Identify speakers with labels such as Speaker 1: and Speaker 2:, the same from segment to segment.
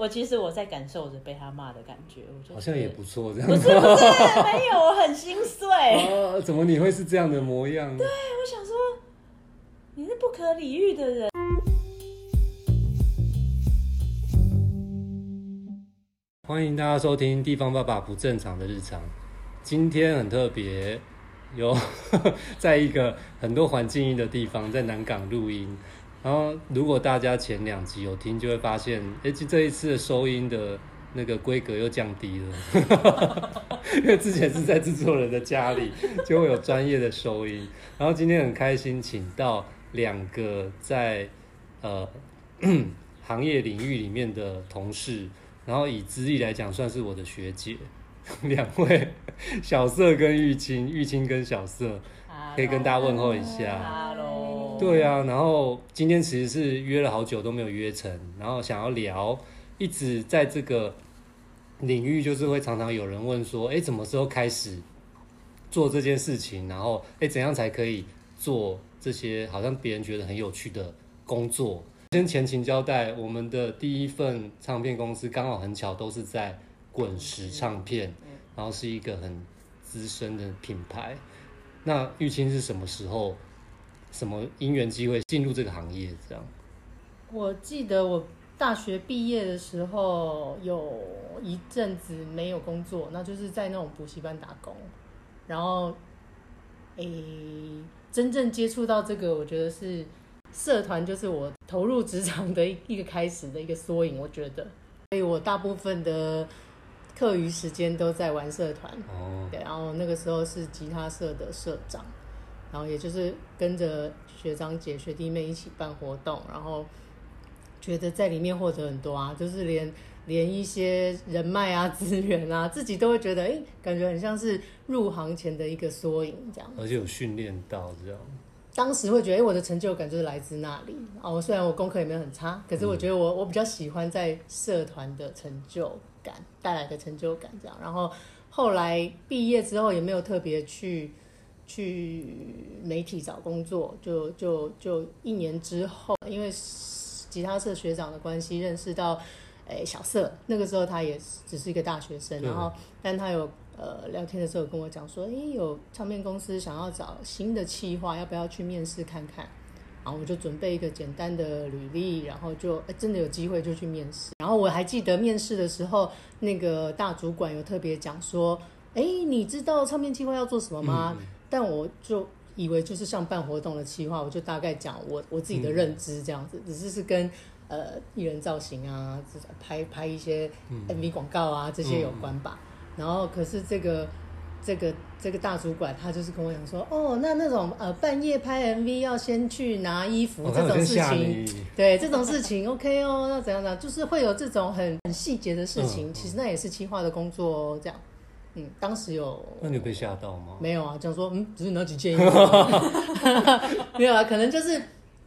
Speaker 1: 我其实我在感受着被他骂的感觉，我就
Speaker 2: 好像
Speaker 1: 觉
Speaker 2: 也
Speaker 1: 得
Speaker 2: 不错这样
Speaker 1: 不。 是不是没有，我很心碎。
Speaker 2: 哦，怎么你会是这样的模样？对，
Speaker 1: 我想说，你是不可理喻的人。
Speaker 2: 欢迎大家收听《地方爸爸不正常的日常》。今天很特别，有 在一个很多环境音的地方，在南港录音。然后，如果大家前两集有听，就会发现，哎，这这一次的收音的那个规格又降低了， 因为之前是在制作人的家里，就会有专业的收音。然后今天很开心，请到两个在呃行业领域里面的同事，然后以资历来讲，算是我的学姐。 两位小色跟玉清，玉清跟小色，可以跟大家问候一下。
Speaker 1: Hello，
Speaker 2: 对啊，然后今天其实是约了好久都没有约成，然后想要聊，一直在这个领域，就是会常常有人问说，哎，什么时候开始做这件事情？然后，哎，怎样才可以做这些好像别人觉得很有趣的工作？先前情交代，我们的第一份唱片公司刚好很巧都是在滚石唱片，
Speaker 3: 嗯
Speaker 2: 然后是一个很资深的品牌。那玉清是什么时候什么因缘机会进入这个行业？这样
Speaker 3: 我记得我大学毕业的时候有一阵子没有工作，那就是在那种补习班打工，然后诶、真正接触到这个，我觉得是社团就是我投入职场的一一个开始的一个缩影，我觉得，所以我大部分的课余时间都在玩社团，
Speaker 2: 哦，
Speaker 3: 对，然后那个时候是吉他社的社长，然后也就是跟着学长姐、学弟妹一起办活动，然后觉得在里面获得很多啊，就是连连一些人脉啊、 资源啊，自己都会觉得，哎、感觉很像是入行前的一个缩影这样。
Speaker 2: 而且有训练到这样，
Speaker 3: 当时会觉得，哎、我的成就感就是来自那里啊。我虽然我功课也没有很差，可是我觉得我我比较喜欢在社团的成就感带来的成就感这样。然后后来毕业之后也没有特别去去媒体找工作，就就就一年之后，因为吉他社学长的关系认识到。哎，小色那个时候他也只是一个大学生，
Speaker 2: 对
Speaker 3: 然后但他有呃聊天的时候跟我讲说，哎，有唱片公司想要找新的企划，要不要去面试看看？然后我就准备一个简单的履历，然后就哎真的有机会就去面试。然后我还记得面试的时候，那个大主管有特别讲说，哎，你知道唱片企划要做什么吗？
Speaker 2: 嗯
Speaker 3: 但我就以为就是像办活动的企划，我就大概讲我我自己的认知这样子，
Speaker 2: 嗯
Speaker 3: 只是是跟呃艺人造型啊，这拍拍一些
Speaker 2: 嗯
Speaker 3: MV 广告啊、这些有关吧。然后可是这个这个这个大主管他就是跟我讲说，哦，那那种呃半夜拍 MV 要先去拿衣服、
Speaker 2: 哦，他
Speaker 3: 嗯这
Speaker 2: 有
Speaker 3: 种
Speaker 2: 在
Speaker 3: 事
Speaker 2: 吓
Speaker 3: 情，
Speaker 2: 你，
Speaker 3: 对这种事情 OK 哦，那怎样怎样，就是会有这种很很细节的事情，
Speaker 2: 嗯嗯
Speaker 3: 其实那也是企划的工作哦，这样。嗯，当时有
Speaker 2: 那你有哦被吓到吗？
Speaker 3: 没有啊，讲说嗯，只是那几件衣服，没有啊，可能就是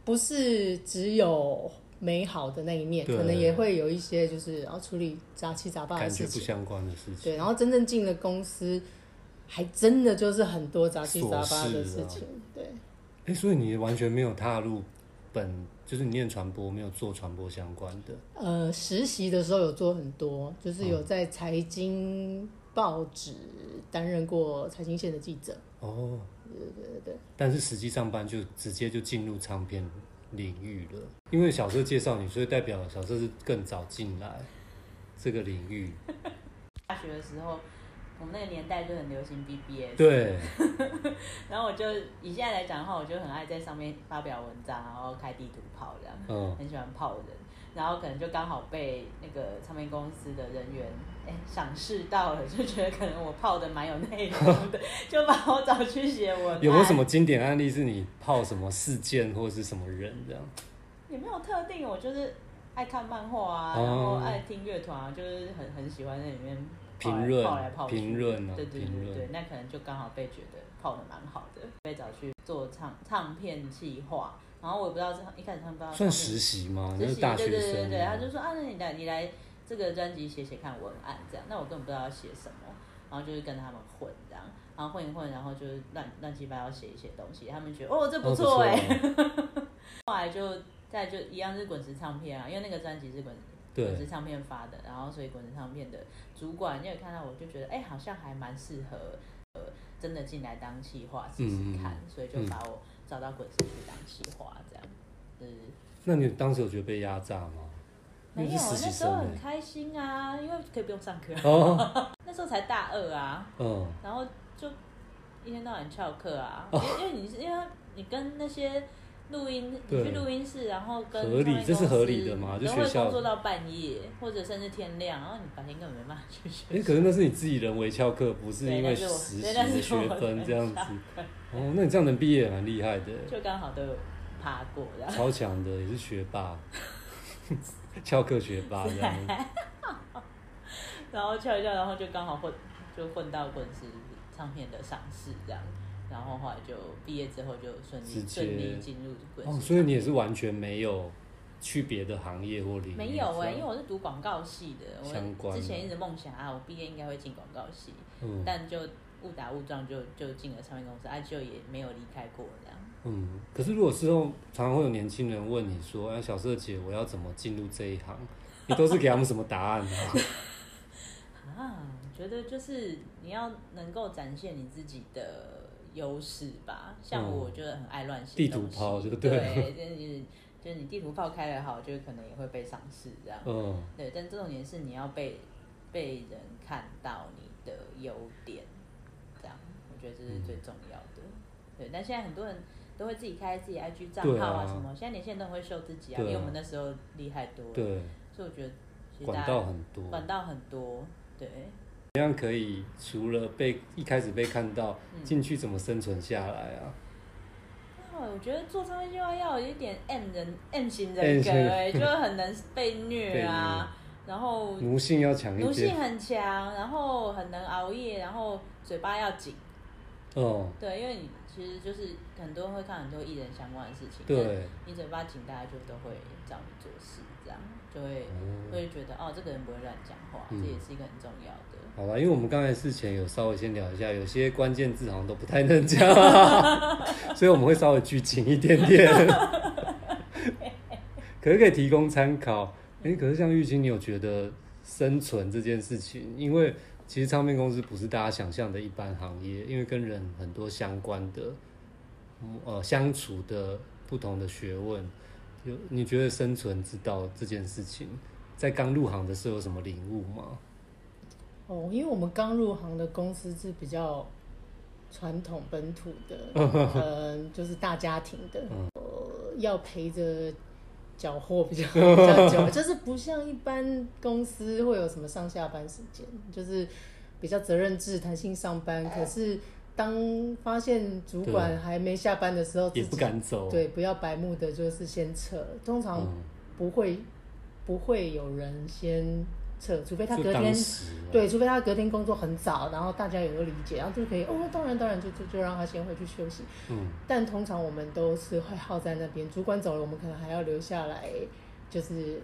Speaker 3: 不是只有美好的那一面，
Speaker 2: 对
Speaker 3: 可能也会有一些就是然后处理杂七杂八的
Speaker 2: 感觉
Speaker 3: 事
Speaker 2: 不
Speaker 3: 情，
Speaker 2: 相关的事情，
Speaker 3: 对，然后真正进了公司，还真的就是很多杂七杂八的
Speaker 2: 琐事
Speaker 3: 事
Speaker 2: 啊
Speaker 3: 情，对。
Speaker 2: 哎、所以你完全没有踏入本，就是你念传播，没有做传播相关的，
Speaker 3: 呃，实习的时候有做很多，就是
Speaker 2: 嗯
Speaker 3: 有在财经报纸担任过财经线的记者，
Speaker 2: 哦，
Speaker 3: 对对对。
Speaker 2: 但是实际上班就直接就进入唱片领域了，因为小社介绍你，所以代表小社是更早进来这个领域，
Speaker 1: 大学的时候，我们那个年代就很流行 BBS，
Speaker 2: 对，
Speaker 1: 然后我就以现在来讲的话，我就很爱在上面发表文章，然后开地图炮这样，
Speaker 2: 嗯，
Speaker 1: 很喜欢泡人，然后可能就刚好被那个唱片公司的人员哎赏识到了，就觉得可能我泡的蛮有内容 的，就把我找去写文啊案。
Speaker 2: 有没有什么经典案例是你泡什么事件或者是什么人这样？
Speaker 1: 也没有特定，我就是爱看漫画啊，
Speaker 2: 哦
Speaker 1: 然后爱听乐团啊，就是很很喜欢在里面泡来
Speaker 2: 评论
Speaker 1: 泡来泡去，
Speaker 2: 评论啊
Speaker 1: 对对
Speaker 2: 评
Speaker 1: 对
Speaker 2: 论
Speaker 1: 对，那可能就刚好被觉得泡的蛮好的，被找去做唱唱片企划，然后我也不知道是一开始他们不知道
Speaker 2: 算
Speaker 1: 唱片
Speaker 2: 实习吗？
Speaker 1: 实
Speaker 2: 那是
Speaker 1: 习
Speaker 2: 大学
Speaker 1: 对对
Speaker 2: 生啊。
Speaker 1: 对对，他就说啊，那你来你来这个专辑写写看文案这样，那我根本不知道要写什么，然后就是跟他们混这样，然后混一混，然后就是乱乱七八糟写一写东西，他们觉得哦这
Speaker 2: 哦
Speaker 1: 不错哎、后来就再就一样是滚石唱片啊，因为那个专辑是滚石
Speaker 2: 对
Speaker 1: 滚石唱片发的，然后所以滚石唱片的主管也有看到我，就觉得哎、好像还蛮适合呃真的进来当企划试试看，
Speaker 2: 嗯嗯
Speaker 1: 所以就把我找到滚石去当企划，这样，就是
Speaker 2: 那你当时有觉得被压榨吗？
Speaker 1: 呃没有，啊
Speaker 2: 你是实习
Speaker 1: 那时
Speaker 2: 生
Speaker 1: 候
Speaker 2: 哎、
Speaker 1: 很开心啊，因为可以不用上课，
Speaker 2: 哦，
Speaker 1: 那时候才大二啊，
Speaker 2: 嗯，
Speaker 1: 然后就一天到晚翘课啊，
Speaker 2: 哦
Speaker 1: 因为因为你是因为你跟那些录音，你去
Speaker 2: 对
Speaker 1: 录音室，然后跟
Speaker 2: 合理
Speaker 1: 唱片
Speaker 2: 这是
Speaker 1: 公司
Speaker 2: 合理的嘛就
Speaker 1: 都会
Speaker 2: 学校
Speaker 1: 工作到半夜或者甚至天亮，然后你白天根本没办法去学。
Speaker 2: 哎、可是那是你自己人为翘课，不是
Speaker 1: 对
Speaker 2: 因为
Speaker 1: 那是我
Speaker 2: 实习
Speaker 1: 对那是
Speaker 2: 的学
Speaker 1: 我
Speaker 2: 分
Speaker 1: 人
Speaker 2: 这样
Speaker 1: 为
Speaker 2: 子
Speaker 1: 翘。
Speaker 2: 哦，那你这样能毕业也蛮厉害的，
Speaker 1: 就刚好都有爬过的。
Speaker 2: 超强的，也是学霸，翘课学霸这样。
Speaker 1: 啊然后翘一翘，然后就刚好混，就混到滚石唱片的上市这样，然后后来就毕业之后就顺
Speaker 2: 直
Speaker 1: 利
Speaker 2: 接
Speaker 1: 顺利进入滚
Speaker 2: 哦，
Speaker 1: 石。
Speaker 2: 所以你也是完全没有去别的行业或领域，
Speaker 1: 没有哎、
Speaker 2: 哎、
Speaker 1: 因为我是读广告系的，
Speaker 2: 相
Speaker 1: 我
Speaker 2: 关
Speaker 1: 之
Speaker 2: 的
Speaker 1: 前一直梦想啊，我毕业应该会进广告系，
Speaker 2: 嗯
Speaker 1: 但就误打误撞就就进了唱片公司，啊，就也没有离开过这样。
Speaker 2: 嗯，可是如果事后常常会有年轻人问你说：“哎，小社姐，我要怎么进入这一行？”你都是给他们什么答案 啊？
Speaker 1: 啊，我觉得就是你要能够展现你自己的优势吧。像我，
Speaker 2: 嗯
Speaker 1: 就很爱乱写
Speaker 2: 地图
Speaker 1: 东西
Speaker 2: 炮就对了
Speaker 1: 对，就是就是你地图炮开得好，就可能也会被赏识这样。
Speaker 2: 嗯，
Speaker 1: 对，但重点是你要被被人看到你的优点，这样我觉得这
Speaker 2: 嗯
Speaker 1: 是最重要的。对，但现在很多人都会自己开自己 IG 账
Speaker 2: 对
Speaker 1: 号啊
Speaker 2: 啊
Speaker 1: 什么，现在年轻人都很会秀自己啊，
Speaker 2: 对啊
Speaker 1: 比我们那时候厉害多了。
Speaker 2: 对，
Speaker 1: 所以我觉得其实大
Speaker 2: 管
Speaker 1: 家
Speaker 2: 道很多，
Speaker 1: 管道很多，对。
Speaker 2: 这样可以除了被一开始被看到，
Speaker 1: 嗯
Speaker 2: 进去怎么生存下来啊？
Speaker 1: 哦，我觉得做商业计划要有一点 M 人 M 型
Speaker 2: M
Speaker 1: 人格
Speaker 2: 型
Speaker 1: 哎、就很能被虐啊，然后
Speaker 2: 奴性要强
Speaker 1: 奴
Speaker 2: 一
Speaker 1: 性
Speaker 2: 点，
Speaker 1: 很强，然后很能熬夜，然后嘴巴要紧。
Speaker 2: 哦，
Speaker 1: 对，因为你其实就是很多人会看很多艺人相关的事情，
Speaker 2: 对，
Speaker 1: 你嘴巴紧，大家就都会找你做事，这样就会
Speaker 2: 哦
Speaker 1: 会觉得哦，这个人不会乱讲话，
Speaker 2: 嗯
Speaker 1: 这也是一个很重要的。
Speaker 2: 好吧，因为我们刚才事前有稍微先聊一下，有些关键字好像都不太能讲，所以我们会稍微拘谨一点点。 可是可以提供参考。哎、可是像玉清，你有觉得生存这件事情，因为其实唱片公司不是大家想象的一般行业，因为跟人很多相关的，嗯呃，相处的不同的学问。有你觉得生存之道这件事情，在刚入行的时候有什么领悟吗？
Speaker 3: 哦，因为我们刚入行的公司是比较传统本土 的，嗯，就是大家庭的，
Speaker 2: 嗯
Speaker 3: 呃，要陪着缴获比 较比较久，就是不像一般公司会有什么上下班时间，就是比较责任制、弹性上班。可是当发现主管
Speaker 2: 对
Speaker 3: 还没下班的时候，
Speaker 2: 也
Speaker 3: 自
Speaker 2: 不
Speaker 3: 己
Speaker 2: 敢走。啊
Speaker 3: 对，不要白目的，就是先撤。通常
Speaker 2: 嗯
Speaker 3: 不会、不会有人先撤，除非他
Speaker 2: 就
Speaker 3: 隔天
Speaker 2: 当时啊
Speaker 3: 对，除非他隔天工作很早，然后大家也都理解，然后就可以哦，当然当然就就就让他先回去休息。
Speaker 2: 嗯，
Speaker 3: 但通常我们都是会耗在那边，主管走了，我们可能还要留下来，就是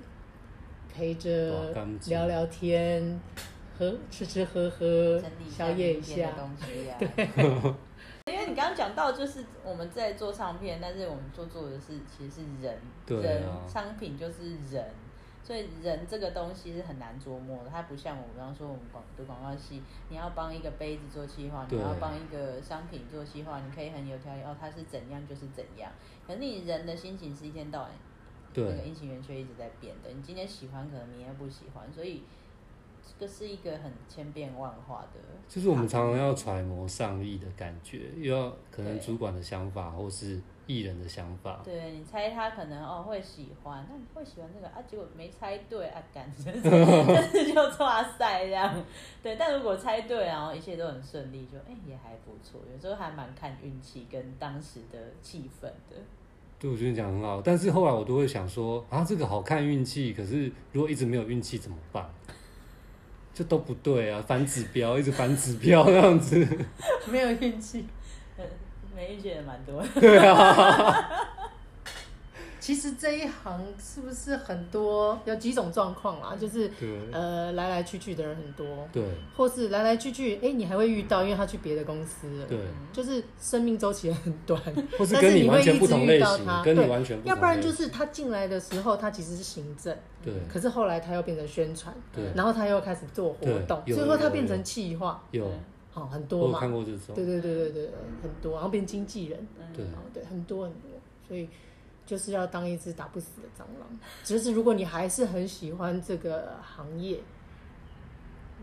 Speaker 3: 陪着
Speaker 2: 哇干净
Speaker 3: 聊聊天，喝吃吃喝喝
Speaker 1: 整理，一下
Speaker 3: 宵夜
Speaker 1: 明
Speaker 3: 一
Speaker 1: 天
Speaker 3: 下
Speaker 1: 的。东西啊呀、 因为你刚刚讲到，就是我们在做唱片，但是我们所做的是其实是人，
Speaker 2: 对啊
Speaker 1: 人商品就是人，所以人这个东西是很难琢磨的。它不像我刚刚说，我们广读广告系，你要帮一个杯子做企划，你
Speaker 2: 对
Speaker 1: 要帮一个商品做企划，你可以很有条理，哦，它是怎样就是怎样。可是你人的心情是一天到晚
Speaker 2: 对
Speaker 1: 那个阴晴圆缺一直在变的。你今天喜欢，可能明天不喜欢，所以这个是一个很千变万化的。
Speaker 2: 就是我们常常要揣摩上意的感觉，又要可能
Speaker 1: 对
Speaker 2: 主管的想法或是艺人的想法，
Speaker 1: 对你猜他可能哦会喜欢，那你会喜欢这个啊？结果没猜对啊，感真是真是就抓塞这样。对，但如果猜对，然后一切都很顺利，就哎、也还不错。有时候还蛮看运气跟当时的气氛的。
Speaker 2: 对我觉得你讲得很好。但是后来我都会想说，啊，这个好看运气，可是如果一直没有运气怎么办？就都不对啊，反指标，一直反指 标这样子。
Speaker 3: 没有运气，
Speaker 1: 呃没运气的蛮多的，
Speaker 3: 其实这一行是不是很多有几种状况啦？就是
Speaker 2: 对
Speaker 3: 呃来来去去的人很多，
Speaker 2: 对
Speaker 3: 或是来来去去，哎，你还会遇到，因为他去别的公司了。
Speaker 2: 对，
Speaker 3: 就是生命周期很短，
Speaker 2: 或
Speaker 3: 嗯
Speaker 2: 是
Speaker 3: 但
Speaker 2: 跟
Speaker 3: 是
Speaker 2: 你
Speaker 3: 你
Speaker 2: 完
Speaker 3: 会
Speaker 2: 全
Speaker 3: 一
Speaker 2: 不
Speaker 3: 直
Speaker 2: 同
Speaker 3: 遇
Speaker 2: 类
Speaker 3: 到
Speaker 2: 型
Speaker 3: 他，
Speaker 2: 跟你
Speaker 3: 对
Speaker 2: 完全不同类型，
Speaker 3: 要不然就是他进来的时候，他其实是行政，
Speaker 2: 对
Speaker 3: 可是后来他又变成宣传，
Speaker 2: 对
Speaker 3: 然后他又开始做活动，
Speaker 2: 对有
Speaker 3: 最后
Speaker 2: 有
Speaker 3: 他变
Speaker 2: 有
Speaker 3: 成企划，
Speaker 2: 有
Speaker 3: 好、很
Speaker 2: 我
Speaker 3: 多
Speaker 2: 有
Speaker 3: 嘛
Speaker 2: 看，过这种
Speaker 3: 对，对对对对，很多，然后变经纪人，
Speaker 2: 对
Speaker 3: 哦，对，很多很多，所以就是要当一只打不死的蟑螂。只是如果你还是很喜欢这个行业，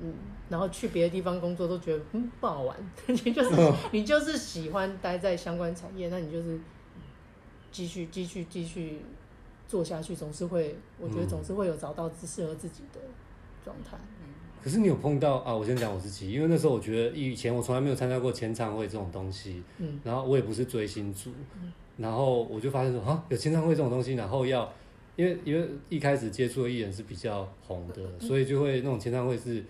Speaker 3: 嗯，然后去别的地方工作都觉得嗯不好玩， 你就是你就是喜欢待在相关产业，那你就是继续继续继续做下去，总是会，我觉得总是会有找到适合自己的状态。
Speaker 2: 可是你有碰到啊？我先讲我自己，因为那时候我觉得以前我从来没有参加过签唱会这种东西，
Speaker 3: 嗯，
Speaker 2: 然后我也不是追星族，然后我就发现说啊，有签唱会这种东西，然后要因为因为一开始接触的艺人是比较红的，所以就会那种签唱会是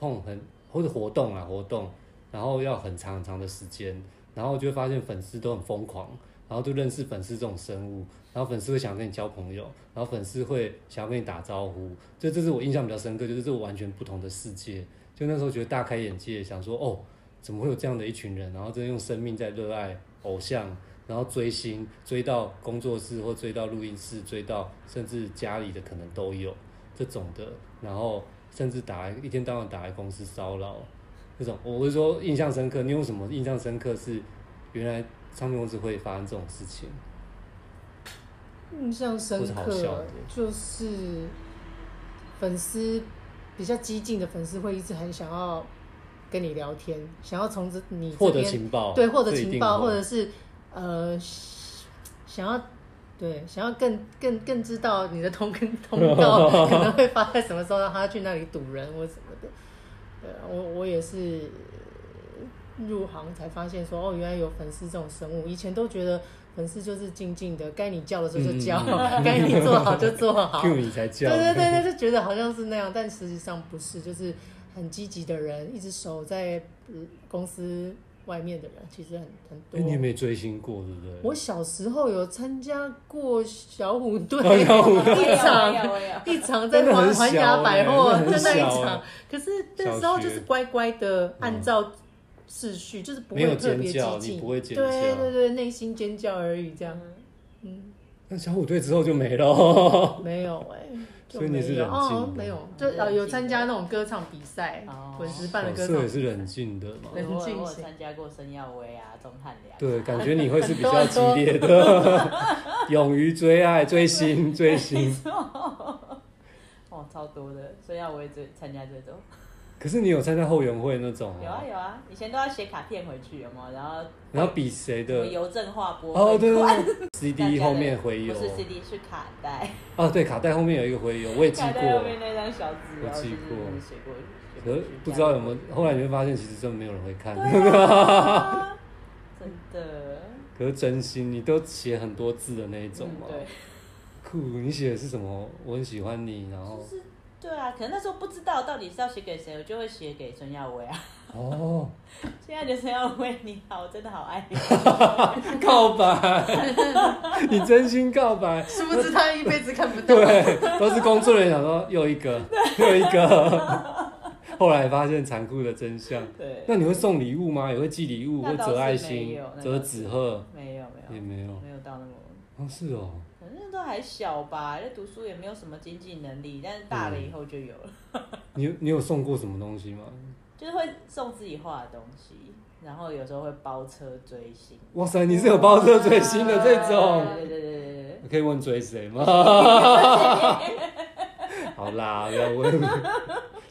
Speaker 2: 碰很或者活动啊活动，然后要很长很长的时间，然后就会发现粉丝都很疯狂，然后就认识粉丝这种生物，然后粉丝会想跟你交朋友，然后粉丝会想要跟你打招呼，就这是我印象比较深刻，就是这完全不同的世界。就那时候觉得大开眼界，想说哦，怎么会有这样的一群人，然后真的用生命在热爱偶像，然后追星，追到工作室或追到录音室，追到甚至家里的可能都有这种的，然后甚至打来一天到晚打来公司骚扰这种，我是说印象深刻。你有什么印象深刻是原来唱片公司会发生这种事情？
Speaker 3: 印象深
Speaker 2: 或是好
Speaker 3: 刻
Speaker 2: 笑的
Speaker 3: 就是粉丝比较激进的粉丝会一直很想要跟你聊天，想要从这你
Speaker 2: 获
Speaker 3: 这
Speaker 2: 得
Speaker 3: 边
Speaker 2: 情报，
Speaker 3: 对获得
Speaker 2: 这一
Speaker 3: 情
Speaker 2: 定
Speaker 3: 报，
Speaker 2: 会
Speaker 3: 或者是呃想要对想要更更更知道你的通跟 通道可能会发在什么时候，让他去那里堵人或什么的。对，我我也是入行才发现说，哦，原来有粉丝这种生物。以前都觉得粉丝就是静静的，该你叫的时候就叫， 该你做好就做好。
Speaker 2: Q 你才叫，
Speaker 3: 对对对对，就觉得好像是那样，但实际上不是，就是很积极的人，一直守在嗯公司外面的人，其实很很多。
Speaker 2: 哎你也没追星过，对不对？
Speaker 3: 我小时候有参加过小虎队
Speaker 1: 我
Speaker 3: 一
Speaker 1: 有，我
Speaker 3: 场。
Speaker 1: 有，我有。
Speaker 3: 一场在
Speaker 2: 真的很
Speaker 3: 环环
Speaker 2: 小
Speaker 3: 亚百货
Speaker 2: 欸那很
Speaker 3: 在那一
Speaker 2: 小
Speaker 3: 场，可是那时
Speaker 2: 小
Speaker 3: 候
Speaker 2: 学嗯
Speaker 3: 就是乖乖的按照秩序，就是不
Speaker 2: 没有
Speaker 3: 会特别
Speaker 2: 尖叫
Speaker 3: 激
Speaker 2: 你
Speaker 3: 进，
Speaker 2: 不会尖
Speaker 3: 对
Speaker 2: 叫
Speaker 3: 对对，内心尖叫而已，这样
Speaker 2: 那小虎队之后就没了哦，
Speaker 3: 没有哎、就
Speaker 2: 所以你是
Speaker 3: 没有
Speaker 2: 冷静
Speaker 3: 哦
Speaker 2: 的，
Speaker 3: 没有，就呃有参加那种歌唱比赛
Speaker 1: 哦，
Speaker 3: 滚石办的歌
Speaker 2: 这
Speaker 3: 唱
Speaker 2: 也
Speaker 3: 比赛
Speaker 2: 是冷静的嘛。
Speaker 3: 对
Speaker 1: 我
Speaker 3: 很
Speaker 1: 有
Speaker 3: 庆
Speaker 1: 我有
Speaker 3: 幸
Speaker 1: 参加过申耀威啊、钟汉良。
Speaker 2: 对，感觉你会是比较激烈的， 勇于追爱、追星、追
Speaker 1: 没
Speaker 2: 星。
Speaker 1: 错。哦，超多的，所以要我也最参加最多。
Speaker 2: 可是你有参加后援会那种
Speaker 1: 有啊有啊，以前都要写卡片回去，有吗？然后
Speaker 2: 然后比谁
Speaker 1: 什么
Speaker 2: 的？
Speaker 1: 邮政划拨。
Speaker 2: 哦，对对对
Speaker 1: 大
Speaker 2: ，CD
Speaker 1: 家的
Speaker 2: 后面回邮
Speaker 1: 不，是 CD 是卡带，
Speaker 2: 哦，对，卡带后面有一个回邮，我也寄
Speaker 1: 卡带
Speaker 2: 过
Speaker 1: 后，面那张小纸，
Speaker 2: 我
Speaker 1: 然后
Speaker 2: 寄过
Speaker 1: 就是写过去。
Speaker 2: 可
Speaker 1: 写
Speaker 2: 是
Speaker 1: 过去
Speaker 2: 不知道有没有，后来你会发现其实真的没有人会看，
Speaker 1: 真的。
Speaker 2: 可是真心你都写很多字的那一种
Speaker 1: 嗯
Speaker 2: 嘛，
Speaker 1: 对，
Speaker 2: 酷，你写的是什么？我很喜欢你，然 后
Speaker 1: 就是对啊，可能那时候不知道到底是要写给谁，我就会写给孙耀威啊。
Speaker 2: 哦，
Speaker 1: 现在就是要为你好，我真的好爱你。
Speaker 2: 告白， 你真心告白，
Speaker 3: 殊不知他一辈子看不到。
Speaker 2: 对，都是工作人员想说又一个，又一个，后来发现残酷的真相。
Speaker 1: 对，
Speaker 2: 那你会送礼物吗？也会寄礼物，
Speaker 1: 那
Speaker 2: 会
Speaker 1: 倒是
Speaker 2: 折爱
Speaker 1: 没
Speaker 2: 心
Speaker 1: 有、那
Speaker 2: 折
Speaker 1: 倒是
Speaker 2: 纸鹤，
Speaker 1: 没有没
Speaker 2: 也
Speaker 1: 有
Speaker 2: 没有。
Speaker 1: 没有到那么，
Speaker 2: 哦，是哦，
Speaker 1: 可能都还小吧，就读书也没有什么经济能力，但是大了以后就有了，
Speaker 2: 你有你有送过什么东西吗？
Speaker 1: 就是会送自己画的东西，然后有时候会包车追星。
Speaker 2: 哇塞，你是有包车追星的这
Speaker 3: 嗯
Speaker 2: 种，
Speaker 1: 对对对对对
Speaker 2: 可以问追谁吗？好啦，不要问。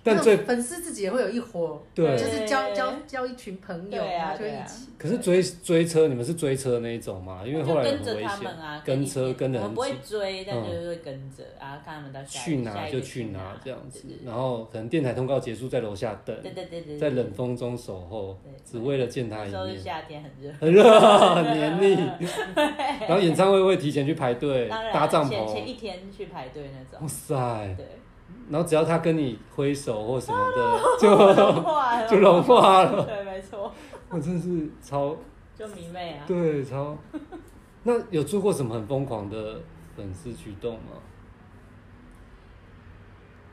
Speaker 2: 但
Speaker 3: 那
Speaker 2: 最
Speaker 3: 粉丝自己也会有一伙，
Speaker 2: 对
Speaker 3: 就是交交交一群
Speaker 1: 对，
Speaker 3: 朋友，
Speaker 1: 对
Speaker 3: 然
Speaker 1: 啊
Speaker 3: 后就
Speaker 1: 对
Speaker 3: 一
Speaker 1: 啊
Speaker 3: 起。。
Speaker 2: 可是追追车，你们是追车那一种嘛？因为后来
Speaker 1: 就
Speaker 2: 很
Speaker 1: 跟着
Speaker 2: 危
Speaker 1: 他
Speaker 2: 险
Speaker 1: 们啊，，
Speaker 2: 跟
Speaker 1: 一
Speaker 2: 车
Speaker 1: 起
Speaker 2: 跟的
Speaker 1: 我们
Speaker 2: 很
Speaker 1: 不会
Speaker 2: 紧，
Speaker 1: 追，但
Speaker 2: 嗯
Speaker 1: 就是会跟着，然后看他们到下一
Speaker 2: 去哪
Speaker 1: 下一
Speaker 2: 就
Speaker 1: 个
Speaker 2: 去哪
Speaker 1: 哪
Speaker 2: 这样子
Speaker 1: 对。
Speaker 2: 然后可能电台通告结束，在楼下等，
Speaker 1: 对对对对，
Speaker 2: 在
Speaker 1: 对
Speaker 2: 冷风中守候
Speaker 1: 对，
Speaker 2: 只为了见他
Speaker 1: 那
Speaker 2: 一
Speaker 1: 时候是
Speaker 2: 面。
Speaker 1: 夏天很热，
Speaker 2: 很 热，很黏腻。 然后演唱会会提前去排队
Speaker 1: 当然啊
Speaker 2: 搭帐
Speaker 1: 前前
Speaker 2: 篷，嗯
Speaker 1: 一天去排队那
Speaker 2: 哇
Speaker 1: 种，
Speaker 2: 塞！
Speaker 1: 对，
Speaker 2: 然后只要他跟你挥手或什么
Speaker 1: 啊
Speaker 2: 的，
Speaker 1: 融化了
Speaker 2: 就就融化了。
Speaker 1: 啊对，没错，
Speaker 2: 我真是超
Speaker 1: 就迷妹啊。
Speaker 2: 对超。那有做过什么很疯狂的粉丝举动吗？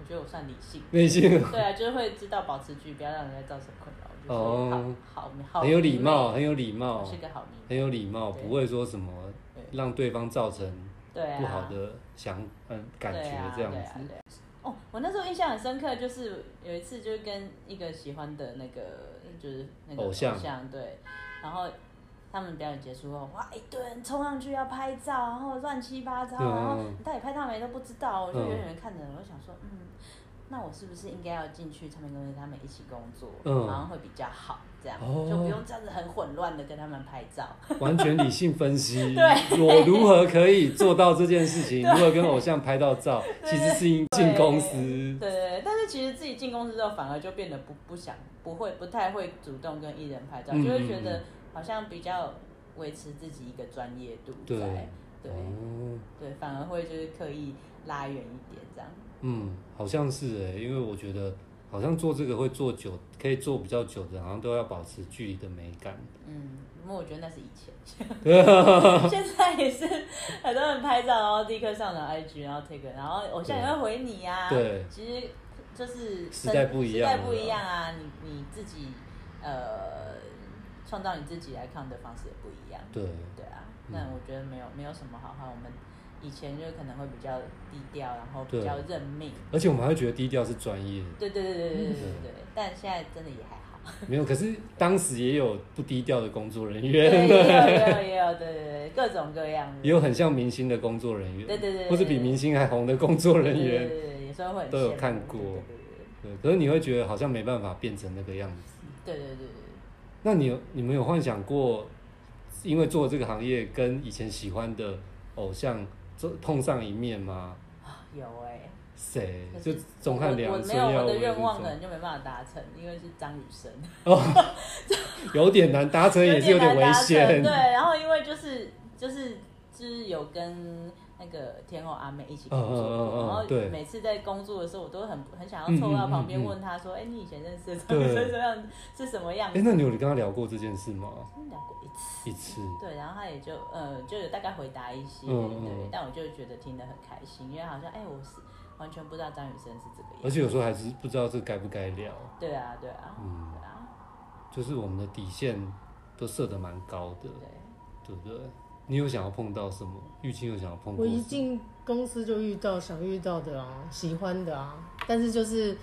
Speaker 1: 我觉得我算理性，
Speaker 2: 内心
Speaker 1: 对啊，就是会知道保持距离，不要让人家造成困扰。我就
Speaker 2: 哦
Speaker 1: 是好好好，
Speaker 2: 很有礼貌，
Speaker 1: 妹
Speaker 2: 很有礼貌
Speaker 1: 我，是个好迷妹，
Speaker 2: 很有礼貌，
Speaker 1: 对
Speaker 2: 不会说什么
Speaker 1: 对啊
Speaker 2: 让对方造成
Speaker 1: 对啊，
Speaker 2: 不好的想嗯感
Speaker 1: 对
Speaker 2: 觉
Speaker 1: 啊
Speaker 2: 这样
Speaker 1: 对啊
Speaker 2: 子。
Speaker 1: 对啊哦，我那时候印象很深刻，就是有一次就是跟一个喜欢的那个就是那个
Speaker 2: 偶像
Speaker 1: 对，然后他们表演结束后，哇，一堆人冲上去要拍照，然后乱七八糟，
Speaker 2: 嗯
Speaker 1: 然后你到底拍到没都不知道，我就
Speaker 2: 嗯
Speaker 1: 远远看着，我就想说，嗯，那我是不是应该要进去唱片公司跟他们一起工作，
Speaker 2: 嗯
Speaker 1: 然后会比较好，这样、
Speaker 2: 哦
Speaker 1: 就不用这样子很混乱的跟他们拍照。
Speaker 2: 完全理性分析，
Speaker 1: 对
Speaker 2: 我如何可以做到这件事 情？如何跟偶像拍到照？
Speaker 1: 对
Speaker 2: 其实是因进公司，
Speaker 1: 对对，但是其实自己进公司之后，反而就变得不不想、不会、不太会主动跟艺人拍照，
Speaker 2: 嗯
Speaker 1: 就会觉
Speaker 2: 嗯
Speaker 1: 得
Speaker 2: 嗯
Speaker 1: 好像比较维持自己一个专业度
Speaker 2: 对
Speaker 1: 在，对
Speaker 2: 哦，
Speaker 1: 对，反而会就是刻意拉远一点这样。
Speaker 2: 嗯，好像是哎，因为我觉得好像做这个会做久，可以做比较久的，好像都要保持距离的美感。
Speaker 1: 嗯，因为我觉得那是以 前，现在也是很多人拍照，然后立刻上传 IG，然后 take，然后偶像也会回你呀、啊。
Speaker 2: 对
Speaker 1: 其实就是
Speaker 2: 时代不一样
Speaker 1: 时
Speaker 2: 了
Speaker 1: 代不一样啊，你你自己呃创造你自己来看的方式也不一样。
Speaker 2: 对，
Speaker 1: 对啊，
Speaker 2: 嗯
Speaker 1: 那我觉得没有没有什么好话，我们以前就可能会比较低调，然后比
Speaker 2: 对
Speaker 1: 较认命。
Speaker 2: 而且我们还会觉得低调是专业，
Speaker 1: 对对对对对对对
Speaker 2: 嗯
Speaker 1: 对，但现在真的也还好。
Speaker 2: 没有。可是当时也有不低调的工作人
Speaker 1: 对，
Speaker 2: 员，
Speaker 1: 也有也有也有，对对对，各种各样的。
Speaker 2: 也有很像明星的工作人员，
Speaker 1: 对对对对
Speaker 2: 或是比明星还红的工作
Speaker 1: 对
Speaker 2: 人
Speaker 1: 对对
Speaker 2: 员。
Speaker 1: 对对，有时候会很
Speaker 2: 都有
Speaker 1: 羡慕
Speaker 2: 看过
Speaker 1: 对对对对
Speaker 2: 对，可是你会觉得好像没办法变成那个样子。
Speaker 1: 对对对对对，
Speaker 2: 那你有你们有幻想过，因为做这个行业跟以前喜欢的偶像做碰上一面吗？
Speaker 1: 啊有哎。
Speaker 2: 谁？
Speaker 1: 可
Speaker 2: 就是钟汉
Speaker 1: 我
Speaker 2: 良、
Speaker 1: 我没
Speaker 2: 孙
Speaker 1: 有
Speaker 2: 耀
Speaker 1: 我的
Speaker 2: 威这
Speaker 1: 愿望，可
Speaker 2: 种，
Speaker 1: 能就没办法达成，因为是张雨生，
Speaker 2: 有点难达成，也是有点
Speaker 1: 难
Speaker 2: 危
Speaker 1: 达成
Speaker 2: 险
Speaker 1: 对，。然后因为就是就是就是有跟那个天后阿妹一起工作
Speaker 2: 嗯嗯嗯嗯
Speaker 1: 过，然后
Speaker 2: 对
Speaker 1: 每次在工作的时候，我都很很想
Speaker 2: 嗯
Speaker 1: 要凑到
Speaker 2: 嗯嗯
Speaker 1: 旁边
Speaker 2: 嗯
Speaker 1: 问他说：“哎，你以前认识的张
Speaker 2: 对
Speaker 1: 雨生这样是什么样
Speaker 2: 哎、
Speaker 1: 子
Speaker 2: 那你有跟他聊过这件事吗？？”
Speaker 1: 聊过一次。
Speaker 2: 一次，
Speaker 1: 对，然后他也就呃，就有大概回答一些，
Speaker 2: 嗯嗯
Speaker 1: 对，但我就觉得听得很开心，因为好像哎、我是完全不知道张雨生是这个样
Speaker 2: 而
Speaker 1: 子。
Speaker 2: 且有时候还是不知道这该不该聊，
Speaker 1: 对啊，对啊，
Speaker 2: 嗯
Speaker 1: 对啊，
Speaker 2: 就是我们的底线都设得蛮高的，
Speaker 1: 对。
Speaker 2: 对不对？你有想要碰到什么？玉清有想要碰
Speaker 3: 我
Speaker 2: 过什
Speaker 3: 一
Speaker 2: 么？
Speaker 3: 进公司就遇到想遇到的啊，喜欢的啊，但是就是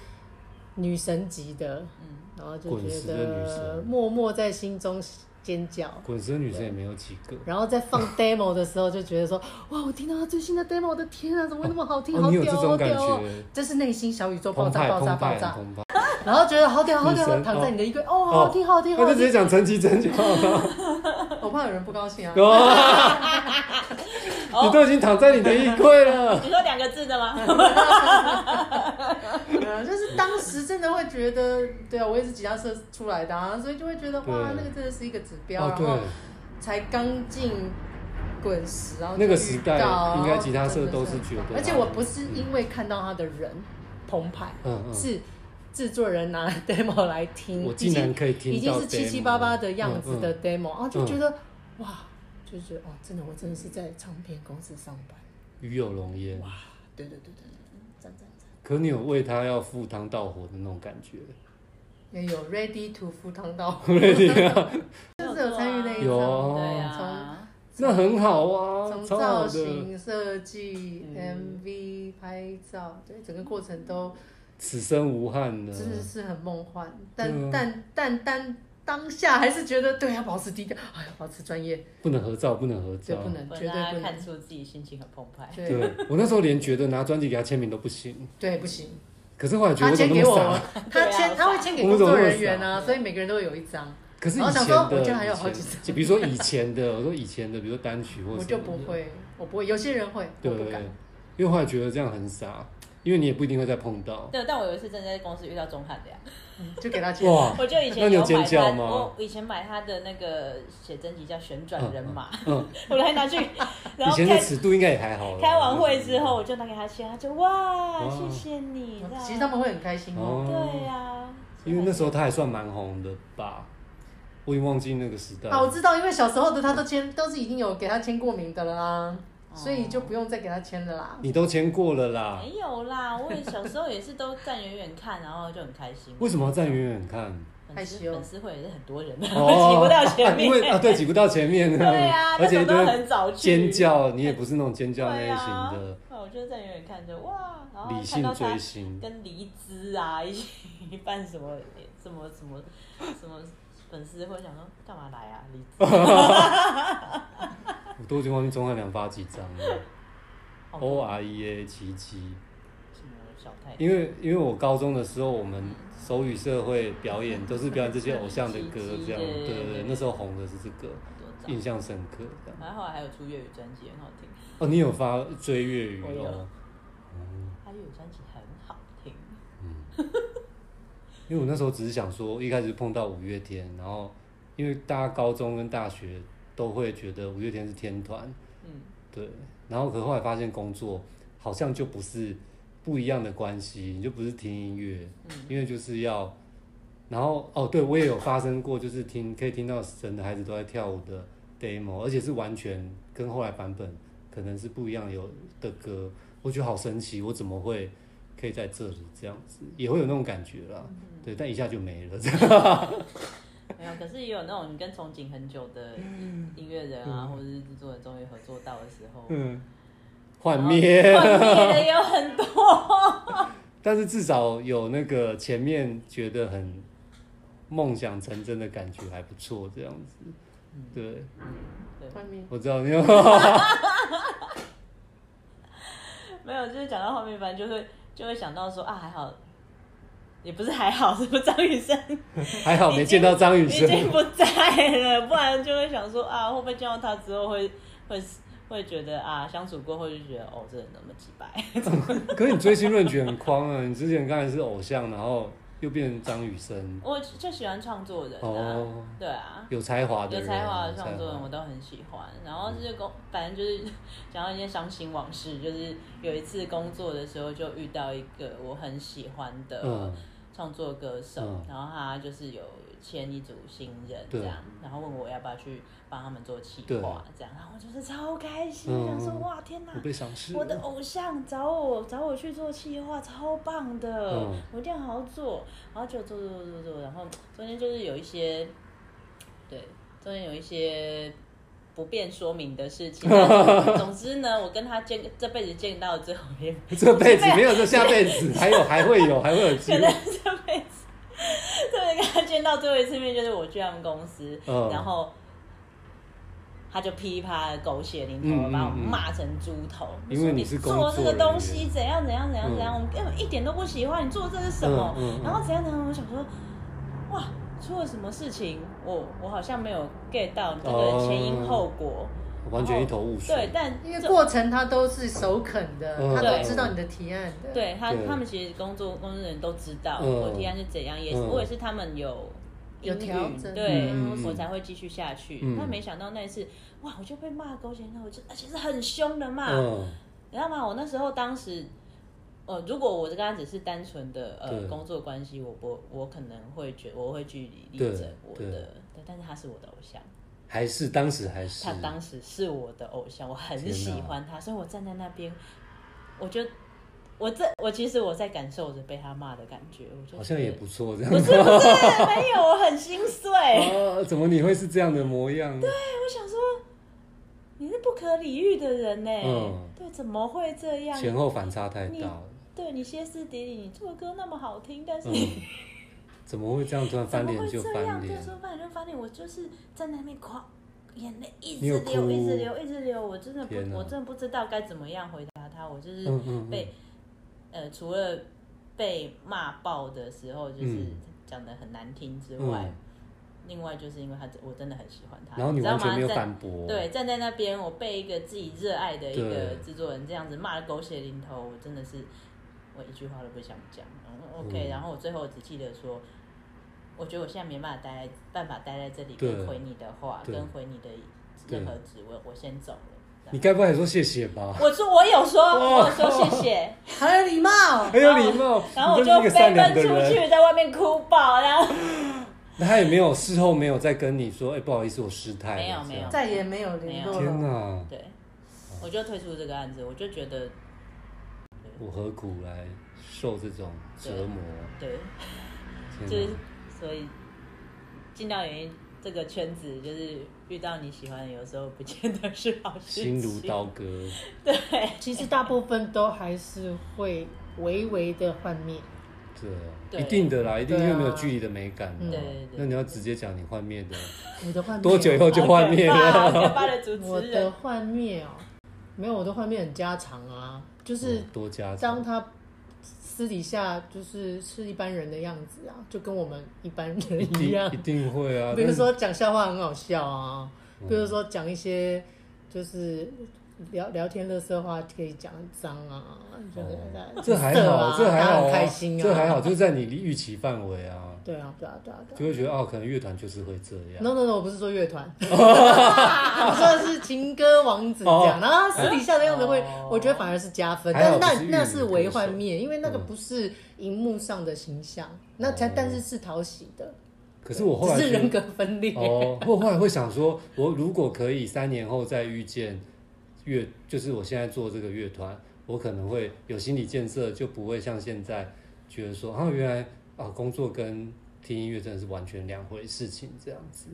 Speaker 3: 女神级的，
Speaker 1: 嗯，
Speaker 3: 然后就
Speaker 2: 滚
Speaker 3: 觉
Speaker 2: 石的女
Speaker 3: 得
Speaker 2: 神
Speaker 3: 默默在心中尖叫。
Speaker 2: 滚石的女生也没有几个。
Speaker 3: 然后在 放 demo 的时候，就觉得说，哇，我听到他最新的 demo，我的天啊，怎么会那么好听，
Speaker 2: 哦，
Speaker 3: 好
Speaker 2: 你有
Speaker 3: 屌，
Speaker 2: 这
Speaker 3: 好
Speaker 2: 种感
Speaker 3: 屌哦！
Speaker 2: 觉，
Speaker 3: 就是内心小宇宙爆
Speaker 2: 澎
Speaker 3: 炸，
Speaker 2: 湃、
Speaker 3: 爆炸，爆
Speaker 2: 澎湃、很
Speaker 3: 炸，
Speaker 2: 澎湃。
Speaker 3: 然后觉得好屌，好屌
Speaker 2: 女，神
Speaker 3: 躺
Speaker 2: 哦哎
Speaker 3: 在你的衣柜，哦，好听，好听，
Speaker 2: 那
Speaker 3: 好
Speaker 2: 就直接
Speaker 3: 听，
Speaker 2: 讲陈绮贞就好了。
Speaker 3: 我怕有人不高兴啊。
Speaker 2: 哦，
Speaker 1: 哦
Speaker 2: 你都已经躺在你的衣柜了。
Speaker 1: 你说两个字的吗？
Speaker 3: 呃，就是当时真的会觉得，对啊，我也是吉他社出来的、啊，所以就会觉得
Speaker 2: 对
Speaker 3: 哇，那个真的是一个指标。
Speaker 2: 哦，
Speaker 3: 然后
Speaker 2: 对，
Speaker 3: 才刚进滚石，然后就
Speaker 2: 那个时代
Speaker 3: 遇到
Speaker 2: 应该吉他社
Speaker 3: 真的
Speaker 2: 都是觉得啊
Speaker 3: 很棒而且我不是因为看到他的人澎湃，
Speaker 2: 嗯嗯，
Speaker 3: 是制作人拿 demo 来听，
Speaker 2: 我
Speaker 3: 嗯已
Speaker 2: 竟然
Speaker 3: 经
Speaker 2: 可以听到
Speaker 3: 已经是七七八八的样子
Speaker 2: demo
Speaker 3: 的 demo，然后就
Speaker 2: 嗯
Speaker 3: 觉得哇，就觉得哦，真的我真的是在唱片公司上班，
Speaker 2: 嗯鱼有龙焉。
Speaker 3: 对对对对对，嗯赞赞赞。
Speaker 2: 可你有为他要赴汤蹈火的那种感觉？
Speaker 3: 也有 ready to 赴汤蹈火，就是有
Speaker 1: 有
Speaker 3: 参与那一
Speaker 2: 有
Speaker 3: 张，
Speaker 2: 啊
Speaker 1: 对啊，
Speaker 2: 那很好啊，
Speaker 3: 从
Speaker 2: 超
Speaker 3: 造
Speaker 2: 好的。
Speaker 3: 型设计、
Speaker 1: 嗯
Speaker 3: MV、拍照，对整个过程都
Speaker 2: 此生无憾的。
Speaker 3: 真的是很梦幻，
Speaker 2: 对啊
Speaker 3: 但但但但当下还是觉得对要保持低调，哎呀，保持专业，
Speaker 2: 不能合照，不能合
Speaker 3: 这
Speaker 2: 照。
Speaker 3: 不能，
Speaker 1: 不
Speaker 3: 绝
Speaker 1: 然
Speaker 3: 对
Speaker 1: 大
Speaker 3: 不
Speaker 1: 家
Speaker 3: 能
Speaker 1: 看，出自己心情很澎湃。
Speaker 3: 对
Speaker 2: 啊对我那时候连觉得拿专辑给他签名都不行，
Speaker 3: 对，不行，
Speaker 2: 可是后来觉得
Speaker 3: 他
Speaker 2: 我怎
Speaker 3: 签
Speaker 2: 么
Speaker 3: 给
Speaker 2: 那么
Speaker 3: 我
Speaker 2: 傻？，
Speaker 3: 他
Speaker 1: 对啊
Speaker 3: 签
Speaker 1: 我
Speaker 3: 他会
Speaker 1: 傻
Speaker 3: 签给
Speaker 2: 我
Speaker 3: 工
Speaker 2: 怎么
Speaker 3: 作
Speaker 2: 那么
Speaker 3: 人员啊，
Speaker 1: 傻
Speaker 3: 所以每个人都会有一张，
Speaker 2: 可是以
Speaker 3: 然后
Speaker 2: 前
Speaker 3: 想
Speaker 2: 的，
Speaker 3: 说我家还有好
Speaker 2: 以
Speaker 3: 几
Speaker 2: 前
Speaker 3: 张
Speaker 2: 就比如说以前的，我说以前的，比如说单曲或
Speaker 3: 我
Speaker 2: 什
Speaker 3: 就
Speaker 2: 么
Speaker 3: 不
Speaker 2: 的
Speaker 3: 会，我不会，有些人会，我
Speaker 2: 对
Speaker 3: 不敢，，
Speaker 2: 因为后来觉得这样很傻，因为你也不一定会再碰到。
Speaker 1: 对，但我有一次真的在公司遇到钟汉良，
Speaker 3: 嗯就给他签，
Speaker 2: 哇，
Speaker 1: 我就以
Speaker 2: 那
Speaker 1: 前
Speaker 2: 你有
Speaker 1: 有
Speaker 2: 尖
Speaker 1: 买
Speaker 2: 叫
Speaker 1: 他，
Speaker 2: 吗
Speaker 1: 我以前买他的那个写真集叫《旋转人马》
Speaker 2: 嗯，
Speaker 1: 我 还拿去，然
Speaker 2: 以
Speaker 1: 后
Speaker 2: 前的
Speaker 1: 开
Speaker 2: 尺度应该也还好啦。
Speaker 1: 开完会之后，我就拿给他签，他就哇，
Speaker 2: 哇
Speaker 1: 谢谢你，这样
Speaker 3: 其实他们会很开心哦，
Speaker 1: 对啊
Speaker 2: 哦，
Speaker 1: 呀，
Speaker 2: 因为那时候他还算蛮红的吧，我已经忘记那个时代。
Speaker 1: 哦
Speaker 3: 啊，我知道，因为小时候的他都签，都是已经有给他签过名的了啦。
Speaker 1: 哦
Speaker 3: 所以就不用再给他签了啦。
Speaker 2: 你都签过了啦，
Speaker 1: 没有啦，我也小时候也是都站远远看，然后就很开心。
Speaker 2: 为什么要站远远看？
Speaker 1: 粉丝
Speaker 3: 害羞
Speaker 1: 粉丝会也是很多人，
Speaker 2: 哦
Speaker 1: 挤不到前
Speaker 2: 啊因为
Speaker 1: 面。
Speaker 2: 啊，对，挤不到前面，
Speaker 1: 对 啊，
Speaker 2: 而
Speaker 1: 那
Speaker 2: 且
Speaker 1: 种
Speaker 2: 都会
Speaker 1: 都很早去
Speaker 2: 尖叫，你也不是那种尖叫类
Speaker 1: 对
Speaker 2: 型
Speaker 1: 啊
Speaker 2: 的，
Speaker 1: 那我就在远远看着，哇，然后
Speaker 2: 理
Speaker 1: 哦看
Speaker 2: 性
Speaker 1: 到
Speaker 2: 追
Speaker 1: 他
Speaker 2: 星，
Speaker 1: 跟黎姿啊 一起办什么什么什么什么粉丝会想说干嘛来啊？黎姿
Speaker 2: 我都已经忘记钟汉良发几张了
Speaker 1: 好
Speaker 2: ，O
Speaker 1: 多
Speaker 2: R E A 奇迹。
Speaker 1: 什么小太
Speaker 2: 因为因为我高中的时候，我们手语社会表演都是表演这些偶像的歌，这样
Speaker 1: 奇
Speaker 2: 对
Speaker 1: 迹对
Speaker 2: 对
Speaker 1: 对
Speaker 2: 对
Speaker 1: 对，
Speaker 2: 那时候红的是这个，
Speaker 1: 很多张，
Speaker 2: 印象深刻这样。
Speaker 1: 然后后来还有出粤语专辑，很好听。
Speaker 2: 哦，你有发追粤语
Speaker 1: 我
Speaker 2: 哦
Speaker 1: 有？啊他粤语专辑很好听，
Speaker 2: 因为我那时候只是想说，一开始碰到五月天，然后因为大家高中跟大学都会觉得五月天是天团，
Speaker 1: 嗯，
Speaker 2: 对，然后可后来发现工作好像就不是不一样的关系，你就不是听音乐，因为就是要，然后哦，对我也有发生过，就是听可以听到神的孩子都在跳舞的 demo，而且是完全跟后来版本可能是不一样有的歌，我觉得好神奇，我怎么会可以在这里这样子，也会有那种感觉啦，
Speaker 1: 嗯
Speaker 2: 对，但一下就没了，这 样
Speaker 1: 没有，可是也有那种你跟憧憬很久的音乐人啊，或者是制作人终于合作到的时候，
Speaker 2: 嗯，
Speaker 1: 哦
Speaker 2: 幻灭。
Speaker 1: 然后幻灭 的也有很多。
Speaker 2: 但是至少有那个前面觉得很梦想成真的感觉还不错，这样子。
Speaker 1: 嗯
Speaker 2: 对，
Speaker 1: 对，
Speaker 3: 外面
Speaker 2: 我知道你有，
Speaker 1: 没有，就是讲到后面，反正就会就会想到说啊，还好，也不是还好，是不是张雨生
Speaker 2: 还好没见到张雨
Speaker 1: 已
Speaker 2: 生。
Speaker 1: 经不在了，不然就会想说啊，会不会见到他之后会会会觉得啊，相处过后就觉得哦，这人怎么那么几白？
Speaker 2: 可是你追星论卷很框啊！你之前刚才是偶像，然后又变成张雨生，
Speaker 1: 我就就喜欢创作人啊，
Speaker 2: 哦
Speaker 1: 对啊。
Speaker 2: 有才华的
Speaker 1: 有
Speaker 2: 人，
Speaker 1: 才华的
Speaker 2: 有才
Speaker 1: 创作人我都很喜欢，然后
Speaker 2: 嗯
Speaker 1: 就是工，反正就是 讲到一件伤心往事，就是有一次工作的时候就遇到一个我很喜欢的，
Speaker 2: 嗯，
Speaker 1: 创作歌手，
Speaker 2: 嗯
Speaker 1: 然后他就是有签一组新人
Speaker 2: 对
Speaker 1: 这样，然后问我要不要去帮他们做企
Speaker 2: 对
Speaker 1: 划这样，然后我就是超开心，
Speaker 2: 嗯
Speaker 1: 想说哇天哪
Speaker 2: 我，被赏识了。
Speaker 1: 我的偶像找我找我去做企划，超棒的，
Speaker 2: 嗯
Speaker 1: 我一定要好好做，然后就做做做做做，然后中间就是有一些，对，中间有一些。不便说明的事情，但总之呢，我跟他见这辈子见到最后一面，
Speaker 2: 这辈子没有，这下辈 子还有，还会有，还会有机
Speaker 1: 可能
Speaker 2: 会。
Speaker 1: 这辈子，这辈子跟他见到最后一次面就是我去他们公司，
Speaker 2: 嗯
Speaker 1: 然后他就噼里啪啦地狗血淋
Speaker 2: 嗯
Speaker 1: 头，
Speaker 2: 嗯
Speaker 1: 把我
Speaker 2: 嗯
Speaker 1: 骂成猪头，
Speaker 2: 因
Speaker 1: 说
Speaker 2: 为你
Speaker 1: 你
Speaker 2: 是工
Speaker 1: 做这
Speaker 2: 作
Speaker 1: 个
Speaker 2: 人
Speaker 1: 东
Speaker 2: 员
Speaker 1: 西怎样怎样怎样怎样，
Speaker 2: 嗯
Speaker 1: 我根本一点都不喜欢，你做这是什么？
Speaker 2: 嗯嗯嗯
Speaker 1: 然后怎样怎样，我想说，哇，出了什么事情？我我好像没有 get 到这个前因
Speaker 2: 哦
Speaker 1: 后果，
Speaker 2: 完全一头雾水。
Speaker 1: 对，但
Speaker 3: 因为
Speaker 1: 这
Speaker 3: 过程他都是首肯的，
Speaker 2: 嗯
Speaker 3: 他都
Speaker 1: 对
Speaker 3: 知道你的提案的。，
Speaker 1: 对他
Speaker 2: 对，
Speaker 1: 他们其实工作工作人员都知道
Speaker 2: 嗯
Speaker 1: 我提案是怎样，也是
Speaker 2: 嗯
Speaker 1: 我也是他们有
Speaker 3: 有
Speaker 1: 应允
Speaker 3: 调整
Speaker 1: 对
Speaker 2: 嗯嗯，
Speaker 1: 我才会继续下去
Speaker 2: 嗯。
Speaker 1: 但没想到那一次，哇，我就被骂狗血淋头，我就而且是很凶的骂，
Speaker 2: 嗯，
Speaker 1: 你知道吗？我那时候当时。呃，如果我跟他只是单纯的呃
Speaker 2: 对
Speaker 1: 工作关系，我不我可能会觉我会据理力
Speaker 2: 对
Speaker 1: 争我
Speaker 2: 对
Speaker 1: 的，但但是他是我的偶像，
Speaker 2: 还是当时还是
Speaker 1: 他当时是我的偶像，我很
Speaker 2: 天
Speaker 1: 喜
Speaker 2: 哪
Speaker 1: 欢他，所以我站在那边，我就我这我其实我在感受着被他骂的感觉，我就
Speaker 2: 好像也
Speaker 1: 觉得
Speaker 2: 不错这样
Speaker 1: 不
Speaker 2: 子
Speaker 1: 是。不是没有，我很心碎，我
Speaker 2: 哦，怎么你会是这样的模样？
Speaker 1: 啊
Speaker 2: 对，
Speaker 1: 想说你是不可理喻的人呢、
Speaker 2: 嗯
Speaker 1: 对，怎么会这样？
Speaker 2: 前后反差太大
Speaker 1: 你
Speaker 2: 了，
Speaker 1: 对你歇斯底里，你做的歌那么好听，但是
Speaker 2: 嗯
Speaker 1: 你
Speaker 2: 怎么会这样突然
Speaker 1: 怎
Speaker 2: 翻
Speaker 1: 么
Speaker 2: 脸
Speaker 1: 会
Speaker 2: 就
Speaker 1: 这
Speaker 2: 翻
Speaker 1: 样？
Speaker 2: 脸
Speaker 1: 对，？说翻脸就翻脸，我就是站在那边狂。眼泪一
Speaker 2: 你有
Speaker 1: 直流，
Speaker 2: 哭
Speaker 1: 一直流，一直流，我真的不
Speaker 2: 天，哪
Speaker 1: 我真的不知道该怎么样回答他，我就是
Speaker 2: 嗯嗯嗯
Speaker 1: 被，呃，除了被骂爆的时候，就是
Speaker 2: 嗯
Speaker 1: 讲的很难听之外，
Speaker 2: 嗯，
Speaker 1: 另外就是因为他真，我真的很喜欢他，
Speaker 2: 然后你
Speaker 1: 知道
Speaker 2: 完全
Speaker 1: 吗？
Speaker 2: 没有
Speaker 1: 站
Speaker 2: 反驳，
Speaker 1: 对，站在那边，我被一个自己热爱的一个
Speaker 2: 对
Speaker 1: 制作人这样子骂的狗血淋头，我真的是我一句话都不想讲。嗯，OK，、
Speaker 2: 嗯
Speaker 1: 然后我最后只记得说，我觉得我现在没办法待在办法待在这里，
Speaker 2: 对
Speaker 1: 跟回你的话，
Speaker 2: 对
Speaker 1: 跟回你的
Speaker 2: 对
Speaker 1: 任何指问，我先走了。
Speaker 2: 你该不会还说谢谢吧？
Speaker 1: 我说我有说，
Speaker 2: 哦
Speaker 1: 我有说谢谢。
Speaker 3: 很有礼貌。
Speaker 2: 很有哎礼貌，
Speaker 1: 然后我
Speaker 2: 你真是一
Speaker 1: 就
Speaker 2: 个
Speaker 1: 飞
Speaker 2: 善良
Speaker 1: 奔
Speaker 2: 的
Speaker 1: 出
Speaker 2: 人。
Speaker 1: 去，在外面哭爆，然后
Speaker 2: 那他也没有事后没有再跟你说，哎，不好意思，我失态了。
Speaker 1: 没有
Speaker 2: 这
Speaker 1: 没有
Speaker 2: 样
Speaker 3: 再也没有联络
Speaker 1: 没有
Speaker 2: 天
Speaker 3: 了。
Speaker 2: 哪，
Speaker 1: 对，我就退出这个案子，我就觉得
Speaker 2: 我何苦来受这种折磨？
Speaker 1: 对，
Speaker 2: 天
Speaker 1: 就是
Speaker 2: 哪
Speaker 1: 所以进到演艺这个圈子，就是遇到你喜欢的，有时候不见得是好事
Speaker 2: 心
Speaker 1: 情。
Speaker 2: 如 刀割。
Speaker 3: 其实大部分都还是会微微的幻灭，
Speaker 2: 对，
Speaker 1: 对
Speaker 2: 一定的啦，一定因
Speaker 3: 对啊
Speaker 2: 为没有距离的美感嘛。
Speaker 1: 对对对
Speaker 2: 那你要直接讲你幻灭的，
Speaker 3: 我的幻灭啊
Speaker 2: 多久以后就幻灭 了？
Speaker 1: 好可怕好可怕的主
Speaker 3: 我
Speaker 1: 持
Speaker 3: 的
Speaker 1: 人，
Speaker 3: 幻灭哦，没有，我的幻灭很家常啊，就是
Speaker 2: 嗯多加
Speaker 3: 当他私底下就是是一般人的样子啊，就跟我们一般
Speaker 2: 一
Speaker 3: 人一样
Speaker 2: 定一。定会啊。
Speaker 3: 比如
Speaker 2: 但是
Speaker 3: 说讲笑话很好笑啊，
Speaker 2: 嗯
Speaker 3: 比如说讲一些就是聊聊天乐色话可以讲很脏啊，就是
Speaker 2: 哦这还
Speaker 3: 色
Speaker 2: 好，
Speaker 3: 啊
Speaker 2: 这还
Speaker 3: 大家
Speaker 2: 好
Speaker 3: 很
Speaker 2: 啊，
Speaker 3: 开心啊，
Speaker 2: 这还好，就是在你预期范围啊，
Speaker 3: 对啊，对啊，对啊，对啊。
Speaker 2: 就会觉得哦，可能乐团就是会这样。
Speaker 3: No no no，我不是说乐团， 我说的是情歌王子这样。然后私底下的样子会
Speaker 1: 哦，
Speaker 3: 我觉得反而是加分，
Speaker 2: 哦哎还好
Speaker 3: 但
Speaker 2: 不
Speaker 3: 那那
Speaker 2: 是玉女
Speaker 3: 是
Speaker 2: 歌
Speaker 3: 为
Speaker 2: 手
Speaker 3: 幻灭，因为那个
Speaker 2: 嗯
Speaker 3: 不是荧幕上的形象，那才
Speaker 2: 哦
Speaker 3: 但是是讨喜的，
Speaker 2: 可是我后
Speaker 3: 只
Speaker 2: 来
Speaker 3: 是
Speaker 2: 觉得
Speaker 3: 人格分裂。
Speaker 2: 哦，我后来会想说，我如果可以三年后再遇见乐，就是我现在做这个乐团，我可能会有心理建设，就不会像现在觉得说，啊，原来啊，工作跟听音乐真的是完全两回事情这样子，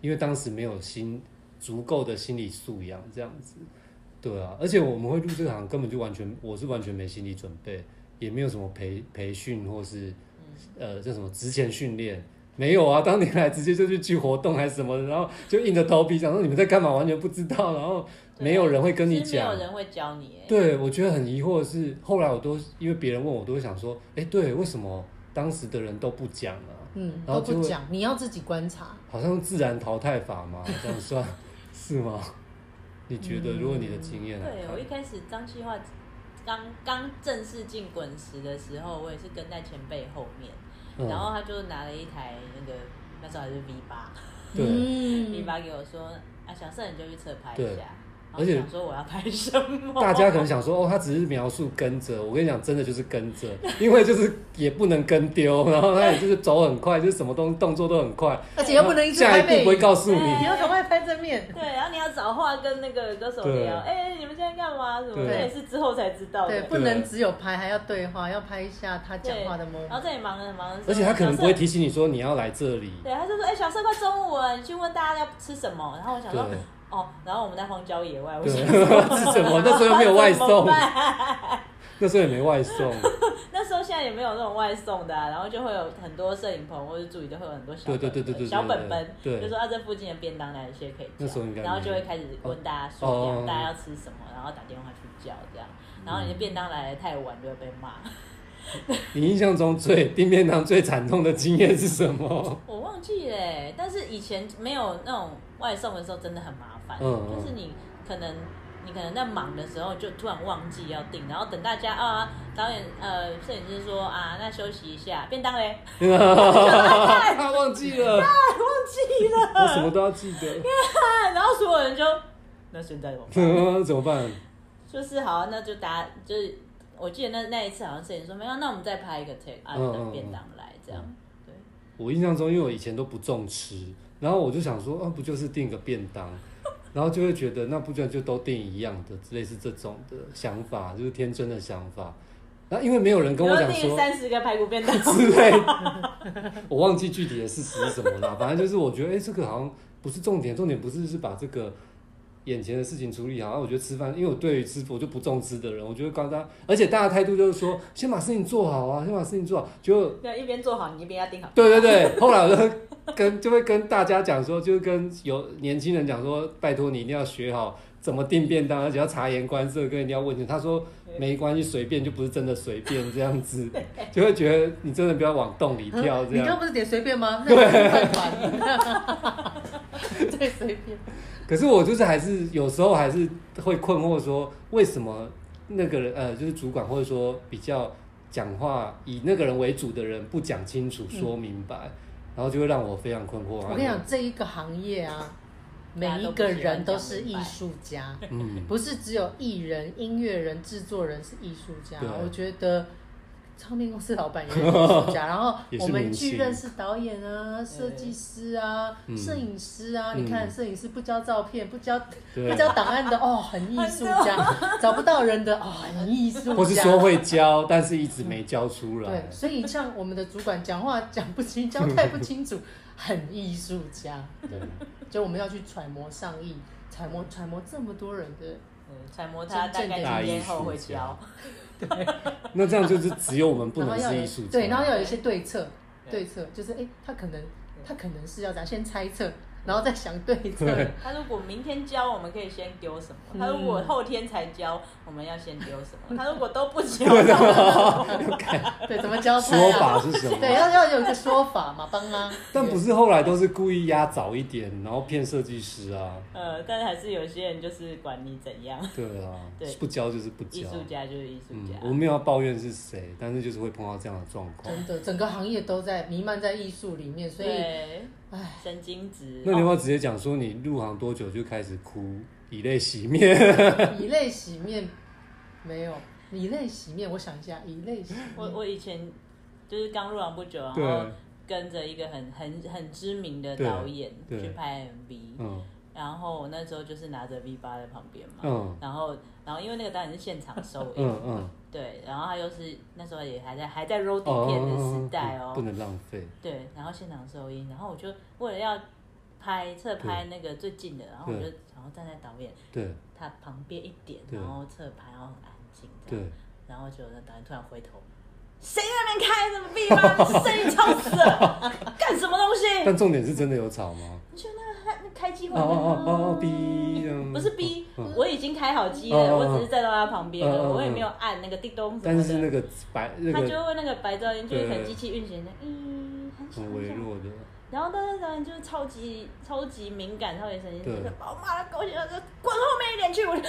Speaker 2: 因为当时没有心足够的心理素养这样子，对啊，而且我们会入这个行，根本就完全我是完全没心理准备，也没有什么培培训或是
Speaker 1: 嗯
Speaker 2: 呃叫什么职前训练。没有啊，当年来直接就去去活动还是什么的，然后就硬着头皮想说你们在干嘛，完全不知道，然后没有人会跟你
Speaker 1: 啊其实没
Speaker 2: 讲
Speaker 1: 有，人会教你。哎
Speaker 2: 对，我觉得很疑惑的是，后来我都因为别人问我，都会想说，哎，对，为什么当时的人都不讲啊？
Speaker 3: 嗯，
Speaker 2: 然
Speaker 3: 都
Speaker 2: 后就
Speaker 3: 不
Speaker 2: 会
Speaker 3: 讲，你要自己观察。
Speaker 2: 好像自然淘汰法嘛，这样算是吗？你觉得，如果你的经验来
Speaker 1: 对，啊
Speaker 2: 看
Speaker 1: 我一开始张计划刚刚正式进滚石的时候，我也是跟在前辈后面，
Speaker 2: 嗯
Speaker 1: 然后他就拿了一台那个那时候还是 V 八、
Speaker 2: 对，
Speaker 1: v
Speaker 3: 嗯，
Speaker 1: 八给我说啊，小盛你就去侧拍
Speaker 2: 对
Speaker 1: 一下，然
Speaker 2: 而
Speaker 1: 后
Speaker 2: 且
Speaker 1: 想说我要拍什么，
Speaker 2: 大家可能想说，哦，他只是描述跟着，我跟你讲，真的就是跟着，因为就是也不能跟丢，然后他也就是走很快，就是什么东动作都很快，
Speaker 3: 而且又不能一直
Speaker 2: 下
Speaker 3: 拍
Speaker 2: 一步
Speaker 3: 背
Speaker 2: 不会
Speaker 3: 影，哎
Speaker 2: 告诉你
Speaker 1: 对。
Speaker 3: 你要赶快拍正面。
Speaker 1: 对，然后你要找话跟那个歌手
Speaker 2: 对
Speaker 1: 聊，哎、你们现在干嘛？什么？
Speaker 2: 对
Speaker 1: 这也是之后才知道
Speaker 3: 对，
Speaker 1: 的。
Speaker 3: 不能只有拍，还要对话，要拍一下他讲话的 m
Speaker 1: 然后在你忙着忙着，
Speaker 2: 而且他可能不会。提醒你说你要来这里，
Speaker 1: 对，他就说：“哎、小盛快中午了，你去问大家要吃什么。”然后我想说
Speaker 2: 对：“
Speaker 1: 哦。”然后我们在荒郊野外，我
Speaker 2: 对，
Speaker 1: 想
Speaker 2: 是什么？那时候又没有外
Speaker 1: 怎么
Speaker 2: 送，
Speaker 1: 办
Speaker 2: 那时候也没外送，
Speaker 1: 那时候现在也没有那种外送的、啊，然后就会有很多摄影棚或者助理都会有很多小
Speaker 2: 对对
Speaker 1: 本本
Speaker 2: 对对对对
Speaker 1: 小本本，
Speaker 2: 对对
Speaker 1: 就说啊这附近的便当哪一些可以
Speaker 2: 那时
Speaker 1: 叫
Speaker 2: 候应该，
Speaker 1: 然后就
Speaker 2: 没
Speaker 1: 会
Speaker 2: 有
Speaker 1: 开始问大家数
Speaker 2: 哦嗯
Speaker 1: 量，大家要吃什么，然后打电话去叫这样，然后你的便当来的太晚就会被骂。
Speaker 2: 你印象中最 订便当最惨痛的经验是什么？
Speaker 1: 我忘记嘞、但是以前没有那种外送的时候真的很麻烦，
Speaker 2: 嗯嗯
Speaker 1: 就是你可能你可能在忙的时候就突然忘记要订，然后等大家啊导演呃摄影师说啊那休息一下，便当嘞
Speaker 2: 他忘记了，
Speaker 1: 忘记 了。
Speaker 2: 我什么都要记得，
Speaker 1: 然后所有人就，那现在怎么办？
Speaker 2: 怎么办？
Speaker 1: 就是好、啊，那就大家就是，我记得那那一次好像摄影师说没有，那我们再拍一个 take 啊，
Speaker 2: 嗯
Speaker 1: 等便当来这样。对，
Speaker 2: 我印象中，因为我以前都不重吃，然后我就想说，啊，不就是订个便当，然后就会觉得那不就就都订一样的，类似这种的想法，就是天真的想法。然后因为没有人跟我
Speaker 1: 然
Speaker 2: 讲
Speaker 1: 后订
Speaker 2: 说，
Speaker 1: 三十个排骨便当，
Speaker 2: 之类的， 我忘记具体的事实是什么了。反正就是我觉得，哎、这个好像不是重点，重点不是是把这个眼前的事情处理好。然后啊我觉得吃饭，因为我对于吃我就不重吃的人，我觉得刚刚，而且大家态度就是说，先把事情做好啊，先把事情做好。就
Speaker 1: 对，一边做好，你一边要订好。
Speaker 2: 对对对，后来我就跟就会跟大家讲说，就是跟有年轻人讲说，拜托你一定要学好怎么订便当，而且要察言观色，跟人家问你。他说没关系，随便就不是真的随便这 样子，就会觉得你真的不要往洞里跳这
Speaker 3: 嗯你刚
Speaker 2: 样。
Speaker 3: 不是点随便 吗？那你是饭团， 对，随便。
Speaker 2: 可是我就是还是有时候还是会困惑说，为什么那个人呃就是主管或者说比较讲话以那个人为主的人不讲清楚说明白，然后就会让我非常困惑。
Speaker 3: 嗯
Speaker 2: 啊
Speaker 3: 我跟你讲，这一个行业啊，每一个人都是艺术家，
Speaker 2: 嗯，
Speaker 3: 不是只有艺人、音乐人、制作人是艺术家
Speaker 2: 对。
Speaker 3: 我觉得唱片公司老板也是艺术 家，然后
Speaker 2: 也是
Speaker 3: 我们
Speaker 2: 明
Speaker 3: 去
Speaker 2: 星
Speaker 3: 认识导演啊、设计师啊、
Speaker 2: 嗯
Speaker 3: 摄影师啊。你
Speaker 2: 嗯
Speaker 3: 看，摄影师不交照片，不交
Speaker 2: 对
Speaker 3: 不交档案的哦，很艺术 家；找不到人的哦，很艺术家。
Speaker 2: 或是说会教，但是一直没教出来
Speaker 3: 对，。所以像我们的主管讲话讲不清，交代不清楚， 很艺术家。
Speaker 2: 对，
Speaker 3: 就我们要去揣摩上意，揣摩揣摩这么多人的
Speaker 1: 嗯揣摩他大
Speaker 3: 真正的
Speaker 1: 概几天后会教，
Speaker 2: 那这样就是只有我们不
Speaker 3: 然后
Speaker 2: 能
Speaker 3: 要
Speaker 2: 是
Speaker 3: 有
Speaker 2: 艺术家。
Speaker 3: 对，然后要有一些对策，
Speaker 1: 对
Speaker 3: 对策就是哎、诶他可能他可能是要这样，先猜测，然后再想对策。
Speaker 2: 对
Speaker 1: 他如果明天教，我们可以先丢什么？
Speaker 3: 嗯
Speaker 1: 他如果后天才教，我们要先丢什么？他如果都 不教，那我 们
Speaker 3: 对，怎么交差
Speaker 2: 说
Speaker 3: 啊？
Speaker 2: 法是什么？
Speaker 3: 对，要要有一个说法嘛，帮啊。
Speaker 2: 但不是后来都是故意压早一点，然后骗设计师啊，
Speaker 1: 呃，但是还是有些人就是管你怎样，
Speaker 2: 对啊
Speaker 1: 对，
Speaker 2: 不教就是不
Speaker 1: 艺
Speaker 2: 教。
Speaker 1: 术家就是艺术
Speaker 2: 嗯
Speaker 1: 家，，
Speaker 2: 我没有要抱怨是谁，但是就是会碰到这样的状况。
Speaker 3: 真的，整个行业都在弥漫在艺术里面，所以
Speaker 1: 对，
Speaker 3: 唉
Speaker 1: 神经质啊
Speaker 2: 那。你要不要直接讲说你入行多久就开始哭，以泪洗面？
Speaker 3: 以泪洗面没有。以泪洗面，我想一下，以泪洗
Speaker 1: 我
Speaker 3: 面，
Speaker 1: 我以前就是刚入行不久，然
Speaker 2: 对，
Speaker 1: 后跟着一个很很很知名的
Speaker 2: 对
Speaker 1: 导演
Speaker 2: 对
Speaker 1: 去拍 MV，
Speaker 2: 嗯
Speaker 1: 然后我那时候就是拿着 V 八在旁边嘛，
Speaker 2: 嗯
Speaker 1: 然后然后因为那个导演是现场收音，
Speaker 2: 嗯嗯，
Speaker 1: 对，然后他又是那时候也还在还在 roll 底片的时
Speaker 2: 哦
Speaker 1: 代哦，
Speaker 2: 不能浪费。
Speaker 1: 对，然后现场收音，然后我就为了要拍侧拍那个最近的，然后我就然后站在导演
Speaker 2: 对
Speaker 1: 他旁边一点，
Speaker 2: 对
Speaker 1: 然后侧拍，然后很安静这
Speaker 2: 对
Speaker 1: 样，，然后就那导演突然回头。谁在那边开什么 V 八？声音吵死 了！干什么东西？
Speaker 2: 但重点是真的有吵吗？
Speaker 1: 你就那个开那开机
Speaker 2: 哦
Speaker 1: 会那个
Speaker 2: 哦哦哦，逼，嗯
Speaker 1: 不是，逼，
Speaker 2: 嗯
Speaker 1: 我已经开好机
Speaker 2: 嗯
Speaker 1: 了，
Speaker 2: 嗯
Speaker 1: 我只是站到他旁
Speaker 2: 嗯
Speaker 1: 边
Speaker 2: 嗯
Speaker 1: 了，
Speaker 2: 嗯
Speaker 1: 我也没有按那个叮咚什
Speaker 2: 但是
Speaker 1: 么
Speaker 2: 那
Speaker 1: 的。
Speaker 2: 个白那
Speaker 1: 他就
Speaker 2: 个
Speaker 1: 会那个白噪音，就是可能
Speaker 2: 对
Speaker 1: 机器运行的，咦，很小
Speaker 2: 很
Speaker 1: 很
Speaker 2: 微
Speaker 1: 小。
Speaker 2: 弱的，
Speaker 1: 然后但是导演就是超级超级敏感，超级神经质，
Speaker 2: 对
Speaker 1: 就把我骂到狗血了，就滚后面一点去。我就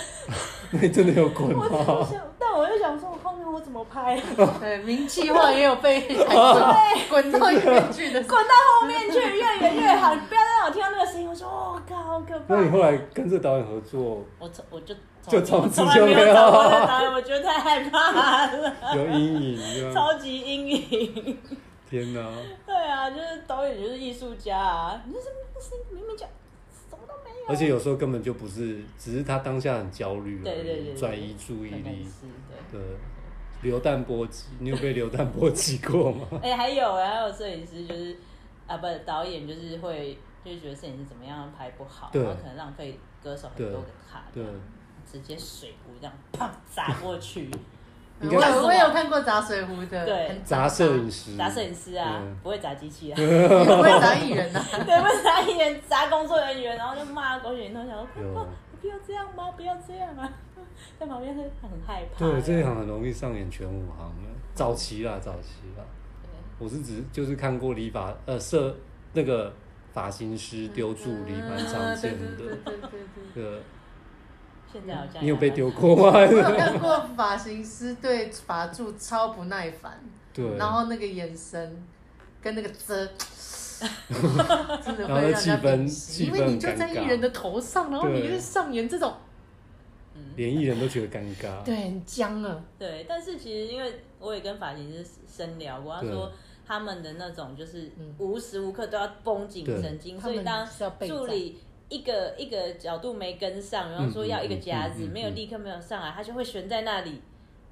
Speaker 2: 那真的有滚
Speaker 1: 我我
Speaker 2: 吗？
Speaker 1: 想， 但我又想说，我后面我怎么拍？
Speaker 3: 对，名气化也有被滚哦滚到一边去的时候
Speaker 1: 滚到后面去，越远越好，你不要再让我听到那个声音。我说，我、靠，好可怕
Speaker 2: 那！你后来跟这导演合作，
Speaker 1: 我从我就
Speaker 2: 就从
Speaker 1: 从从
Speaker 2: 此
Speaker 1: 来
Speaker 2: 就
Speaker 1: 没
Speaker 2: 没有
Speaker 1: 有找过那导演，我觉得太害怕了，
Speaker 2: 有阴影，这样
Speaker 1: 超级阴影。
Speaker 2: 天哪！
Speaker 1: 对啊，就是导演就是艺术家啊，你就是那个声音明明就什么都没有。
Speaker 2: 而且有时候根本就不是，只是他当下很焦虑而已，
Speaker 1: 对对对对
Speaker 2: 转移注意
Speaker 1: 可能
Speaker 2: 力
Speaker 1: 是对。
Speaker 2: 对，流弹波及，你有被流弹波及过 吗？
Speaker 1: 哎、还有哎，还有摄影师就是啊，不导演就是会就是觉得摄影师怎么样拍不好，
Speaker 2: 对
Speaker 1: 然后可能浪费歌手很多个卡，
Speaker 2: 对，
Speaker 1: 直接水壶这样砰砸过去，
Speaker 2: 应
Speaker 3: 我
Speaker 2: 该
Speaker 3: 有我有看过砸水壶的，
Speaker 1: 对
Speaker 3: 很
Speaker 2: 砸摄影师，
Speaker 1: 砸摄影师啊，
Speaker 2: 嗯
Speaker 1: 不会砸机器啊，
Speaker 3: 不会砸艺人呐、啊。
Speaker 1: 对，不会砸艺人，砸工作人员，然后就骂狗血淋头，想说 快
Speaker 2: 有啊
Speaker 1: 快，你不要这样吗？不要这样啊， 在旁边很很害怕，
Speaker 2: 对，这一行很容易上演全武行的，早期啦，早期啦。我是指就是看过理发呃设那个发型师丢助理，蛮常见
Speaker 3: 嗯对对。对
Speaker 2: 的
Speaker 3: 对对对
Speaker 2: 对，啊
Speaker 1: 现在好像
Speaker 2: 你有
Speaker 1: 也
Speaker 2: 被
Speaker 1: 还
Speaker 2: 丢过吗？
Speaker 3: 我有看过发型师对法柱超不耐烦，
Speaker 2: 对，
Speaker 3: 然后那个眼神跟那个 啧，真的
Speaker 2: 然
Speaker 3: 会让
Speaker 2: 后
Speaker 3: 人
Speaker 2: 气
Speaker 3: 家
Speaker 2: 氛
Speaker 3: 屏息，
Speaker 2: 气
Speaker 3: 因
Speaker 2: 氛
Speaker 3: 为你
Speaker 2: 很
Speaker 3: 就在
Speaker 2: 尴
Speaker 3: 艺
Speaker 2: 尬
Speaker 3: 人的头上，然后你
Speaker 2: 对
Speaker 3: 就上演这种，
Speaker 2: 连艺人都觉得尴尬。
Speaker 3: 对，很僵啊。
Speaker 1: 对，但是其实因为我也跟发型师深聊过，他
Speaker 2: 对
Speaker 1: 说他们的那种就是
Speaker 3: 嗯
Speaker 1: 无时无刻都要绷紧
Speaker 2: 对
Speaker 1: 神经，
Speaker 3: 他
Speaker 1: 所以
Speaker 3: 们
Speaker 1: 当
Speaker 3: 是要备
Speaker 1: 助
Speaker 3: 战
Speaker 1: 理一个一个角度没跟上，然后说
Speaker 2: 嗯嗯
Speaker 1: 要一个
Speaker 2: 嗯
Speaker 1: 夹
Speaker 2: 嗯
Speaker 1: 子
Speaker 2: 嗯
Speaker 1: 没有
Speaker 2: 嗯
Speaker 1: 立刻没有上来，他就会悬在那里，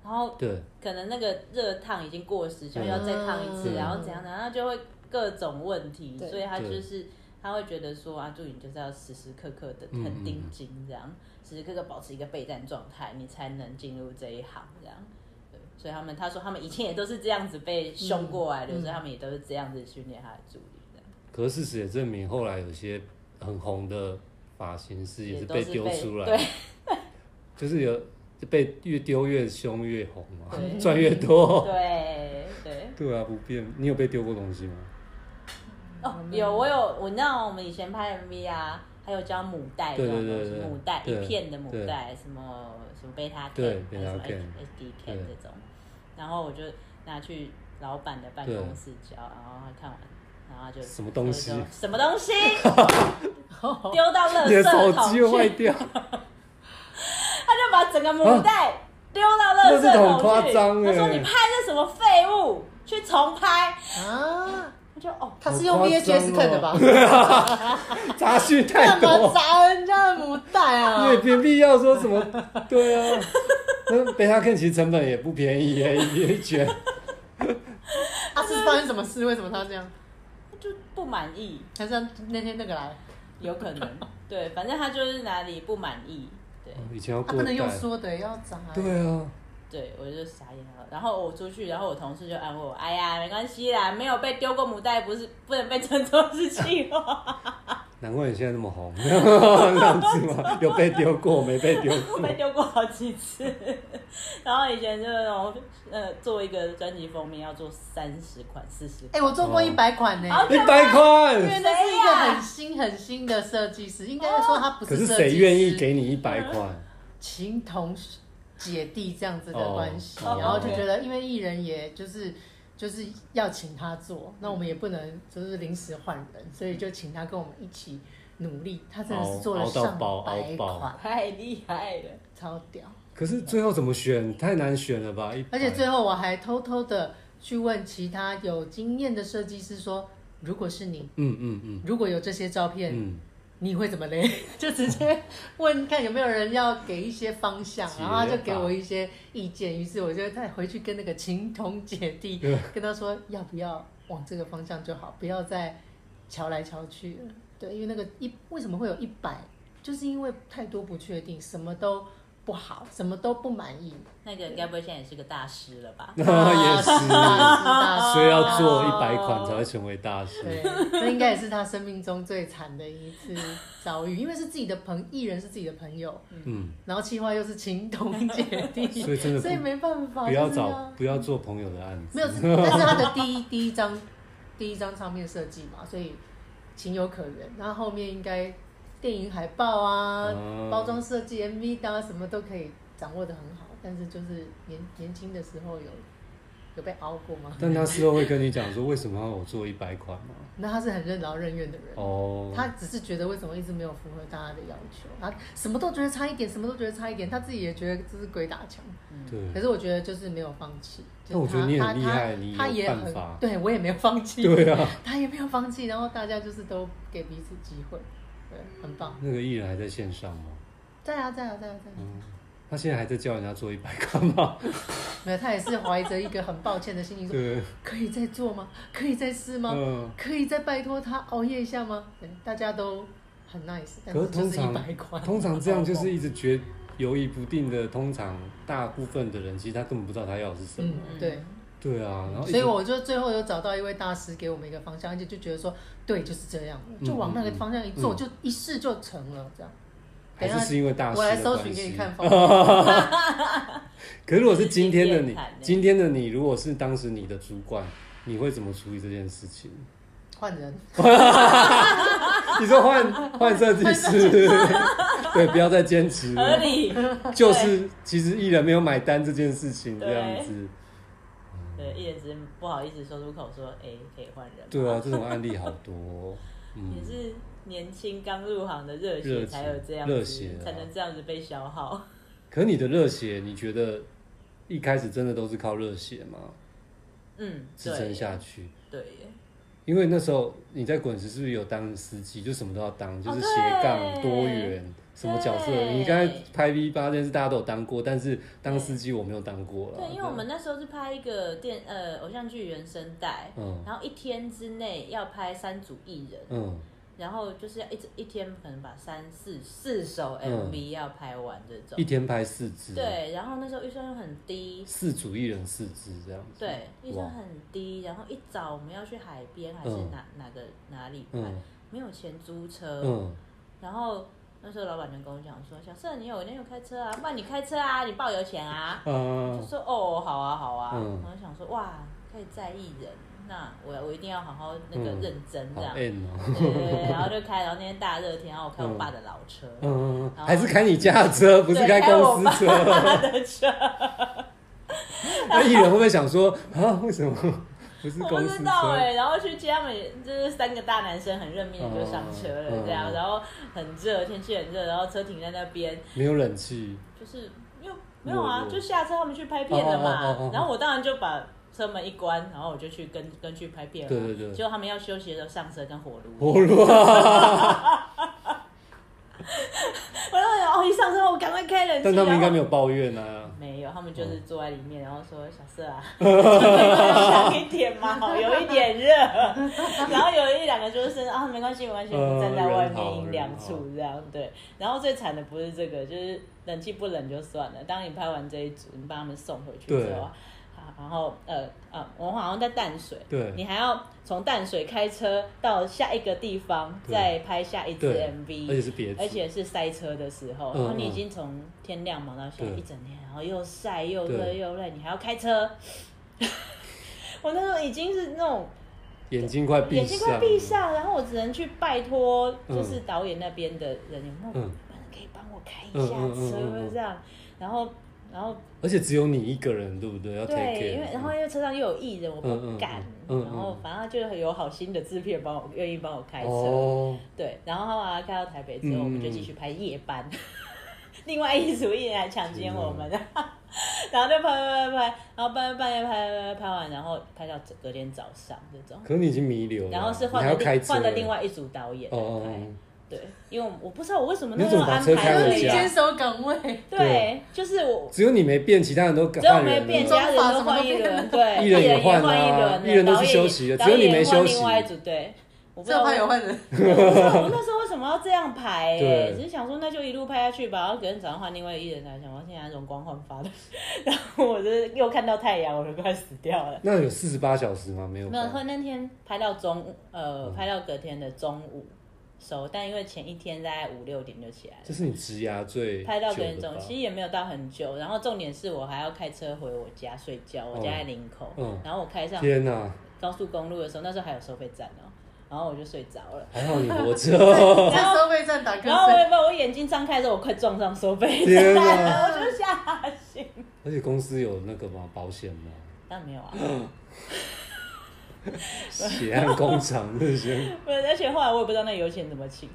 Speaker 1: 然后
Speaker 2: 对，
Speaker 1: 可能那个热烫已经过时，想
Speaker 2: 对
Speaker 1: 要再烫一次，
Speaker 2: 嗯
Speaker 1: 然后怎样怎样，他就会各种问题，
Speaker 3: 对
Speaker 1: 所以他
Speaker 2: 对
Speaker 1: 就是他会觉得说啊，助理就是要时时刻刻的
Speaker 2: 嗯
Speaker 1: 很
Speaker 2: 嗯
Speaker 1: 盯紧这样，时时刻刻保持一个备战状态，你才能进入这一行这样。对，所以他们他说他们以前也都是这样子被凶过来的，
Speaker 3: 嗯嗯
Speaker 1: 所以他们也都是这样子训练他的助理这样。
Speaker 2: 可是事实也证明，后来有些很红的发型师也
Speaker 1: 也
Speaker 2: 是
Speaker 1: 都
Speaker 2: 被
Speaker 1: 是
Speaker 2: 丢
Speaker 1: 被
Speaker 2: 出来，
Speaker 1: 对
Speaker 2: 就是有被越丢越凶越红嘛
Speaker 1: 对，
Speaker 2: 赚越多。
Speaker 1: 对对。
Speaker 2: 对啊，不变。你有被丢过东西吗？
Speaker 1: 哦，有我有我知道我们以前拍 MV 啊，还有教母带这
Speaker 2: 对
Speaker 1: 种
Speaker 2: 对
Speaker 1: 东
Speaker 2: 对
Speaker 1: 西，
Speaker 2: 对
Speaker 1: 母带
Speaker 2: 对
Speaker 1: 一片的母
Speaker 2: 对
Speaker 1: 带，什么什么贝塔 K，
Speaker 2: 对
Speaker 1: 还有什么
Speaker 2: beta can，
Speaker 1: SD K
Speaker 2: 对
Speaker 1: 这种，然后我就拿去老板的办公室教，然后他看完，然后他就
Speaker 2: 什么东西
Speaker 1: 他就说什么 东西丢到垃
Speaker 2: 你的
Speaker 1: 圾
Speaker 2: 手
Speaker 1: 桶
Speaker 2: 机会
Speaker 1: 去
Speaker 2: 坏，掉，
Speaker 1: 他就把整个母带丢到垃圾
Speaker 2: 啊那是很
Speaker 1: 桶去。
Speaker 2: 夸张
Speaker 1: 他说
Speaker 2: 欸
Speaker 1: 你拍那什么废物，去重拍。
Speaker 3: 啊，
Speaker 1: 我就哦，
Speaker 3: 他是用
Speaker 2: 好夸张
Speaker 3: VHS
Speaker 2: 哦
Speaker 3: 看的吧？
Speaker 2: 杂讯太
Speaker 3: 干嘛
Speaker 2: 多，
Speaker 3: 砸人家的母带啊
Speaker 2: 你？也没必要说什么，对啊，那贝塔 K 其实成本也不便宜耶，一卷，
Speaker 3: 他啊是发生什么事？为什么他这样？
Speaker 1: 他就不满意，
Speaker 3: 还是他那天那个来？
Speaker 1: 有可能。对，反正他就是哪里不满意。对
Speaker 2: 以前要
Speaker 3: 他
Speaker 2: 过
Speaker 3: 啊不能
Speaker 2: 代，
Speaker 3: 用说的，要砸。
Speaker 2: 对啊，
Speaker 1: 对，我就傻眼了。然后我出去，然后我同事就安慰我：“哎呀，没关系啦，没有被丢过母带，不是不能被称作是气话。
Speaker 2: 难怪你现在那么红， 这样子吗？有被丢过没被丢
Speaker 1: 我
Speaker 2: 过？
Speaker 1: 被丢过好几次。然后以前就是那种呃，做一个专辑封面要做三十款、四十
Speaker 3: 哎，我做
Speaker 2: 哦
Speaker 3: 过一百款呢。
Speaker 1: 好
Speaker 2: 一百块
Speaker 3: 因，为那是一个很新很新的设计师，应该说他不
Speaker 2: 可是
Speaker 3: 设计师。
Speaker 2: 谁愿意给你一百块？
Speaker 3: 情同姐弟这样子的关系？
Speaker 2: 哦
Speaker 3: 然后就觉得，因为艺人也就是就是要请他做，那我们也不能就是临时换人，所以就请他跟我们一起努力。他真的是做了
Speaker 2: 哦熬熬到
Speaker 3: 上
Speaker 2: 爆
Speaker 3: 百
Speaker 2: 熬爆
Speaker 3: 款，
Speaker 1: 太厉害了。
Speaker 3: 超屌。
Speaker 2: 可是最后怎么选？太难选了吧！100
Speaker 3: 而且最后我还偷偷的去问其他有经验的设计师说，如果是你，
Speaker 2: 嗯嗯嗯
Speaker 3: 如果有这些照片，
Speaker 2: 嗯，
Speaker 3: 你会怎么嘞？ 就直接问看有没有人要给一些方向，
Speaker 2: 解
Speaker 3: 然后他就给我一些意见，于是我就再回去跟那个情同姐弟
Speaker 2: 嗯
Speaker 3: 跟他说要不要往这个方向就好，不要再瞧来瞧去了。对，因为那个一为什么会有一百，就是因为太多不确定，什么都不好，什么都不满意，
Speaker 1: 那个该不会现在也是个大师了 吧？
Speaker 3: 啊
Speaker 2: 也是，
Speaker 3: 大
Speaker 2: 所以要做一百款才会成为大师。
Speaker 3: 啊对，那应该也是他生命中最惨的一次遭遇，因为是自己的朋艺人是自己的朋友，
Speaker 2: 嗯，
Speaker 3: 然后气话又是情同姐弟，
Speaker 2: 所以真 的
Speaker 3: 所以
Speaker 2: 不
Speaker 3: 没办法，
Speaker 2: 不要
Speaker 3: 就是
Speaker 2: 找不要做朋友的案子。
Speaker 3: 没有，但是他的第一第一张第一张唱片设计嘛，所以情有可原。那后面应该电影海报啊、
Speaker 2: 嗯
Speaker 3: 包装设计、MV 啊，什么都可以掌握的很好，但是就是年年轻的时候有有被熬过吗？
Speaker 2: 但他事后会跟你讲说，为什么要我做一百款吗？
Speaker 3: 那他是很任劳任怨的人。
Speaker 2: 哦，
Speaker 3: 他只是觉得为什么一直没有符合大家的要求，他什么都觉得差一点，什么都觉得差一点，他自己也觉得这是鬼打墙。可
Speaker 2: 对，
Speaker 3: 是我觉得就是没有放弃。
Speaker 2: 但嗯我
Speaker 3: 就是
Speaker 2: 觉得
Speaker 3: 他
Speaker 2: 你很厉
Speaker 3: 他
Speaker 2: 害
Speaker 3: 他
Speaker 2: 你
Speaker 3: 他
Speaker 2: 有
Speaker 3: 也
Speaker 2: 办
Speaker 3: 很
Speaker 2: 法
Speaker 3: 对我也没有放弃，
Speaker 2: 对啊，
Speaker 3: 他也没有放弃，然后大家就是都给彼此机会，对，很棒。
Speaker 2: 那个艺人还在线上吗？
Speaker 3: 在啊，在啊，在啊，在啊！
Speaker 2: 嗯，他现在还在叫人家做一百款吗？
Speaker 3: 没有，他也是怀着一个很抱歉的心情说：
Speaker 2: 对，
Speaker 3: 可以再做吗？可以再试吗？
Speaker 2: 嗯，
Speaker 3: 可以再拜托他熬夜一下吗？对，大家都很 nice，但
Speaker 2: 可
Speaker 3: 是
Speaker 2: 是
Speaker 3: 就
Speaker 2: 通
Speaker 3: 是一
Speaker 2: 常
Speaker 3: 百块，
Speaker 2: 通常这样就是一直觉犹疑不定的，通常大部分的人其实他根本不知道他要的是什么。
Speaker 3: 嗯，对。
Speaker 2: 对啊，然后一直
Speaker 3: 所以我就最后有找到一位大师给我们一个方向，而且就觉得说，对，就是这样，
Speaker 2: 嗯
Speaker 3: 就往那个
Speaker 2: 嗯嗯
Speaker 3: 方向一做，
Speaker 2: 嗯
Speaker 3: 就一试就成了，这样。
Speaker 2: 还是是因为大师
Speaker 3: 我来
Speaker 2: 的
Speaker 3: 搜寻
Speaker 2: 关
Speaker 3: 给你
Speaker 2: 系。
Speaker 3: 看风景。
Speaker 2: 可是如果是今天的
Speaker 1: 经典
Speaker 2: 你
Speaker 1: 款，
Speaker 2: 今天的你，如果是当时你的主管，你会怎么处理这件事情？
Speaker 3: 换人，
Speaker 2: 你说换换设计师， 对，不要再坚持
Speaker 1: 合
Speaker 2: 了，
Speaker 1: 理。
Speaker 2: 就是其实艺人没有买单这件事情这样子。
Speaker 1: 对，一直只不好意思说出口说，哎、可以换人吗。
Speaker 2: 对啊，这种案例好多哦、嗯
Speaker 1: 也，是年轻刚入行的热
Speaker 2: 热
Speaker 1: 血
Speaker 2: 血
Speaker 1: 才有这样
Speaker 2: 热
Speaker 1: 子
Speaker 2: 血，啊
Speaker 1: 才能这样子被消耗。
Speaker 2: 可你的热血，你觉得一开始真的都是靠热血吗？
Speaker 1: 嗯，
Speaker 2: 支
Speaker 1: 对
Speaker 2: 撑
Speaker 1: 耶，
Speaker 2: 下去？
Speaker 1: 对耶，
Speaker 2: 因为那时候你在滚石是不是有当司机，就什么都要当，就是斜杠、
Speaker 1: 哦对
Speaker 2: 多元什么角色？
Speaker 1: 对
Speaker 2: 你刚才拍 V 八件事大家都有当过，但是当司机我没有当过了。
Speaker 1: 对，因为我们那时候是拍一个电呃偶像剧原声带，
Speaker 2: 嗯
Speaker 1: 然后一天之内要拍三组艺人，
Speaker 2: 嗯
Speaker 1: 然后就是要一直一天可能把三四四首
Speaker 2: 嗯
Speaker 1: MV 要拍完这种。
Speaker 2: 一天拍四支，，
Speaker 1: 对，然后那时候预算又很低，
Speaker 2: 四组一人四支这样子。
Speaker 1: 对，预算
Speaker 2: 哇
Speaker 1: 很低，然后一早我们要去海边还是
Speaker 2: 嗯
Speaker 1: 哪、哪个哪里拍，
Speaker 2: 嗯
Speaker 1: 没有钱租车，
Speaker 2: 嗯，
Speaker 1: 然后那时候老板就跟我讲说，小盛你有能有开车啊，不然你开车啊，你报油钱啊。
Speaker 2: 啊
Speaker 1: 就，说哦，好啊，好啊。
Speaker 2: 嗯
Speaker 1: 我就想说哇，可以在意人，那我我一定要好好那个
Speaker 2: 嗯
Speaker 1: 认真这
Speaker 2: 好
Speaker 1: 样。
Speaker 2: M 哦，
Speaker 1: 对对对，然后就开，然后那天大热天，然后我开我爸的老车，
Speaker 2: 嗯，
Speaker 1: 好
Speaker 2: 还是开你家的车，不是
Speaker 1: 对
Speaker 2: 开公司
Speaker 1: 开我
Speaker 2: 车。
Speaker 1: 爸的车，
Speaker 2: 那艺人会不会想说啊，为什么 不 是
Speaker 1: 我
Speaker 2: 公
Speaker 1: 不
Speaker 2: 司
Speaker 1: 知道哎、
Speaker 2: 车？
Speaker 1: 然后去接他们，就是三个大男生很认命的就上车了这样，
Speaker 2: 嗯
Speaker 1: 然后很热，天气很热，然后车停在那边，
Speaker 2: 没有冷气，
Speaker 1: 就是又没有啊
Speaker 2: 落，入
Speaker 1: 就下车他们去拍片了
Speaker 2: 哦哦哦哦
Speaker 1: 嘛
Speaker 2: 哦，
Speaker 1: 然后我当然就把车门一关，然后我就去跟跟去拍片了嘛。
Speaker 2: 对对对
Speaker 1: 结果他们要休息的时候上车跟火炉，
Speaker 2: 活路啊！
Speaker 1: 我就想哦，一上车我赶快开冷气。
Speaker 2: 但他们应该没
Speaker 1: 有。
Speaker 2: 有抱怨啊。
Speaker 1: 没有，他们就是坐在里面，然后说小 色啊，香一点嘛，有一点 热。然后有一两个就是啊，没关系，没关系，我
Speaker 2: 嗯
Speaker 1: 们站在外面阴凉处这样对。然后最惨的不是这个，就是冷气不冷就算了，当你拍完这一组，你帮他们送回去之
Speaker 2: 对
Speaker 1: 后。啊然后呃呃，我们好像在淡水，
Speaker 2: 对
Speaker 1: 你还要从淡水开车到下一个地方，
Speaker 2: 对
Speaker 1: 再拍下一支
Speaker 2: 对
Speaker 1: MV，，
Speaker 2: 而且是别
Speaker 1: 而
Speaker 2: 致，
Speaker 1: 且是塞车的时候，
Speaker 2: 嗯
Speaker 1: 然后你已经从天亮忙到下
Speaker 2: 对
Speaker 1: 一整天，然后又晒又热
Speaker 2: 对
Speaker 1: 又累，你还要开车。 我那时候已经是那种
Speaker 2: 眼睛快闭
Speaker 1: 眼睛快
Speaker 2: 上，
Speaker 1: 闭上，然后我只能去拜托，
Speaker 2: 嗯
Speaker 1: 就是导演那边的人有没有
Speaker 2: 嗯
Speaker 1: 人可以帮我开一下
Speaker 2: 嗯嗯嗯
Speaker 1: 车，
Speaker 2: 嗯
Speaker 1: 或者这样，然后然后
Speaker 2: 而且只有你一个人，对不对？要 take
Speaker 1: 对，因为
Speaker 2: care 嗯
Speaker 1: 然后因为车上又有艺人，我
Speaker 2: 嗯嗯
Speaker 1: 不敢，
Speaker 2: 嗯嗯
Speaker 1: 然后反正就有好心的制片帮我愿意帮我开车，
Speaker 2: 哦，
Speaker 1: 对，然后他把他开到台北之后，
Speaker 2: 嗯
Speaker 1: 我们就继续拍夜班。 另外一组艺人来强奸我们， 然后就拍拍拍拍，然后半半夜拍拍拍拍完，然后拍到隔天早上这种。
Speaker 2: 可你已经弥留了，
Speaker 1: 然后是
Speaker 2: 你
Speaker 1: 换
Speaker 2: 还
Speaker 1: 了
Speaker 2: 要开
Speaker 1: 另
Speaker 2: 车，欸
Speaker 1: 换了另外一组导演来
Speaker 2: 哦
Speaker 1: 拍，
Speaker 2: 哦，哦
Speaker 1: 对，因为我我不知道我为什么那
Speaker 2: 你
Speaker 1: 时
Speaker 2: 怎
Speaker 1: 候
Speaker 2: 么把
Speaker 1: 安
Speaker 2: 车开
Speaker 1: 排
Speaker 2: 回
Speaker 1: 了
Speaker 3: 你
Speaker 2: 对家
Speaker 1: 呀
Speaker 3: 坚，守岗位，
Speaker 2: 对啊
Speaker 1: 对，就是我
Speaker 2: 只有你没变，其他人都
Speaker 1: 只有
Speaker 2: 换
Speaker 1: 没
Speaker 2: 人
Speaker 1: 变，
Speaker 2: 了
Speaker 1: 其。他人都换一轮，对，
Speaker 2: 艺
Speaker 1: 艺
Speaker 2: 人
Speaker 1: 人
Speaker 2: 也
Speaker 1: 也
Speaker 2: 换
Speaker 1: 换
Speaker 2: 啊
Speaker 1: 一轮了，
Speaker 2: 艺人都是
Speaker 1: 导演
Speaker 2: 休息的
Speaker 1: 导
Speaker 2: 只有你
Speaker 1: 演
Speaker 2: 没
Speaker 1: 换
Speaker 2: 休息
Speaker 1: 另外一组，对，我不知
Speaker 3: 这
Speaker 1: 道
Speaker 3: 怕有换 人，
Speaker 1: 我不知啊道我那时候为什么要这样排、欸，
Speaker 2: 啊对
Speaker 1: 只是想说那就一路拍下去吧。然后隔天早上换另外一个艺人来，想我现在容光焕发的，然后我就是又看到太阳，我就快死掉了。
Speaker 2: 那有四十八小时吗？没有
Speaker 1: 没有，会
Speaker 2: 吧，
Speaker 1: 那天拍到中午，
Speaker 2: 嗯
Speaker 1: 呃，拍到隔天的中午收，但因为前一天大概五六点就起来
Speaker 2: 这
Speaker 1: 了，
Speaker 2: 是你职涯最
Speaker 1: 拍到
Speaker 2: 久
Speaker 1: 隔天
Speaker 2: 的
Speaker 1: 中午，
Speaker 2: 吧
Speaker 1: 其实也没有到很久。然后重点是我还要开车回我家睡觉，我家在林口，
Speaker 2: 嗯
Speaker 1: 然后我开上
Speaker 2: 天哪，
Speaker 1: 高速公路的时候，那时候还有收费站哦、然后我就睡着了。
Speaker 2: 还好你活 着，
Speaker 3: 在收费站打瞌
Speaker 1: 然后我
Speaker 3: 睡，
Speaker 1: 也把我眼睛张开的时候，我快撞上收费
Speaker 2: 天
Speaker 1: 站
Speaker 2: 哪
Speaker 1: 了， 我就吓醒。
Speaker 2: 而且公司有那个吗？保险吗？
Speaker 1: 但没 有啊，
Speaker 2: 血汗工厂那些
Speaker 1: 不是而且后来我也不知道那油钱怎么请。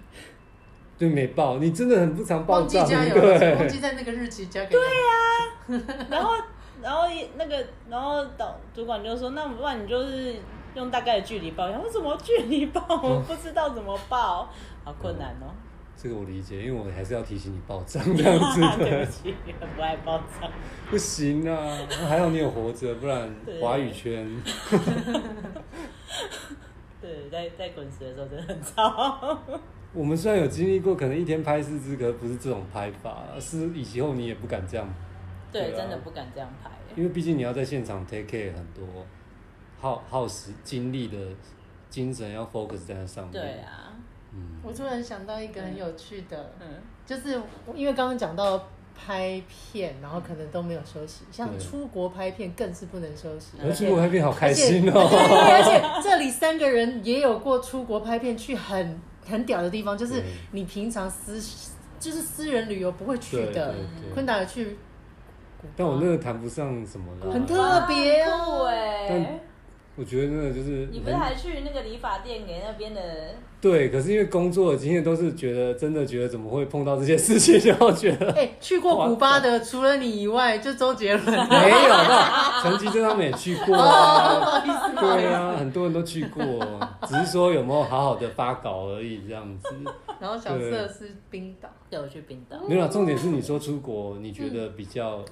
Speaker 2: 对没报，你真的很不常报
Speaker 3: 忘记
Speaker 2: 账，
Speaker 3: 加油，忘
Speaker 2: 对
Speaker 3: 记，在那个日期加给对啊
Speaker 1: 然后，然后一那个，然后导主管就说：“那不然你就是用大概的距离报。”然后我怎么距离报？ 我不知道怎么报，好困难 哦。
Speaker 2: 这个我理解，因为我还是要提醒你报账这样子
Speaker 1: 对
Speaker 2: 的
Speaker 1: 不，起，很不爱报账。
Speaker 2: 不行啊，还好你有活着，不然
Speaker 1: 对
Speaker 2: 华语圈
Speaker 1: 对，在在滚石的时候真的很糟。
Speaker 2: 我们虽然有经历过，可能一天拍四支，可是不是这种拍法，啊是以后你也不敢这样，
Speaker 1: 对，
Speaker 2: 对啊嗯
Speaker 1: 真的不敢这样拍。
Speaker 2: 因为毕竟你要在现场 take care 很多耗耗时精力的精神要 focus 在那上面。
Speaker 1: 对，啊，
Speaker 2: 嗯，
Speaker 3: 我突然想到一个很有趣的，
Speaker 1: 嗯，
Speaker 3: 啊就是因为刚刚讲到拍片，然后可能都没有休息，像
Speaker 2: 对
Speaker 3: 出国拍片更是不能休息，
Speaker 2: 而且我还变好开心哦、
Speaker 3: 对，而且这里三个人也有过出国拍片去很很屌的地方，就是
Speaker 2: 对
Speaker 3: 你平常私就是私人旅游不会去
Speaker 2: 对
Speaker 3: 的。
Speaker 2: 对
Speaker 3: 昆
Speaker 2: 对，
Speaker 3: 达有去古巴，
Speaker 2: 但我那个谈不上什么啦，
Speaker 3: 很特别啊
Speaker 1: 哇很酷哎、
Speaker 2: 但我觉得那个就是
Speaker 1: 你不是
Speaker 2: 很
Speaker 1: 还去那个理发店给那边的？
Speaker 2: 对，可是因为工作的经验都是觉得真的觉得怎么会碰到这些事情，然后觉 得
Speaker 3: 哎、去过古巴的除了你以外，就周杰 伦。
Speaker 2: 没有，那陈绮贞他们也去过啊。
Speaker 3: 不好意思，不好意
Speaker 2: 对
Speaker 3: 思。
Speaker 2: 啊，很多人都去过，只是说有没有好好的发稿而已，这样子。
Speaker 3: 然后小色是冰岛，
Speaker 1: 对，我去冰岛。
Speaker 3: 哦
Speaker 2: 没有啦，啊重点是你说出国，你觉
Speaker 3: 嗯
Speaker 2: 得比较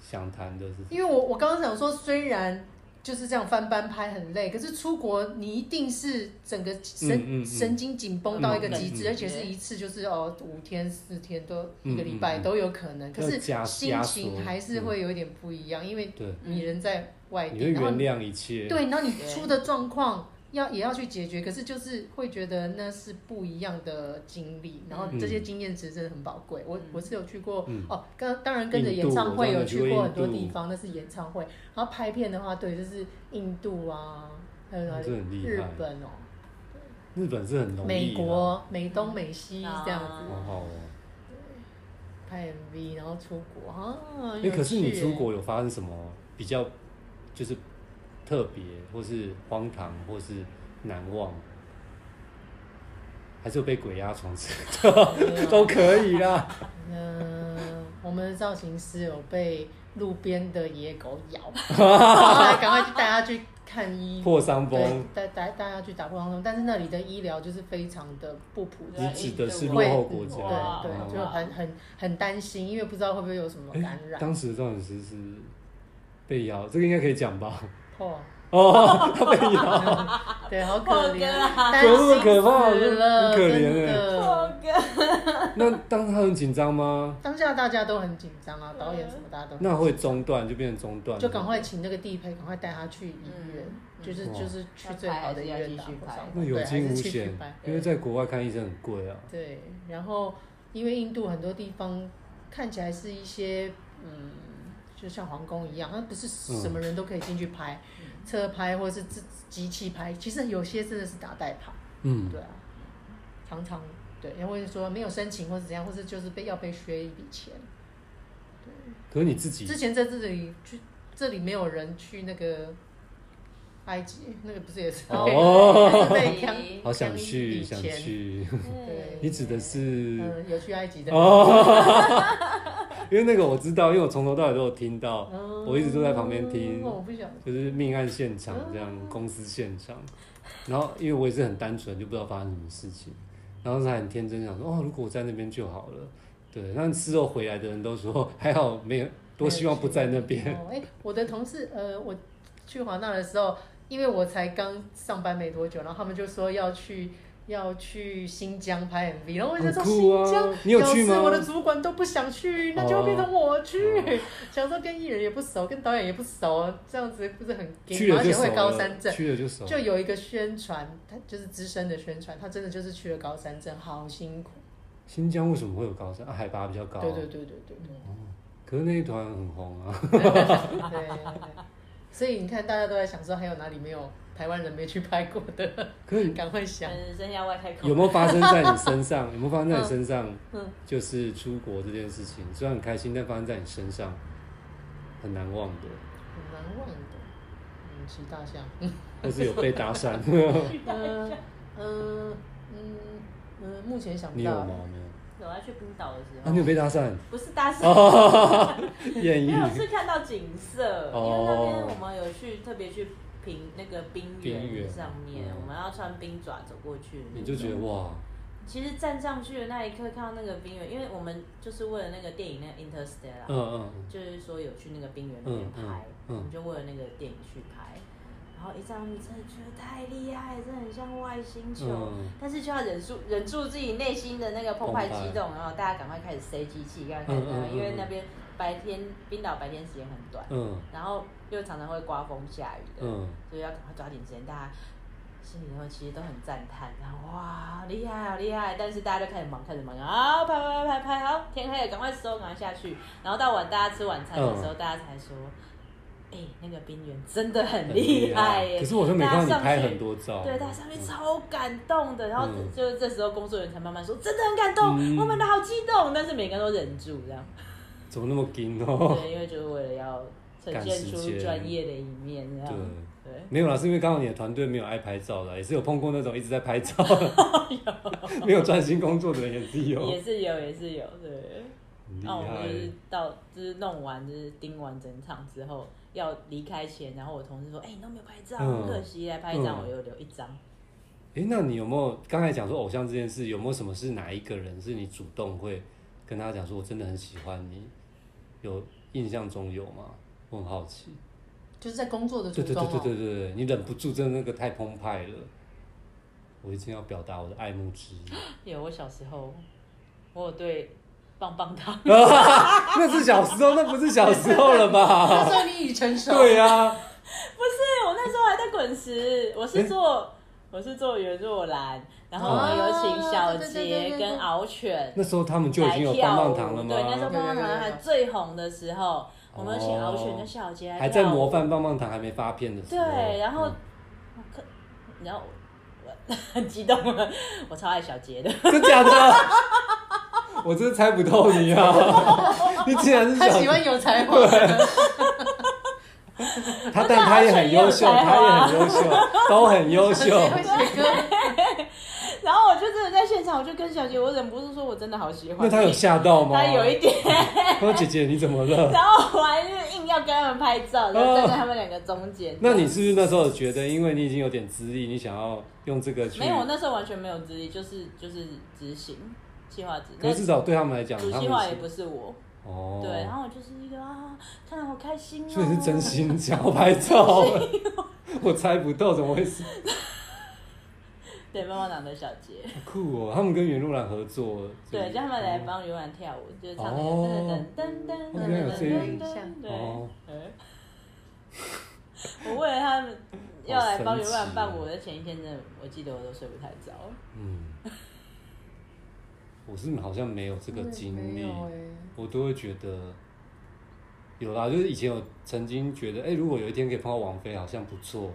Speaker 2: 想谈的是什么？
Speaker 3: 因为我我刚刚想说，虽然就是这样翻班拍很累，可是出国你一定是整个神、
Speaker 2: 嗯嗯嗯
Speaker 3: 神经紧绷到一个极致，
Speaker 2: 嗯嗯嗯
Speaker 3: 而且是一次就是哦五天四天都
Speaker 2: 嗯
Speaker 3: 一个礼拜
Speaker 2: 嗯嗯
Speaker 3: 都有可能，可
Speaker 2: 要
Speaker 3: 是
Speaker 2: 加
Speaker 3: 心
Speaker 2: 加
Speaker 3: 情
Speaker 2: 速
Speaker 3: 还是会有一点不一样，因为
Speaker 2: 对，
Speaker 3: 你人在外
Speaker 2: 你会
Speaker 3: 地，然后
Speaker 2: 原谅一切。
Speaker 3: 对，然后你
Speaker 1: 对
Speaker 3: 出的状况要也要去解决，可是就是会觉得那是不一样的经历，然后这些经验值真的很宝贵。我
Speaker 1: 嗯
Speaker 3: 我是有去过、
Speaker 2: 嗯
Speaker 3: 哦，刚当然跟着
Speaker 2: 印
Speaker 3: 演
Speaker 2: 度
Speaker 3: 唱会
Speaker 2: 我知
Speaker 3: 有
Speaker 2: 道你去过
Speaker 3: 去过
Speaker 2: 印
Speaker 3: 很多
Speaker 2: 度
Speaker 3: 地方，那是演唱会。然后拍片的话，对，就是印度啊，还有哪
Speaker 2: 哦
Speaker 3: 里
Speaker 2: 这很厉害
Speaker 3: 日本哦、
Speaker 2: 日本是很容易啦，啊
Speaker 3: 美国、美东、美西
Speaker 1: 啊
Speaker 3: 这样子
Speaker 2: 好好哦。
Speaker 3: 拍 MV，然后出国啊。
Speaker 2: 哎，
Speaker 3: 有
Speaker 2: 可是你
Speaker 3: 趣耶
Speaker 2: 出国有发生什么比较就是特别，或是荒唐，或是难忘？
Speaker 3: 啊
Speaker 2: 还是有被鬼压床之类的都可以啦。
Speaker 3: 嗯，我们的造型师有被路边的野狗咬，后 来赶快去带他去看医，
Speaker 2: 破伤
Speaker 3: 对
Speaker 2: 风，，
Speaker 3: 带带带他去打破伤风，但是那里的医疗就是非常的不普及
Speaker 1: 对。
Speaker 2: 你指的是落
Speaker 3: 会
Speaker 2: 后国家，哦
Speaker 1: 哇
Speaker 3: 对对，就
Speaker 1: 哇
Speaker 3: 很很很担心，因为不知道会不会有什么感染。
Speaker 2: 当时的造型师是被咬，这个应该可以讲吧？
Speaker 3: 哦，
Speaker 2: 哦， 他被咬，
Speaker 3: 对，好
Speaker 1: 破
Speaker 3: 可
Speaker 1: 哥
Speaker 3: 怜，
Speaker 1: 啊
Speaker 3: 担心
Speaker 2: 怎么那么可怕
Speaker 3: 死了，
Speaker 2: 很可怜欸
Speaker 3: 真
Speaker 1: 破
Speaker 3: 的。
Speaker 1: 哥，
Speaker 2: 那当时他很紧张吗？
Speaker 3: 当下大家都很紧张啊，导演什么大家都很
Speaker 2: 那会中断，就变成中断了，
Speaker 3: 就赶快请那个地陪，赶快带他去医院，
Speaker 1: 嗯
Speaker 3: 就是
Speaker 2: 哇
Speaker 3: 就是去最好的医院打破伤
Speaker 2: 那
Speaker 3: 风，
Speaker 2: 有
Speaker 3: 对，还
Speaker 2: 惊
Speaker 3: 是
Speaker 2: 无
Speaker 3: 去去
Speaker 2: 险
Speaker 3: 办。，
Speaker 2: 因为在国外看医生很贵啊。
Speaker 3: 对，然后因为印度很多地方看起来是一些嗯，就像皇宫一样，那不是什么人都可以进去拍，车拍或者是自机器拍，其实有些真的是打代拍，
Speaker 2: 嗯，
Speaker 3: 对啊，常常对，然后就说没有申请或者怎样，或者就是被要被削一笔钱。
Speaker 2: 可是你自己
Speaker 3: 之前在这里去，这里没有人去那个埃及，那个不是也是
Speaker 2: 哦
Speaker 3: 也是被枪
Speaker 1: 对
Speaker 2: 好想去，
Speaker 3: 以
Speaker 2: 想
Speaker 3: 前
Speaker 2: 去。
Speaker 1: 对
Speaker 2: 你指的是
Speaker 3: 嗯，有去埃及的，
Speaker 2: 哦，因为那个我知道，因为我从头到尾都有听到，
Speaker 3: 嗯
Speaker 2: 我一直都在旁边听
Speaker 3: 哦我不晓得，
Speaker 2: 就是命案现场这
Speaker 3: 哦
Speaker 2: 样，公司现场。然后因为我也是很单纯，就不知道发生什么事情，然后他很天真想说，哦，如果我在那边就好了。对，但事后回来的人都说 还好没有，多希望不在那边。
Speaker 3: 哦，哎、我的同事，呃，我去华纳的时候，因为我才刚上班没多久，然后他们就说要去。要去新疆拍 MV，然后我就说
Speaker 2: 很酷
Speaker 3: 新
Speaker 2: 啊
Speaker 3: 疆，
Speaker 2: 你有去
Speaker 3: 表示
Speaker 2: 吗哦
Speaker 3: 我的主管都不想去，那就会变成我去。想说跟艺人也不熟，跟导演也不熟，这样子不是很
Speaker 2: 去了
Speaker 3: 而
Speaker 2: 就
Speaker 3: 且
Speaker 2: 熟
Speaker 3: 会高山
Speaker 2: 了，
Speaker 3: 症。
Speaker 2: 去了就熟了。
Speaker 3: 就有一个宣传，他就是资深的宣传，他真的就是去了高山镇，好辛苦。
Speaker 2: 新疆为什么会有高山？啊、海拔比较高。
Speaker 3: 对对对对对
Speaker 2: 可是那一团很红啊，
Speaker 3: 对对对对。所以你看，大家都在想说，还有哪里没有台湾人没去拍过的，
Speaker 2: 可是
Speaker 3: 赶快想。
Speaker 1: 人生要外太空
Speaker 2: 有没有发生在你身上？有没有发生在你身上？
Speaker 3: 嗯
Speaker 2: 就是出国这件事情，虽然很开心，但发生在你身上很难忘的，
Speaker 3: 很难忘的。嗯，骑大象。
Speaker 2: 或是有被搭讪，
Speaker 3: 嗯嗯嗯嗯，目前想不
Speaker 2: 你有
Speaker 3: 到
Speaker 2: 吗？。没有
Speaker 1: 有啊，去冰岛的时
Speaker 2: 啊，你有
Speaker 1: 候，
Speaker 2: 被搭讪？
Speaker 1: 不是搭讪，
Speaker 2: 哦，艳遇
Speaker 1: 没有是看到景色，因为那边
Speaker 2: 哦
Speaker 1: 我们有去特别去平那个冰
Speaker 2: 冰原
Speaker 1: 原上面，
Speaker 2: 嗯
Speaker 1: 我们要穿冰爪走过去，
Speaker 2: 你就觉得哇，
Speaker 1: 其实站上去的那一刻，看到那个冰原，因为我们就是为了那个电影那个 Interstellar，、
Speaker 2: 嗯嗯，
Speaker 1: 就是说有去那个冰原那边
Speaker 2: 嗯
Speaker 1: 拍，
Speaker 2: 嗯嗯
Speaker 1: 我们就为了那个电影去拍。然后一上去真的觉得太厉害，真的很像外星球，
Speaker 2: 嗯
Speaker 1: 但是就要忍住忍住自己内心的那个澎湃
Speaker 2: 澎湃
Speaker 1: 激动，然后大家赶快开始塞机器，赶快开始那
Speaker 2: 嗯嗯
Speaker 1: 个，
Speaker 2: 嗯
Speaker 1: 因为
Speaker 2: 嗯
Speaker 1: 那边白天冰岛白天时间很短，
Speaker 2: 嗯
Speaker 1: 然后又常常会刮风下雨的，
Speaker 2: 嗯，
Speaker 1: 所以要赶快抓紧时间，大家心里头其实都很赞叹，然后哇，厉害啊，厉害！但是大家就开始忙，开始忙啊，拍拍拍拍，好，天黑了，赶快收，赶快下去。然后到晚大家吃晚餐的
Speaker 2: 嗯
Speaker 1: 时候，大家才说，哎、那个冰原真的很厉害哎耶
Speaker 2: 可。是我都没看到你拍很多照，
Speaker 1: 对，大家上面超感动的，然后
Speaker 2: 嗯
Speaker 1: 就是这时候工作人员才慢慢说，真的很感动，
Speaker 2: 嗯
Speaker 1: 我们都好激动，但是每个人都忍住这样，
Speaker 2: 怎么那么紧哦？
Speaker 1: 对，因为就是为了要呈
Speaker 2: 赶
Speaker 1: 现
Speaker 2: 时
Speaker 1: 出
Speaker 2: 间
Speaker 1: 专业的一面，这样
Speaker 2: 对，
Speaker 1: 对。
Speaker 2: 没有啦，是因为刚好你的团队没有爱拍照的，也是有碰过那种一直在拍照，没有专心工作的人也是有，
Speaker 1: 也是有，也是有，对。
Speaker 2: 很厉
Speaker 1: 哦那我们
Speaker 2: 害
Speaker 1: 就
Speaker 2: 欸
Speaker 1: 是。到，就是弄完，就是盯完整场之后，要离开前，然后我同事说：“哎、你都没有拍照，
Speaker 2: 嗯
Speaker 1: 很可惜，来拍一张。
Speaker 2: 嗯
Speaker 1: 我又留一 张。
Speaker 2: 哎、那你有没有刚才讲说偶像这件事，有没有什么是哪一个人是你主动会跟他讲说，我真的很喜欢你？有印象中有吗？我很好奇。
Speaker 3: 就是在工作的主
Speaker 2: 对对
Speaker 3: 动
Speaker 2: 对对
Speaker 3: 哦。
Speaker 2: 对对对，你忍不住，真的那个太澎湃了。我一定要表达我的爱慕之意。
Speaker 1: 有哎我小时候，我有对棒 棒糖，
Speaker 2: 那是小时候，那不是小时候了
Speaker 3: 那
Speaker 2: 吧？
Speaker 3: 时候你已成熟。
Speaker 2: 对呀、啊，
Speaker 1: 不是我那时候还在滚石，我是做、我是做袁若兰，然
Speaker 2: 哦
Speaker 1: 后我们有请小杰跟敖犬，
Speaker 2: 那时候他们就已
Speaker 1: 来
Speaker 2: 经
Speaker 1: 跳
Speaker 2: 有
Speaker 1: 舞，
Speaker 2: 棒棒糖了
Speaker 1: 对，那时
Speaker 2: 吗？
Speaker 1: 候棒
Speaker 3: 有有
Speaker 1: 棒
Speaker 3: 有
Speaker 1: 糖
Speaker 3: 有
Speaker 1: 还最红的时候，我们有请敖犬跟小杰来
Speaker 2: 还
Speaker 1: 跳舞，
Speaker 2: 在模范棒棒糖还没发片的时候。
Speaker 1: 对，然后
Speaker 2: 嗯
Speaker 1: 我可，然后我我 很激动了，我超爱小杰的，
Speaker 2: 真假的？ 我真的猜不透你啊！ 你竟然是
Speaker 3: 他
Speaker 2: 小
Speaker 3: 喜欢有才华的人。
Speaker 2: 他，但他也很优秀，
Speaker 1: 不是啊
Speaker 2: 他也很优秀，都很优
Speaker 3: 谁
Speaker 2: 秀。
Speaker 3: 会写歌？
Speaker 1: 然后我就真的在现场，我就跟小姐，我忍不住说，我真的好喜欢你。
Speaker 2: 那他有吓到吗？
Speaker 1: 她有一点，
Speaker 2: 他说姐姐你怎么了？
Speaker 1: 然后我还是硬要跟他们拍照，然后站在他们两个中间。
Speaker 2: 哦那你是不是那时候觉得，因为你已经有点资历，你想要用这个去？
Speaker 1: 没有，我那时候完全没有资历，就是就是执行计划执，
Speaker 2: 可是至少对他们来讲，
Speaker 1: 主
Speaker 2: 他
Speaker 1: 计划
Speaker 2: 们
Speaker 1: 也
Speaker 2: 是
Speaker 1: 不是我。
Speaker 2: 哦，
Speaker 1: 对，然后我就是一个啊，看得好开心哦。
Speaker 2: 所以是真心想要拍 照， 我猜不到怎么会是
Speaker 1: 对棒棒糖的小杰，
Speaker 2: 酷哦。他们跟袁若兰合作，
Speaker 1: 对，叫他们来帮刘婉跳舞，就是唱那个
Speaker 2: 哦
Speaker 1: 噔噔噔噔
Speaker 2: 哦原来有
Speaker 1: 噔
Speaker 2: 这
Speaker 1: 噔噔
Speaker 2: 一
Speaker 1: 噔，对。
Speaker 2: 哦
Speaker 1: 嗯 我为了他们要来帮刘婉伴舞的前一天，真的我记得我都睡不太着。
Speaker 2: 嗯，我是好像没有这个经
Speaker 3: 没
Speaker 2: 历，
Speaker 3: 有欸
Speaker 1: 嗯
Speaker 2: 我都会觉得有啦，就是以前有曾经觉得，哎、如果有一天可以碰到王菲，好像不错，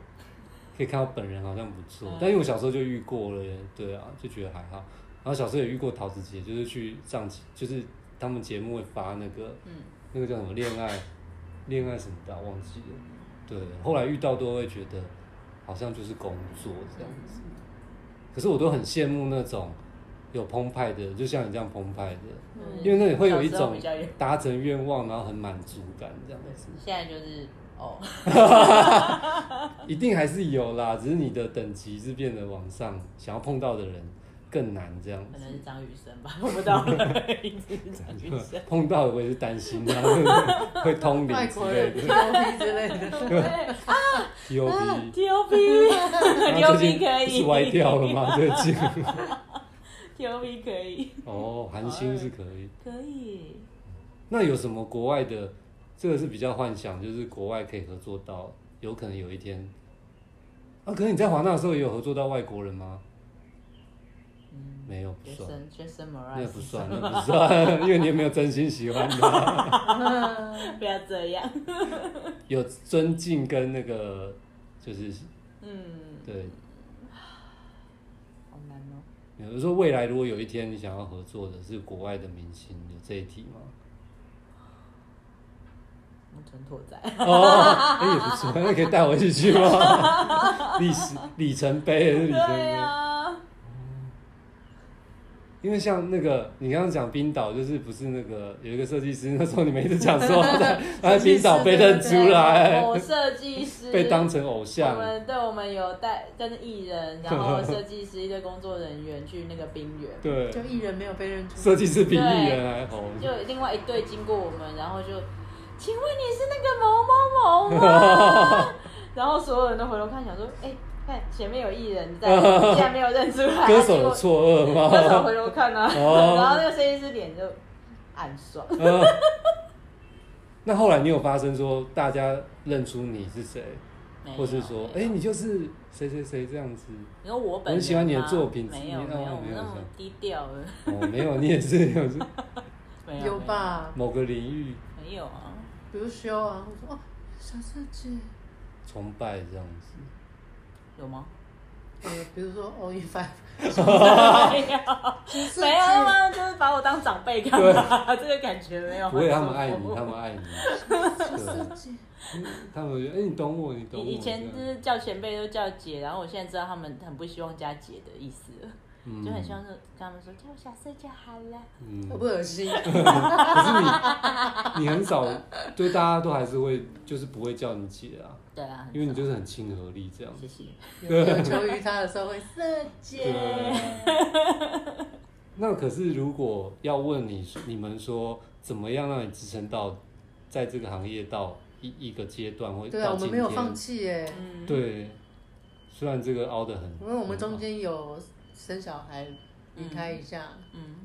Speaker 2: 可以看到本人，好像不错。
Speaker 1: 嗯
Speaker 2: 但因为我小时候就遇过了，对啊，就觉得还好。然后小时候也遇过桃子姐，就是去上，就是他们节目会发那个，
Speaker 1: 嗯
Speaker 2: 那个叫什么恋爱，恋爱什么的啊、忘记了。对，后来遇到都会觉得好像就是工作这样子。
Speaker 1: 嗯
Speaker 2: 可是我都很羡慕那种有澎湃的，就像你这样澎湃的，
Speaker 1: 嗯
Speaker 3: 欸
Speaker 2: 因为那里会有一
Speaker 1: 小时候
Speaker 2: 种
Speaker 1: 比较远
Speaker 2: 达成愿望，然后很满足感这样子。
Speaker 1: 现在就是哦，
Speaker 2: 一定还是有啦，只是你的等级是变得往上，想要碰到的人更难这样
Speaker 1: 可
Speaker 2: 子。
Speaker 1: 能是张雨生吧，我不知道， 一直是张雨生。
Speaker 2: 碰到我也是担心啊， 会不会会通灵
Speaker 3: 外
Speaker 2: 之
Speaker 3: 国
Speaker 2: 类
Speaker 3: 人
Speaker 2: 的
Speaker 3: POV 之类的，
Speaker 2: t o b
Speaker 1: T O P
Speaker 2: 然
Speaker 1: T
Speaker 2: 后
Speaker 1: O
Speaker 2: 最近
Speaker 1: P 嗯可以，
Speaker 2: 是歪掉了吗？最近
Speaker 1: T O P 可以，
Speaker 2: 哦，韩星是可以。
Speaker 1: 可以。
Speaker 2: 那有什么国外的？这个是比较幻想，就是国外可以合作到，有可能有一天。啊，可是你在华纳的时候也有合作到外国人吗？
Speaker 1: 嗯，
Speaker 2: 没有，不
Speaker 1: 学
Speaker 2: 算，
Speaker 1: 生学生
Speaker 2: 那
Speaker 1: Morris，
Speaker 2: 不算，那不算， 因为你也没 有真心喜欢他，
Speaker 1: 不要这样。
Speaker 2: 有尊敬跟那个就是
Speaker 1: 嗯，
Speaker 2: 对。
Speaker 1: 好难哦。
Speaker 2: 有人说未来如果有一天你想要合作的是国外的明星，有这一题吗？
Speaker 1: 木村拓哉，
Speaker 2: 哦，哎、也不错，那可以带我一起去吗？ 历史里程碑是里程
Speaker 1: 对
Speaker 2: 碑。
Speaker 1: 啊，
Speaker 2: 因为像那个你刚刚讲冰岛，就是不是那个有一个设计师，那时候你们一直讲 说他在他在冰岛被认出来，
Speaker 1: 我设计师
Speaker 2: 哎被当成偶
Speaker 1: 我
Speaker 2: 像，
Speaker 1: 们对，我们有带跟艺人，然后设计师一堆工作人员去那个冰原，
Speaker 2: 对，
Speaker 3: 就艺人没有被认出，
Speaker 2: 设计师比艺人还红。
Speaker 1: 就另外一队经过我们，然后就，请问你是那个某某某 吗？然后所有人都回头看，想说，哎、看前面有艺人在，竟然没有认出来。
Speaker 2: 歌手有
Speaker 1: 结
Speaker 2: 错愕
Speaker 1: 果 歌手
Speaker 2: 吗？
Speaker 1: 回头看啊，
Speaker 2: 哦
Speaker 1: 然后那个设计师脸就暗爽。
Speaker 2: 嗯那后来你有发生说大家认出你是谁，
Speaker 1: 没有
Speaker 2: 或是说哎、
Speaker 1: 没有
Speaker 2: 你就是谁谁谁这样 子？
Speaker 1: 你说我本人吗
Speaker 2: 我喜欢你的作品
Speaker 1: 没有
Speaker 2: 你
Speaker 1: 没
Speaker 2: 让
Speaker 1: 有，
Speaker 2: 我
Speaker 1: 我
Speaker 2: 没有
Speaker 1: 那么低调的，
Speaker 2: 哦，没有，你也是有
Speaker 1: 没有
Speaker 3: 有？吧？
Speaker 2: 某个领域
Speaker 1: 没有啊，
Speaker 3: 比如修啊，我说哦，小设计，
Speaker 2: 崇拜这样 子。
Speaker 1: 有吗？
Speaker 3: 呃，比如说欧一凡，
Speaker 1: 没有，
Speaker 3: 就是
Speaker 1: 没有啊他们就是把我当长辈干嘛？ 这个感觉没有。
Speaker 2: 不会，他们爱
Speaker 1: 哦
Speaker 2: 你，他们 爱你。对，
Speaker 3: 设计，
Speaker 2: 他们觉得，哎、你懂我，你懂我。
Speaker 1: 以以前就
Speaker 2: 这样
Speaker 1: 是叫前辈都叫姐，然后我现在知道他们很不希望加姐的意思了，
Speaker 2: 嗯
Speaker 1: 就很希望是跟他们说叫我小四就好了。
Speaker 2: 嗯，
Speaker 3: 恶不恶心？
Speaker 2: 可是你，你 很少，就大家都还是会，就是不会叫你姐啊，
Speaker 1: 对啊，
Speaker 2: 因为你就是很亲和力这样。
Speaker 1: 谢谢。
Speaker 3: 有有求于他的时候会设计，
Speaker 2: 对。那可是如果要问你，你们说怎么样让你支撑到在这个行业到一一个阶段，或
Speaker 3: 对啊，
Speaker 2: 到
Speaker 3: 我
Speaker 2: 今
Speaker 3: 们没有放
Speaker 2: 天？
Speaker 3: 弃耶，
Speaker 1: 嗯，
Speaker 2: 对，虽然这个凹的很，
Speaker 3: 因为我们中间有生小孩，离开一下，
Speaker 1: 嗯，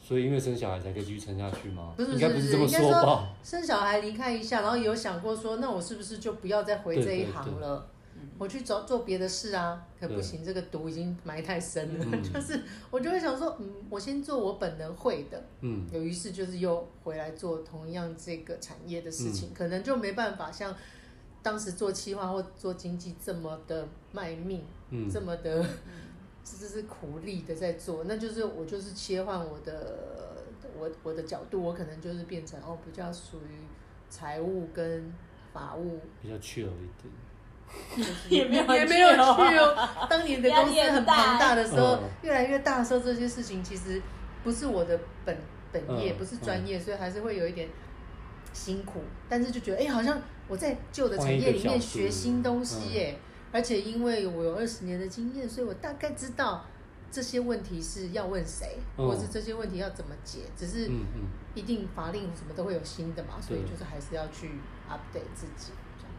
Speaker 2: 所以因为生小孩才可以继续撑下去吗？
Speaker 3: 不是
Speaker 2: 应该不
Speaker 3: 不是
Speaker 2: 这么
Speaker 3: 应该
Speaker 2: 说
Speaker 3: 说
Speaker 2: 吧？
Speaker 3: 生小孩离开一下，然后有想过说，那我是不是就不要再回这一行了？
Speaker 1: 嗯
Speaker 3: 我去找做别的事啊，可不
Speaker 2: 对
Speaker 3: 行，这个毒已经埋太深了。
Speaker 2: 嗯
Speaker 3: 就是我就会想说，嗯，我先做我本能会的，
Speaker 2: 嗯，
Speaker 3: 有于是就是又回来做同样这个产业的事
Speaker 2: 嗯
Speaker 3: 情，可能就没办法像当时做企划或做经济这么的卖命，
Speaker 2: 嗯
Speaker 3: 这么的， 这这是苦力的在做，那就是我就是切换我的我我的角度，我可能就是变成哦比较属于财务跟法务
Speaker 2: 比较 chill 一点。
Speaker 3: 也没有也没有去 哦。当年的公司很庞大的时候
Speaker 2: 嗯，
Speaker 3: 越来越大的时候，这些事情其实不是我的本本业，
Speaker 2: 嗯
Speaker 3: 不是专业，所以还是会有一点辛苦。但是就觉得，哎、好像我在旧的产业里面学新东西耶、而且因为我有二十年的经验，所以我大概知道这些问题是要问谁，
Speaker 2: 嗯
Speaker 3: 或是这些问题要怎么解。只是
Speaker 2: 嗯嗯，
Speaker 3: 一定法令什么都会有新的嘛，所以
Speaker 2: 对
Speaker 3: 就是还是要去 update 自己。这样
Speaker 2: 嗯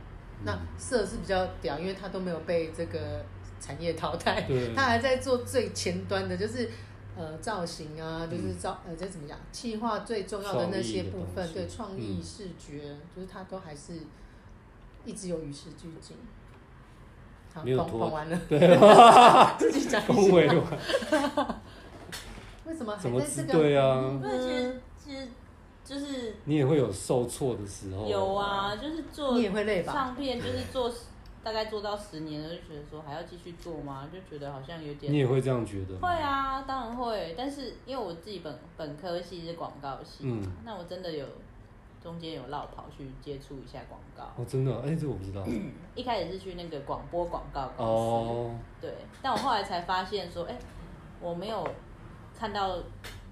Speaker 3: 那色是比较屌，因为它都没有被这个产业淘
Speaker 1: 哎
Speaker 3: 汰，
Speaker 2: 对
Speaker 3: 它还在做最前端的，就是呃造型啊，
Speaker 2: 嗯
Speaker 3: 就是造、呃这怎么讲，企划最重要的那些部
Speaker 2: 创
Speaker 3: 分
Speaker 2: 意的
Speaker 3: 对
Speaker 2: 东西，
Speaker 3: 创意、
Speaker 2: 嗯
Speaker 3: 视觉，就是它都还是一直有与时俱进。好，
Speaker 2: 没有
Speaker 3: 捧
Speaker 2: 脱啊
Speaker 3: 捧 完了， 自己讲一
Speaker 2: 恭
Speaker 3: 下，
Speaker 2: 维完，
Speaker 3: 为什么还
Speaker 2: 怎么
Speaker 3: 在
Speaker 2: 知
Speaker 3: 这个？
Speaker 2: 对
Speaker 3: 哦
Speaker 2: 啊？
Speaker 1: 因为其实其实就是
Speaker 2: 你也会有受挫的时候。
Speaker 1: 有，啊，
Speaker 2: 嗯
Speaker 1: 就是做
Speaker 3: 你也会累吧？
Speaker 1: 唱片，就是做大概做到十年了，就觉得说还要继续做吗？就觉得好像有点
Speaker 2: 你也会这样觉得吗。
Speaker 1: 会啊，当然会，但是因为我自己本本科系是广告系嘛，
Speaker 2: 嗯
Speaker 1: 那我真的有中间有绕跑去接触一下广告。
Speaker 2: 哦，真的，哎，这我不知道。
Speaker 1: 一开始是去那个广播广告公司，
Speaker 2: 哦，
Speaker 1: 对，但我后来才发现说，哎、我没有看到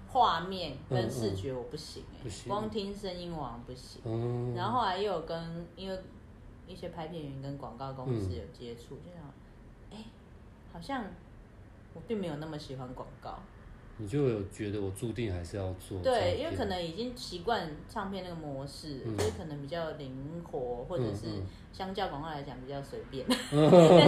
Speaker 1: 画面
Speaker 2: 嗯
Speaker 1: 跟
Speaker 2: 嗯
Speaker 1: 视觉，我不行哎、
Speaker 2: 不行
Speaker 1: 光听声音我好像不行。
Speaker 2: 嗯，
Speaker 1: 然后后来又有跟因为一些拍片员跟广告公
Speaker 2: 嗯
Speaker 1: 司有接触，就想，哎、好像我并没有那么喜欢广告。
Speaker 2: 你就有觉得我注定还是要做唱片。
Speaker 1: 对，因为可能已经习惯唱片那个模式，
Speaker 2: 嗯
Speaker 1: 就是可能比较灵活，或者是
Speaker 2: 嗯
Speaker 1: 相较广告来讲比较随 便。但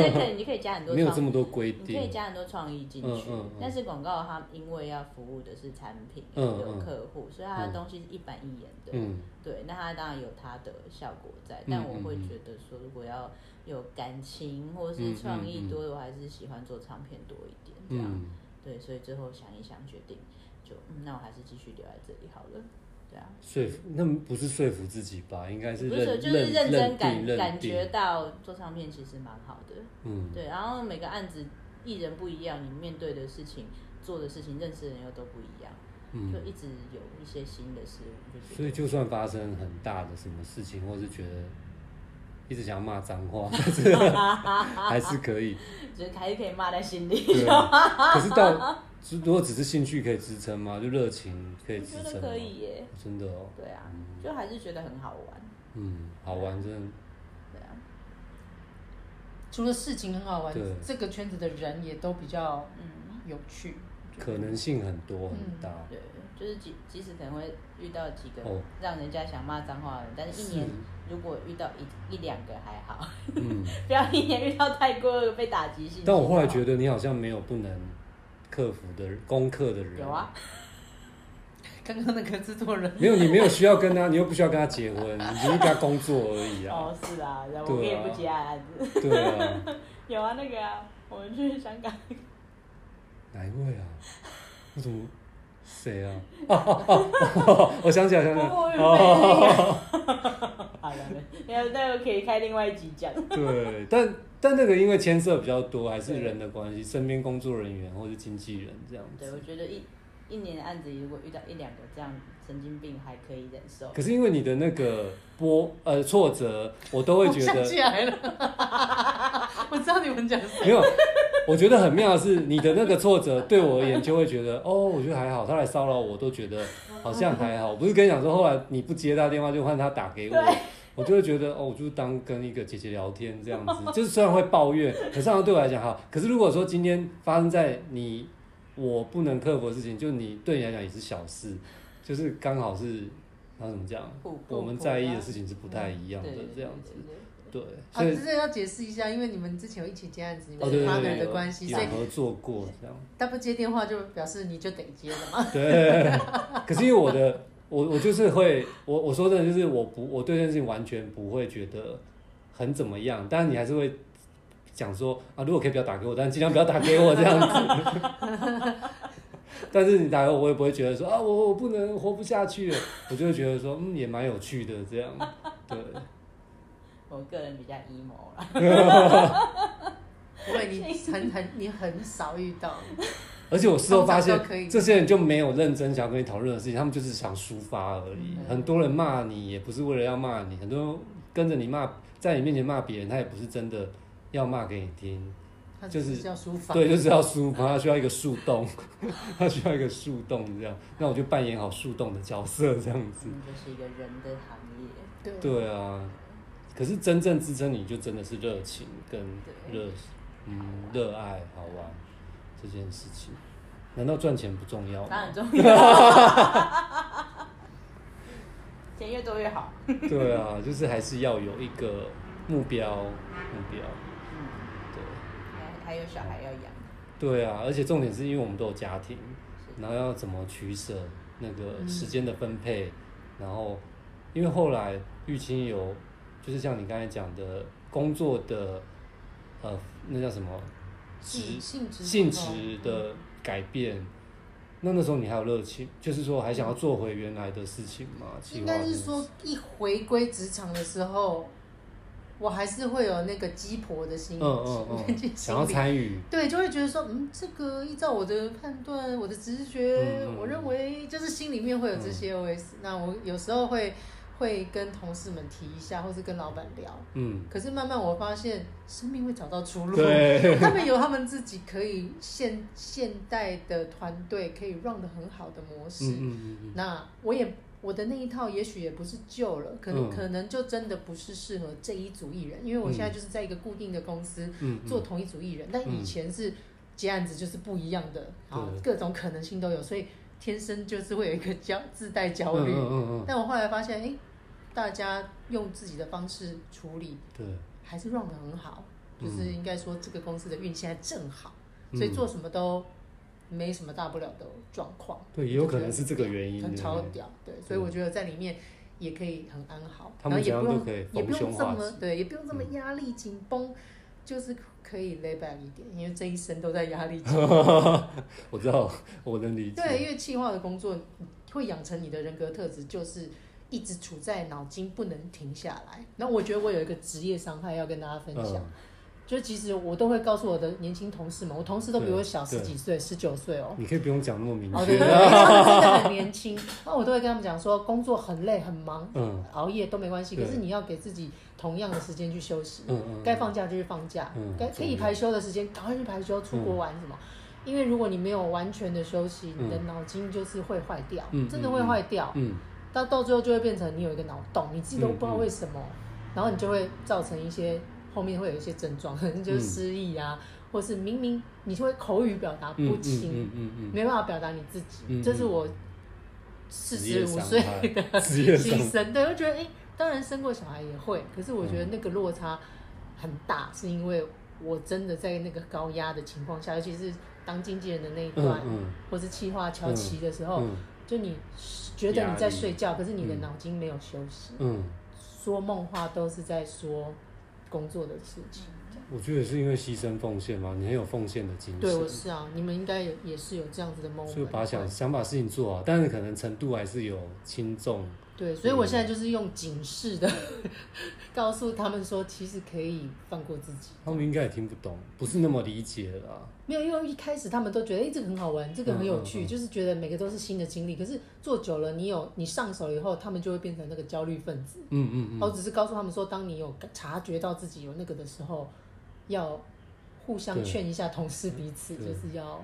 Speaker 1: 是可以，你可以加很多
Speaker 2: 没有这
Speaker 1: 创，
Speaker 2: 么多规
Speaker 1: 你可以
Speaker 2: 定。
Speaker 1: 加很多创意进去。
Speaker 2: 嗯嗯嗯
Speaker 1: 但是广告它因为要服务的是产品，
Speaker 2: 嗯
Speaker 1: 有
Speaker 2: 嗯
Speaker 1: 客户，所以它的东西是一板一眼的。
Speaker 2: 嗯，
Speaker 1: 对，那它当然有它的效果在，但我会
Speaker 2: 嗯嗯嗯
Speaker 1: 觉得说，如果要有感情或
Speaker 2: 嗯
Speaker 1: 是
Speaker 2: 嗯
Speaker 1: 创意
Speaker 2: 嗯
Speaker 1: 多，我还是喜欢做唱片多一点这样。
Speaker 2: 嗯，
Speaker 1: 对，啊所以最后想一想，决定就、嗯、那我还是继续留在这里好了。对啊，
Speaker 2: 说服那不是说服自己吧，应该
Speaker 1: 不是
Speaker 2: 认
Speaker 1: 就是认真
Speaker 2: 认
Speaker 1: 感
Speaker 2: 定认
Speaker 1: 感觉
Speaker 2: 定。
Speaker 1: 到做唱片其实蛮好的，
Speaker 2: 嗯，
Speaker 1: 对。然后每个案子艺人不一样，你面对的事情、做的事情、认识的人又都不一样，
Speaker 2: 嗯
Speaker 1: 就一直有一些新的事物，就觉
Speaker 2: 所以
Speaker 1: 得
Speaker 2: 就算发生很大的什么事情，或是觉得一直想要骂脏话， 但是还是可以。
Speaker 1: 就是还是可以骂在心里。
Speaker 2: 对，啊可是到只如果只是兴趣可以支撑吗？就热情可以
Speaker 1: 我
Speaker 2: 支
Speaker 1: 觉
Speaker 2: 撑吗
Speaker 1: 得可？以耶，
Speaker 2: 真的哦，
Speaker 1: 对啊，就还是觉得很好玩，
Speaker 2: 嗯，好玩，真的
Speaker 1: 对啊，
Speaker 3: 除了事情很好玩
Speaker 2: 对，
Speaker 3: 这个圈子的人也都比较
Speaker 1: 嗯，
Speaker 3: 有趣。
Speaker 2: 可能性很多很大。
Speaker 1: 对，就是即即使可能会遇到几个
Speaker 2: 哦
Speaker 1: 让人家想骂脏话的人，但是一年
Speaker 2: 是
Speaker 1: 如果遇到一一两个还好，
Speaker 2: 嗯，
Speaker 1: 不要一年遇到太过被打击性。
Speaker 2: 但我后来觉
Speaker 1: 得
Speaker 2: 得你好像没有不能克服的人攻克的人。
Speaker 1: 有啊，，
Speaker 3: 刚刚那个制作人，
Speaker 2: 没有，你没有需要跟他，你又 不需要跟他结婚，你只是跟他工作而已啊。
Speaker 1: 哦是啊，然后
Speaker 2: 对啊
Speaker 1: 我也不接案子，
Speaker 2: 对啊，
Speaker 1: 有啊那个啊，我们去香 港，
Speaker 2: 哪一位啊？我怎么谁啊？ 哦哦哦！我想起来，想起来，
Speaker 1: 我
Speaker 2: 哦，
Speaker 1: 好了，然后那个可以开另外一集讲，
Speaker 2: 对，但但那个因为牵涉比较多，还是人的关系，身边工作人员或是经纪人这样
Speaker 1: 对
Speaker 2: 子
Speaker 1: 我。觉得一一年的案子如果遇到一两个这样神经病还可以忍受，
Speaker 2: 可是因为你的那个波呃挫折，我都会
Speaker 3: 我
Speaker 2: 觉
Speaker 3: 想
Speaker 2: 得
Speaker 3: 起来了， 我知道你们讲谁。
Speaker 2: 没有。我觉得很妙的是，你的那个挫折对我而言就会觉得，哦， 我觉得还好，他来骚扰我都觉得好像还好。我不是跟你讲说，后来你不接他电话，就换他打给我
Speaker 1: 对，
Speaker 2: 我就会觉得，哦，我就是当跟一个姐姐聊天这样子，就是虽然会抱怨，可是好像对我来讲哈，可是如果说今天发生在你我不能克服的事情，就你对你来讲也是小事，就是刚好是，然后怎么讲，
Speaker 1: 不
Speaker 2: 我们在意的事情是不太一
Speaker 1: 一
Speaker 2: 样的这样子，对，
Speaker 3: 啊，
Speaker 2: 所以
Speaker 3: 这个要解释一下，因为你们之前有一起接案子，你
Speaker 2: 哦
Speaker 3: 们
Speaker 2: 对
Speaker 3: 是
Speaker 2: 对对
Speaker 3: partner
Speaker 2: 有
Speaker 3: 的关系，
Speaker 2: 有
Speaker 3: 所以
Speaker 2: 合作过这样。
Speaker 3: 他不接电话就表示你就得接了嘛。
Speaker 2: 对， 可是因为我的，我我就是会，我我说真的就是我不，我对这件事情完全不会觉得很怎么样，但你还是会讲说啊，如果可以不要打给我，但尽量不要打给我这样子。 但是你打给我，我也不会觉得说啊，我我不能活不下去了，我就会觉得说嗯，也蛮有趣的这样。对，
Speaker 1: 我个人比较 emo 啦，
Speaker 3: 不会，你很很你很少遇 到，
Speaker 2: 而且我事后发
Speaker 3: 通
Speaker 2: 现
Speaker 3: 常都可以，
Speaker 2: 这些人就没有认真想要跟你
Speaker 3: 嗯
Speaker 2: 讨论的事情，他们就是想抒发而已。很多人骂你也不是为了要骂你，很多人跟着你骂，在你面前骂别人，他也不是真的要骂给你听，
Speaker 3: 他
Speaker 2: 就是
Speaker 3: 要书法，
Speaker 2: 对，就是要抒发，他需要一个树洞， 他需要一个树洞这样，那我就扮演好树洞的角色这样子。
Speaker 1: 嗯，就是一个人的行业，
Speaker 3: 对
Speaker 2: 对啊，可是真正支撑你就真的是热情跟
Speaker 1: 对
Speaker 2: 热，嗯，热爱好玩这件事情。难道赚钱不重要
Speaker 1: 当
Speaker 2: 吗
Speaker 1: 然？重要， 钱越多越好。
Speaker 2: 对啊，就是还是要有一个目标，目标。
Speaker 1: 嗯，
Speaker 2: 对，
Speaker 1: 还还有小孩要养，
Speaker 2: 对啊，而且重点是因为我们都有家庭，
Speaker 1: 是
Speaker 2: 然后要怎么取舍那个时间的分配，然后因为后来玉清有，就是像你刚才讲的工作的，呃，那叫什么
Speaker 3: 性
Speaker 2: 职
Speaker 3: 性质
Speaker 2: 性质的改变。那那时候你还有热情，就是说还想要做回原来的事情嘛？计
Speaker 3: 应
Speaker 2: 划
Speaker 3: 该
Speaker 2: 这
Speaker 3: 是
Speaker 2: 件
Speaker 3: 说
Speaker 2: 事，
Speaker 3: 一回归职场的时候，我还是会有那个鸡婆的心，
Speaker 2: 嗯嗯
Speaker 3: 心理
Speaker 2: 嗯，想要参与，
Speaker 3: 对，就会觉得说，嗯，这个依照我的判断，我的直觉，
Speaker 2: 嗯嗯嗯嗯
Speaker 3: 我认为就是心里面会有这些 OS、那我有时候会会跟同事们提一下，或是跟老板聊。
Speaker 2: 嗯，
Speaker 3: 可是慢慢我发现，生命会找到出路。
Speaker 2: 对，
Speaker 3: 他 们有他们自己可以现现代的团队可以 run 的很好的模式。
Speaker 2: 嗯嗯嗯嗯，
Speaker 3: 那我也我的那一套也许也不是旧了，可能、
Speaker 2: 嗯
Speaker 3: 可能就真的不是适合这一组艺人，因为我现在就是在一个固定的公司、
Speaker 2: 嗯
Speaker 3: 做同一组艺人，但以前是接案子就是不一样的，啊
Speaker 2: 对，
Speaker 3: 各种可能性都有，所以天生就是会有一个焦自带焦虑。
Speaker 2: 嗯嗯嗯嗯，
Speaker 3: 但我后来发现，哎、大家用自己的方式处理，
Speaker 2: 嗯对，
Speaker 3: 还是 run 的很好，就是
Speaker 2: 嗯
Speaker 3: 应该说这个公司的运现在正好，
Speaker 2: 嗯
Speaker 3: 所以做什么都没什么大不了的状况。
Speaker 2: 对，也有可能是这个原因，
Speaker 3: 很
Speaker 2: 对
Speaker 3: 超
Speaker 2: 不对
Speaker 3: 屌，对，所以我觉得在里面也可以很安好，
Speaker 2: 他
Speaker 3: 然后
Speaker 2: 们
Speaker 3: 也不用
Speaker 2: 怎样都
Speaker 3: 也
Speaker 2: 可以
Speaker 3: 不
Speaker 2: 逢凶
Speaker 3: 用这
Speaker 2: 化嗯
Speaker 3: 么
Speaker 2: 吉
Speaker 3: 对，也不用这么压力紧绷，就是可以 lay back 一点，因为这一生都在压 力紧绷。
Speaker 2: 我知道，我能理解。
Speaker 3: 对，因为企划的工作会养成你的人格特质，就是一直处在脑筋不能停下来。那我觉得我有一个职业伤害要跟大家分享。
Speaker 2: 嗯
Speaker 3: 就其实我都会告诉我的年轻同事们，我同事都比我小
Speaker 2: 对
Speaker 3: 十
Speaker 2: 对
Speaker 3: 几岁，十九岁哦
Speaker 2: 嗯，，你可以不用讲那么明
Speaker 3: 哦，对
Speaker 2: 确。
Speaker 3: 对对，他们真的很年轻。那我都会跟他们讲说，工作很累很忙，
Speaker 2: 嗯
Speaker 3: 熬夜都没关系，可
Speaker 2: 对
Speaker 3: 是你要给自己同样的时间去休息，
Speaker 2: 嗯嗯，
Speaker 3: 该放假就去放假
Speaker 2: 嗯，
Speaker 3: 该可以排休的时间赶快去排休，出国玩什么。因为如果你没有完全的休息，
Speaker 2: 嗯
Speaker 3: 你的脑筋就是会坏掉
Speaker 2: 嗯，
Speaker 3: 真的会坏掉。
Speaker 2: 嗯
Speaker 3: 到到最后就会变成你有一个脑洞，你自己都不知道
Speaker 2: 嗯嗯
Speaker 3: 为什么，然后你就会造成一些后面会有一些症状， 可能就是失忆啊，或是明明你就会口语表达
Speaker 2: 嗯
Speaker 3: 不清，
Speaker 2: 嗯嗯嗯
Speaker 3: 没办法表达你自己，
Speaker 2: 嗯
Speaker 3: 这是我四十五岁的
Speaker 2: 职业伤害
Speaker 3: 牺牲。对，我觉得哎、诶当然生过小孩也会，可是我觉得那个落差很大，是因为我真的在那个高压的情况下，尤其是当经纪人的那一段，
Speaker 2: 嗯
Speaker 3: 或是企划乔期的时候，
Speaker 2: 嗯
Speaker 3: 就你觉得你在睡觉，可是你的
Speaker 2: 嗯
Speaker 3: 脑筋没有休息，
Speaker 2: 嗯，
Speaker 3: 说梦话都是在说工作的事情。
Speaker 2: 我觉得是因为牺牲奉献嘛，你很有奉献的精
Speaker 3: 对，我
Speaker 2: 神，
Speaker 3: 是啊，你们应该也也是有这样子的梦。
Speaker 2: 所以把想想把事情做好，但是可能程度还是有轻重。
Speaker 3: 对，所以我现在就是用警示的告诉他们说，其实可以放过自己。
Speaker 2: 他们应该也听不懂，不是那么理解啦。
Speaker 3: 没有，因为一开始他们都觉得，哎、这个很好玩，这个很有趣，
Speaker 2: 嗯嗯嗯
Speaker 3: 就是觉得每个都是新的经历。可是做久了，你有你上手以后，他们就会变成那个焦虑分子。
Speaker 2: 嗯嗯
Speaker 3: 我
Speaker 2: 嗯，
Speaker 3: 只是告诉他们说，当你有察觉到自己有那个的时候，要互相
Speaker 2: 对
Speaker 3: 劝一下同事彼此，就
Speaker 2: 对
Speaker 3: 是要，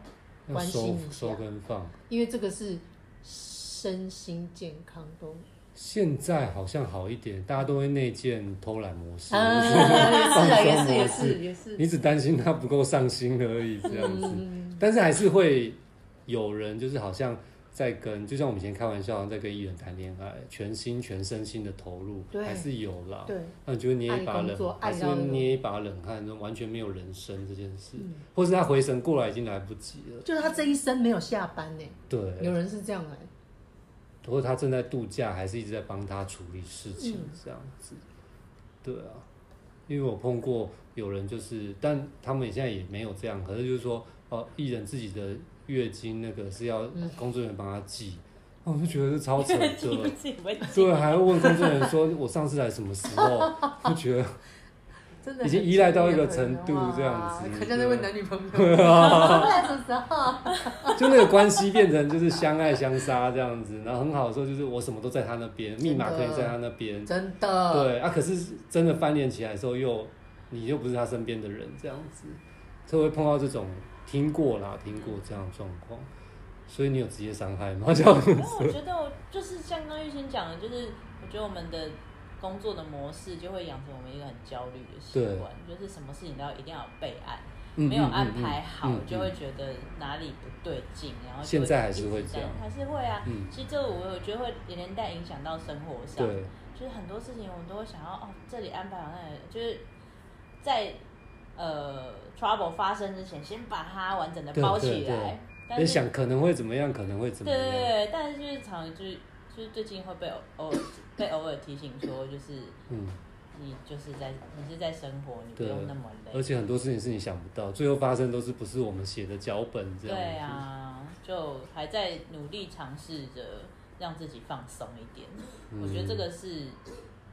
Speaker 2: 要收收跟放。
Speaker 3: 因为这个是身心健康都
Speaker 2: 现在好像好一点，大家都会内建偷懒模 式。
Speaker 3: 啊，也是啊，也是也
Speaker 2: 放松模式
Speaker 3: 是也是，
Speaker 2: 你只担心他不够上心而已，这样子。
Speaker 3: 嗯
Speaker 2: 但是还是会有人，就是好像在跟，就像我们以前开玩笑，好像在跟艺人谈恋爱，全心全身心的投入，
Speaker 3: 对
Speaker 2: 还是有啦。
Speaker 3: 对，
Speaker 2: 那你就会捏一把
Speaker 3: 爱工作
Speaker 2: 冷，还是
Speaker 3: 爱到
Speaker 2: 会
Speaker 3: 那个
Speaker 2: 捏一把冷汗，完全没有人生这件事，
Speaker 3: 嗯
Speaker 2: 或是他回神过来已经来不及了。
Speaker 3: 就是他这一生没有下班呢，有
Speaker 2: 对，
Speaker 3: 人是这样哎，
Speaker 2: 或者他正在度假，还是一直在帮他处理事情
Speaker 3: 嗯
Speaker 2: 这样子。对啊，因为我碰过有人就是，但他们现在也没有这样，可是就是说，哦，艺人自己的月经那个是要
Speaker 3: 嗯
Speaker 2: 工作人员帮他记，那、我就觉得这 超扯
Speaker 1: 你
Speaker 2: 的。
Speaker 1: 自己会
Speaker 2: 对，还要问工作人员说，我上次来什么时候？就觉得
Speaker 3: 真的
Speaker 2: 已经
Speaker 3: 很
Speaker 2: 依赖
Speaker 3: 敬
Speaker 2: 到一
Speaker 3: 业
Speaker 2: 个
Speaker 3: 的
Speaker 2: 程
Speaker 3: 人
Speaker 2: 度
Speaker 3: 哇
Speaker 2: 这样子
Speaker 3: 可见那位
Speaker 2: 对啊
Speaker 3: 男女朋友那什么时 候？
Speaker 2: 就那个关系变成就是相爱相杀这样子，然后很好的时候就是我什么都在他那边，密码
Speaker 3: 真
Speaker 2: 可
Speaker 3: 的
Speaker 2: 以在他那 边，
Speaker 3: 真的，
Speaker 2: 对啊，可是真的翻脸起来的时候又你又不是他身边的人这样子，就会碰到这种听过啦，听过这样的状况，所以你有职业伤害吗？这样
Speaker 1: 因为我觉得我就是像刚玉先讲的，就是我觉得我们的工作的模式就会养成我们一个很焦虑的习惯，就是什么事情都要一定要有备案，
Speaker 2: 嗯
Speaker 1: 没有安排好、就会觉得哪里不对劲，然后就
Speaker 2: 现在还
Speaker 1: 一
Speaker 2: 是
Speaker 1: 直
Speaker 2: 会
Speaker 1: 在
Speaker 2: 这样
Speaker 1: 还是会啊。
Speaker 2: 嗯
Speaker 1: 其实这我我觉得会连带影响到生活上，
Speaker 2: 对，
Speaker 1: 就是很多事情我们都会想要哦，这里安排好，那里就是在呃 trouble 发生之前，先把它完整的
Speaker 2: 对
Speaker 1: 包
Speaker 2: 对
Speaker 1: 起
Speaker 2: 对
Speaker 1: 来。但
Speaker 2: 在
Speaker 1: 是
Speaker 2: 想可能会怎么样，可能会怎么
Speaker 1: 对对
Speaker 2: 样，
Speaker 1: 对，但是就是常就是就是最近会被偶偶尔被偶尔提醒说，就是
Speaker 2: 嗯，
Speaker 1: 你就是在你是在生活，你不用那么
Speaker 2: 而
Speaker 1: 累。
Speaker 2: 且很多事情是你想不到，最后发生都是不是我们写的脚本这样子，
Speaker 1: 对啊，就还在努力尝试着让自己放松一点。
Speaker 2: 嗯
Speaker 1: 我觉得这个是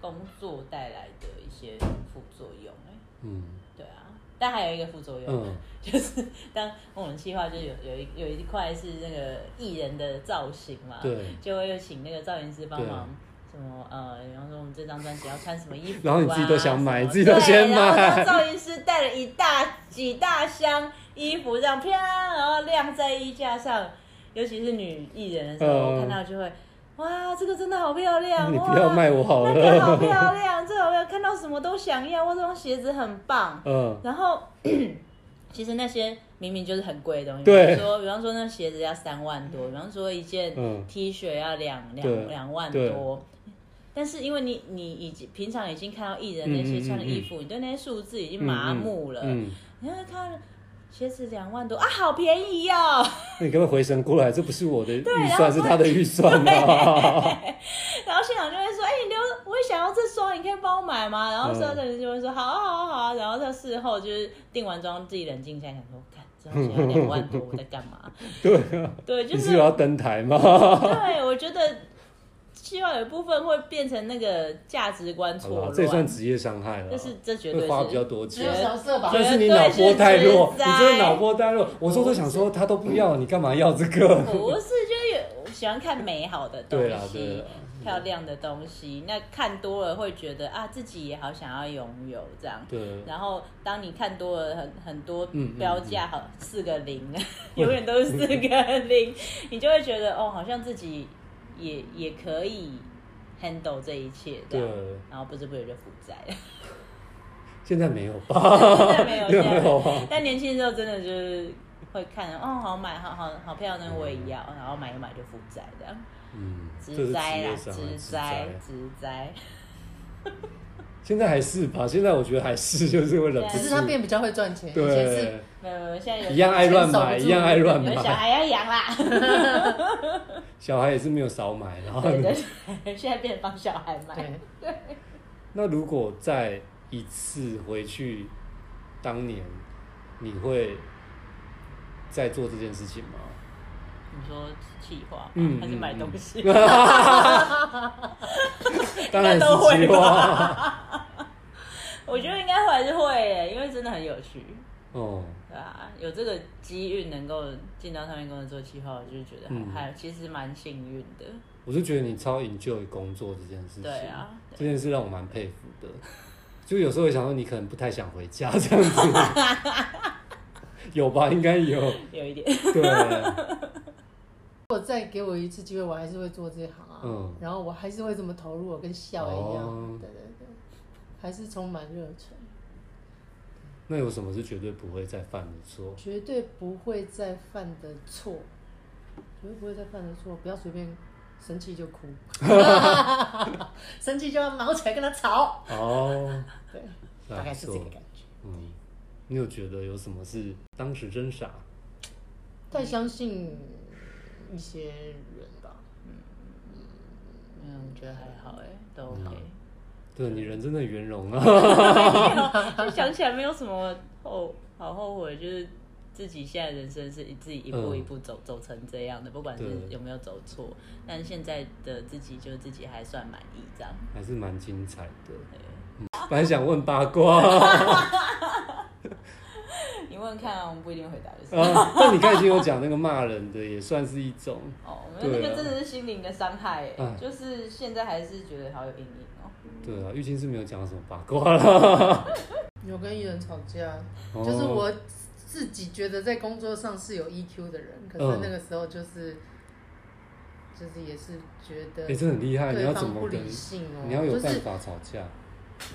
Speaker 1: 工作带来的一些副作用、欸。
Speaker 2: 嗯
Speaker 1: 对啊，但还有一个副作用，
Speaker 2: 嗯，
Speaker 1: 就是当我们计划就有有一有一块是那个艺人的造型嘛，
Speaker 2: 对。
Speaker 1: 就会请那个造型师帮
Speaker 2: 对啊
Speaker 1: 忙，什么呃，比方说我们这张专辑要穿什么衣服、啊，
Speaker 2: 然后你自己都想买
Speaker 1: 什么
Speaker 2: 自己都先买
Speaker 1: 对然后那造型师带了一大几大箱衣服，这样啪，然后晾在衣架上，尤其是女艺人的时候，
Speaker 2: 嗯
Speaker 1: 我看到就会。哇，这个真的好漂
Speaker 2: 那
Speaker 1: 亮！
Speaker 2: 你不要
Speaker 1: 哇
Speaker 2: 卖我好
Speaker 1: 那 个好
Speaker 2: 了。
Speaker 1: 漂亮，这个我有看到什么都想要，哇，这双鞋子很棒。
Speaker 2: 嗯，
Speaker 1: 然后 其实那些明明就是很贵的东西，
Speaker 2: 对
Speaker 1: 比方说比方说那鞋子要三万多，比方说一件
Speaker 2: 嗯
Speaker 1: T 恤要两
Speaker 2: 对
Speaker 1: 两两万多。但是因为你你已经平常已经看到艺人那些穿的
Speaker 2: 嗯
Speaker 1: 衣服，你对那些数字已经麻木了。
Speaker 2: 嗯，嗯
Speaker 1: 你看他鞋子两万多啊，好便宜哦！
Speaker 2: 那你可不可以回神过来？这不是我的预
Speaker 1: 然
Speaker 2: 算，
Speaker 1: 后
Speaker 2: 是他的预算啊。
Speaker 1: 然后现场就会说：“哎、你留我也想要这双，你可以帮我买吗？”然后摄影师就会说：“好啊，好啊，好啊。”然后在事后就是定完妆，自己冷静下来想说：“看，这双鞋要两万多，我在干嘛？”
Speaker 2: 对啊，
Speaker 1: 对，就
Speaker 2: 你
Speaker 1: 是
Speaker 2: 是有要登台吗？
Speaker 1: 对，我觉得希望有一部分会变成那个价值观
Speaker 2: 好
Speaker 1: 错
Speaker 2: 吧，
Speaker 1: 乱，
Speaker 2: 这也算职业伤害
Speaker 1: 就
Speaker 2: 了。
Speaker 1: 是这绝对
Speaker 2: 会
Speaker 1: 是
Speaker 2: 花比较多
Speaker 3: 只
Speaker 2: 钱
Speaker 3: 有。小色吧
Speaker 1: 对？
Speaker 2: 但是你脑波太弱，你
Speaker 1: 绝对是嗯
Speaker 2: 真的脑波太弱。我说都想说他都不要，你干嘛要这个？
Speaker 1: 不是就是有我喜欢看美好的东
Speaker 2: 对啦，对啊
Speaker 1: 西
Speaker 2: 啦。，
Speaker 1: 漂亮的东西，那看多了会觉得啊，自己也好想要拥有这样。
Speaker 2: 对，
Speaker 1: 然后，当你看多了很很多
Speaker 2: 嗯嗯
Speaker 1: 标价，好四个 零，永远都是四个零，你就会觉得哦，好像自己也也可以 handle 这一切这
Speaker 2: 对
Speaker 1: 样。，然后不知不觉就负债了。
Speaker 2: 现在没有吧？
Speaker 1: 现在没有，
Speaker 2: 没有
Speaker 1: 现 在
Speaker 2: 没
Speaker 1: 没有。
Speaker 2: 有 啊？
Speaker 1: 但年轻的时候真的就是会看，哦，好买，好好好漂亮，我也要，然后买一买就负债这样，
Speaker 2: 嗯，这是
Speaker 1: 直
Speaker 2: 职
Speaker 1: 灾
Speaker 2: 业
Speaker 1: 啦，
Speaker 2: 伤害，
Speaker 1: 直
Speaker 2: 直
Speaker 1: 灾
Speaker 2: 灾。，
Speaker 1: 直灾。
Speaker 2: 现在还是吧，现在我觉得还是就是会忍不
Speaker 1: 对啊
Speaker 2: 住。
Speaker 3: 只是他变比较会赚钱，以前是
Speaker 2: 对，
Speaker 1: 没有没有，现在有
Speaker 2: 一样爱乱
Speaker 3: 钱守
Speaker 2: 买，
Speaker 3: 不住
Speaker 2: 一样爱乱
Speaker 1: 有小
Speaker 2: 买，
Speaker 1: 孩要养啊啦，
Speaker 2: 小孩也是没有少买。然后
Speaker 1: 对对
Speaker 2: 嗯
Speaker 1: 对，现在变成帮小孩买。
Speaker 3: 对，
Speaker 2: 那如果再一次回去当年，你会再做这件事情 吗？
Speaker 1: 你说气话吗，
Speaker 2: 嗯
Speaker 1: 还是买
Speaker 2: 嗯嗯
Speaker 1: 东西？
Speaker 2: 当然是
Speaker 1: 都会
Speaker 2: 计划。
Speaker 1: 我觉得应该还是会耶，因为真的很有趣。
Speaker 2: 哦，
Speaker 1: 对啊，有这个机遇能够进到上面工作做企划，我就觉得还、
Speaker 2: 嗯
Speaker 1: 还其实蛮幸运的。
Speaker 2: 我就觉得你超 enjoy 工作这件事情。
Speaker 1: 对啊，
Speaker 2: 这件事让我蛮佩服的。就有时候会想说，你可能不太想回家这样子， 有吧？应该有。
Speaker 1: 有一点。
Speaker 2: 对，
Speaker 3: 如果再给我一次机会，我还是会做这行啊。
Speaker 2: 嗯
Speaker 3: 然后我还是会这么投入，我跟笑一样。
Speaker 2: 哦
Speaker 3: 对对对，还是充满热忱，
Speaker 2: 那有什么是绝对不会再犯的错？
Speaker 3: 绝对不会再犯的错，绝对不会再犯的错。不要随便生气就 哭，生气就要毛起来跟他吵。
Speaker 2: 哦，
Speaker 3: 对，
Speaker 2: 那
Speaker 3: 大概是这个
Speaker 2: 不错
Speaker 3: 感觉。
Speaker 2: 嗯，你有觉得有什么是当时真傻？
Speaker 3: 太相信一些人吧。
Speaker 1: 嗯，我觉得还好哎，都 OK。
Speaker 2: 对你人真的圆融 啊！
Speaker 1: 就想起来没有什么后好后悔，就是自己现在人生是自己一步
Speaker 2: 嗯
Speaker 1: 一步走、走成这样的，不管是
Speaker 2: 对
Speaker 1: 有没有走错，但现在的自己就自己还算满意这样。
Speaker 2: 还是蛮精彩的。嗯
Speaker 1: 对
Speaker 2: 本来想问八卦，
Speaker 1: 你问看啊，我们不一定会回答就是。
Speaker 2: 啊，但你刚才已经有讲那个骂人的，也算是一种。
Speaker 1: 哦，我们那
Speaker 2: 对啊
Speaker 1: 个真的是心灵的伤害耶，
Speaker 2: 哎
Speaker 1: 就是现在还是觉得好有阴影哦。
Speaker 2: 对啊，玉清是没有讲什么八 卦啦。
Speaker 3: 有跟艺人吵架，
Speaker 2: 哦
Speaker 3: 就是我自己觉得在工作上是有 EQ 的人，可是
Speaker 2: 嗯
Speaker 3: 那个时候就是、就是也是觉得
Speaker 2: 哎、这很厉害，你要
Speaker 3: 对
Speaker 2: 怎
Speaker 3: 方
Speaker 2: 么
Speaker 3: 不
Speaker 2: 跟
Speaker 3: 理？性哦，
Speaker 2: 你要有
Speaker 3: 就是
Speaker 2: 办法吵架、
Speaker 3: 哎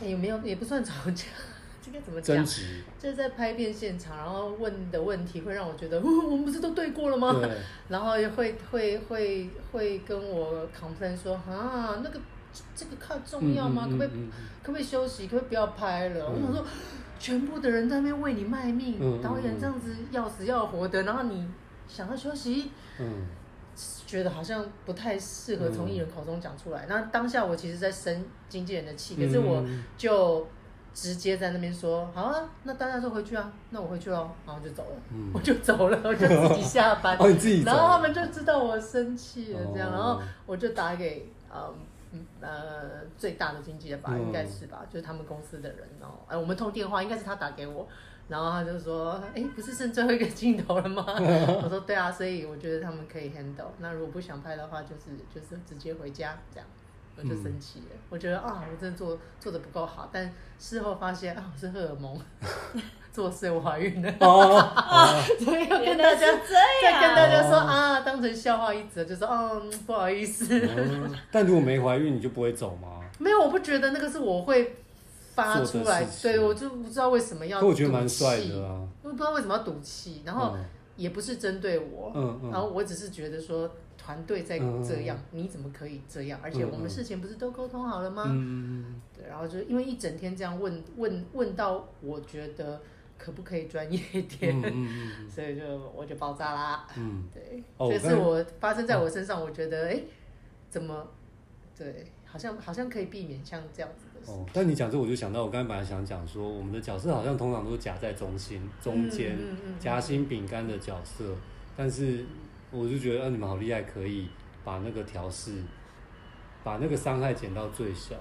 Speaker 3: 也没有也不算吵架， 这该怎么
Speaker 2: 争
Speaker 3: 讲？
Speaker 2: 执，
Speaker 3: 就是在拍片现场，然后问的问题会让我觉得，哦我们不是都对过了吗？
Speaker 2: 对，
Speaker 3: 然后也会会会会跟我 complain 说，啊，那个这个靠 重要吗？可不可以
Speaker 2: 嗯嗯嗯
Speaker 3: 可不可以休息？可不可以不要拍了？
Speaker 2: 嗯
Speaker 3: 我想说，全部的人在那边为你卖命，
Speaker 2: 嗯嗯
Speaker 3: 导演这样子要死要活的，然后你想要休息，
Speaker 2: 嗯
Speaker 3: 觉得好像不太适合从艺人口中讲出来。那当下我其实在生经纪人的气，
Speaker 2: 嗯
Speaker 3: 可是我就直接在那边说，好啊，那大家都回去啊，那我回去喽，然后就走了，
Speaker 2: 嗯
Speaker 3: 我就走了，我就自己下班。
Speaker 2: 哦，你自己走，
Speaker 3: 然后他们就知道我生气了，这样，
Speaker 2: 哦
Speaker 3: 然后我就打给呃嗯呃最大的经纪人吧，
Speaker 2: 嗯
Speaker 3: 应该是吧，就是他们公司的人哦。哎，我们通电话，应该是他打给我，然后他就说，哎，不是剩最后一个镜头了 吗？我说对啊，所以我觉得他们可以 handle。那如果不想拍的话，就是就是直接回家这样。我就生气
Speaker 2: 嗯
Speaker 3: 了，我觉得啊，我真的做做的不够好，但事后发现啊，我是荷尔蒙 作祟，我怀孕了，
Speaker 2: 哦，
Speaker 3: 所以要跟
Speaker 1: 原
Speaker 3: 大
Speaker 1: 来
Speaker 3: 家
Speaker 1: 是这
Speaker 3: 再
Speaker 1: 样，
Speaker 3: 跟大家说
Speaker 2: 哦
Speaker 3: 啊，当成笑话一则，就说哦，嗯不好意思，
Speaker 2: 嗯但如果没怀孕，你就不会走吗？
Speaker 3: 没有，我不觉得那个是我会发出
Speaker 2: 做的
Speaker 3: 来
Speaker 2: 事，情
Speaker 3: 对我就不知道为什么要，
Speaker 2: 可我觉得蛮帅的，啊。
Speaker 3: 我不知道为什么要赌气，然后
Speaker 2: 嗯
Speaker 3: 也不是针对我，
Speaker 2: 嗯嗯
Speaker 3: 然后我只是觉得说团队在这样，你怎么可以这样？而且
Speaker 2: 嗯嗯
Speaker 3: 我们事前不是都沟通好了吗？
Speaker 2: 嗯，
Speaker 3: 对，然后就因为一整天这样问问问到，我觉得可不可以专业一点，
Speaker 2: 嗯嗯
Speaker 3: 所以就我就爆炸啦。
Speaker 2: 嗯嗯，
Speaker 3: 对，这
Speaker 2: 哦我
Speaker 3: 是
Speaker 2: 刚才嗯
Speaker 3: 我发生在我身上，我觉得哎、诶怎么，对，好像好像可以避免像这样子的事。
Speaker 2: 哦，但你讲这，我就想到我刚才本来想讲说，我们的角色好像通常都是夹在中心中间，
Speaker 3: 嗯嗯
Speaker 2: 夹心饼干的角色，但是我就觉得，啊，你们好厉害，可以把那个调试，把那个伤害减到最小，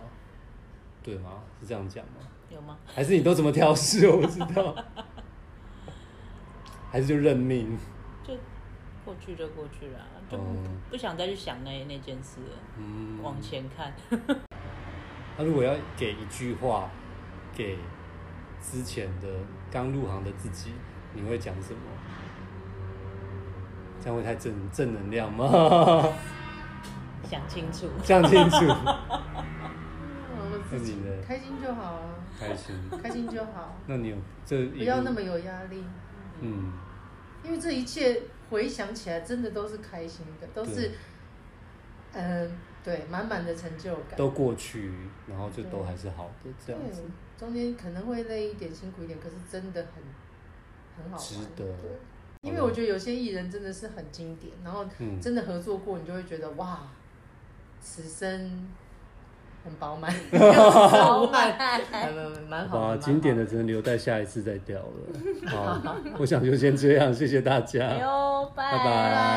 Speaker 2: 对吗？是这样讲吗？
Speaker 1: 有吗？
Speaker 2: 还是你都怎么调试？我不知道， 还是就认命？
Speaker 1: 就过去就过去了啊，就不,、
Speaker 2: 嗯
Speaker 1: 不想再去想那那件事了，
Speaker 2: 嗯，
Speaker 1: 往前看。
Speaker 2: 那、如果要给一句话给之前的刚入行的自己，你会讲什么？这样会太正正能量吗？
Speaker 1: 想清楚，
Speaker 2: 讲清楚，
Speaker 3: 嗯我自
Speaker 2: 那
Speaker 3: 己
Speaker 2: 你呢？
Speaker 3: 开心就好啊，
Speaker 2: 开心。
Speaker 3: 开心就 好，
Speaker 2: 那你有这一路
Speaker 3: 不要那么有压力，
Speaker 2: 嗯，
Speaker 3: 因为这一切回想起来，真的都是开心的，都是
Speaker 2: 对
Speaker 3: 嗯、对，满满的成就感。
Speaker 2: 都过去，然后就都还是好的这
Speaker 3: 对
Speaker 2: 样子，，
Speaker 3: 中间可能会累一点，辛苦一点，可是真的很很好玩，
Speaker 2: 值得
Speaker 3: 对，因为我觉得有些艺人真的是很经典，然后
Speaker 2: 嗯，
Speaker 3: 真的合作过，你就会觉得哇，此生很饱满，
Speaker 1: 早
Speaker 3: 饱满，
Speaker 1: 晚
Speaker 3: 蛮蛮好
Speaker 2: 哇，
Speaker 3: 的。
Speaker 2: 经典的只能留待下 一次再聊了。好，我想就先这样，谢谢大家，
Speaker 1: 哎呦，拜
Speaker 2: 拜拜。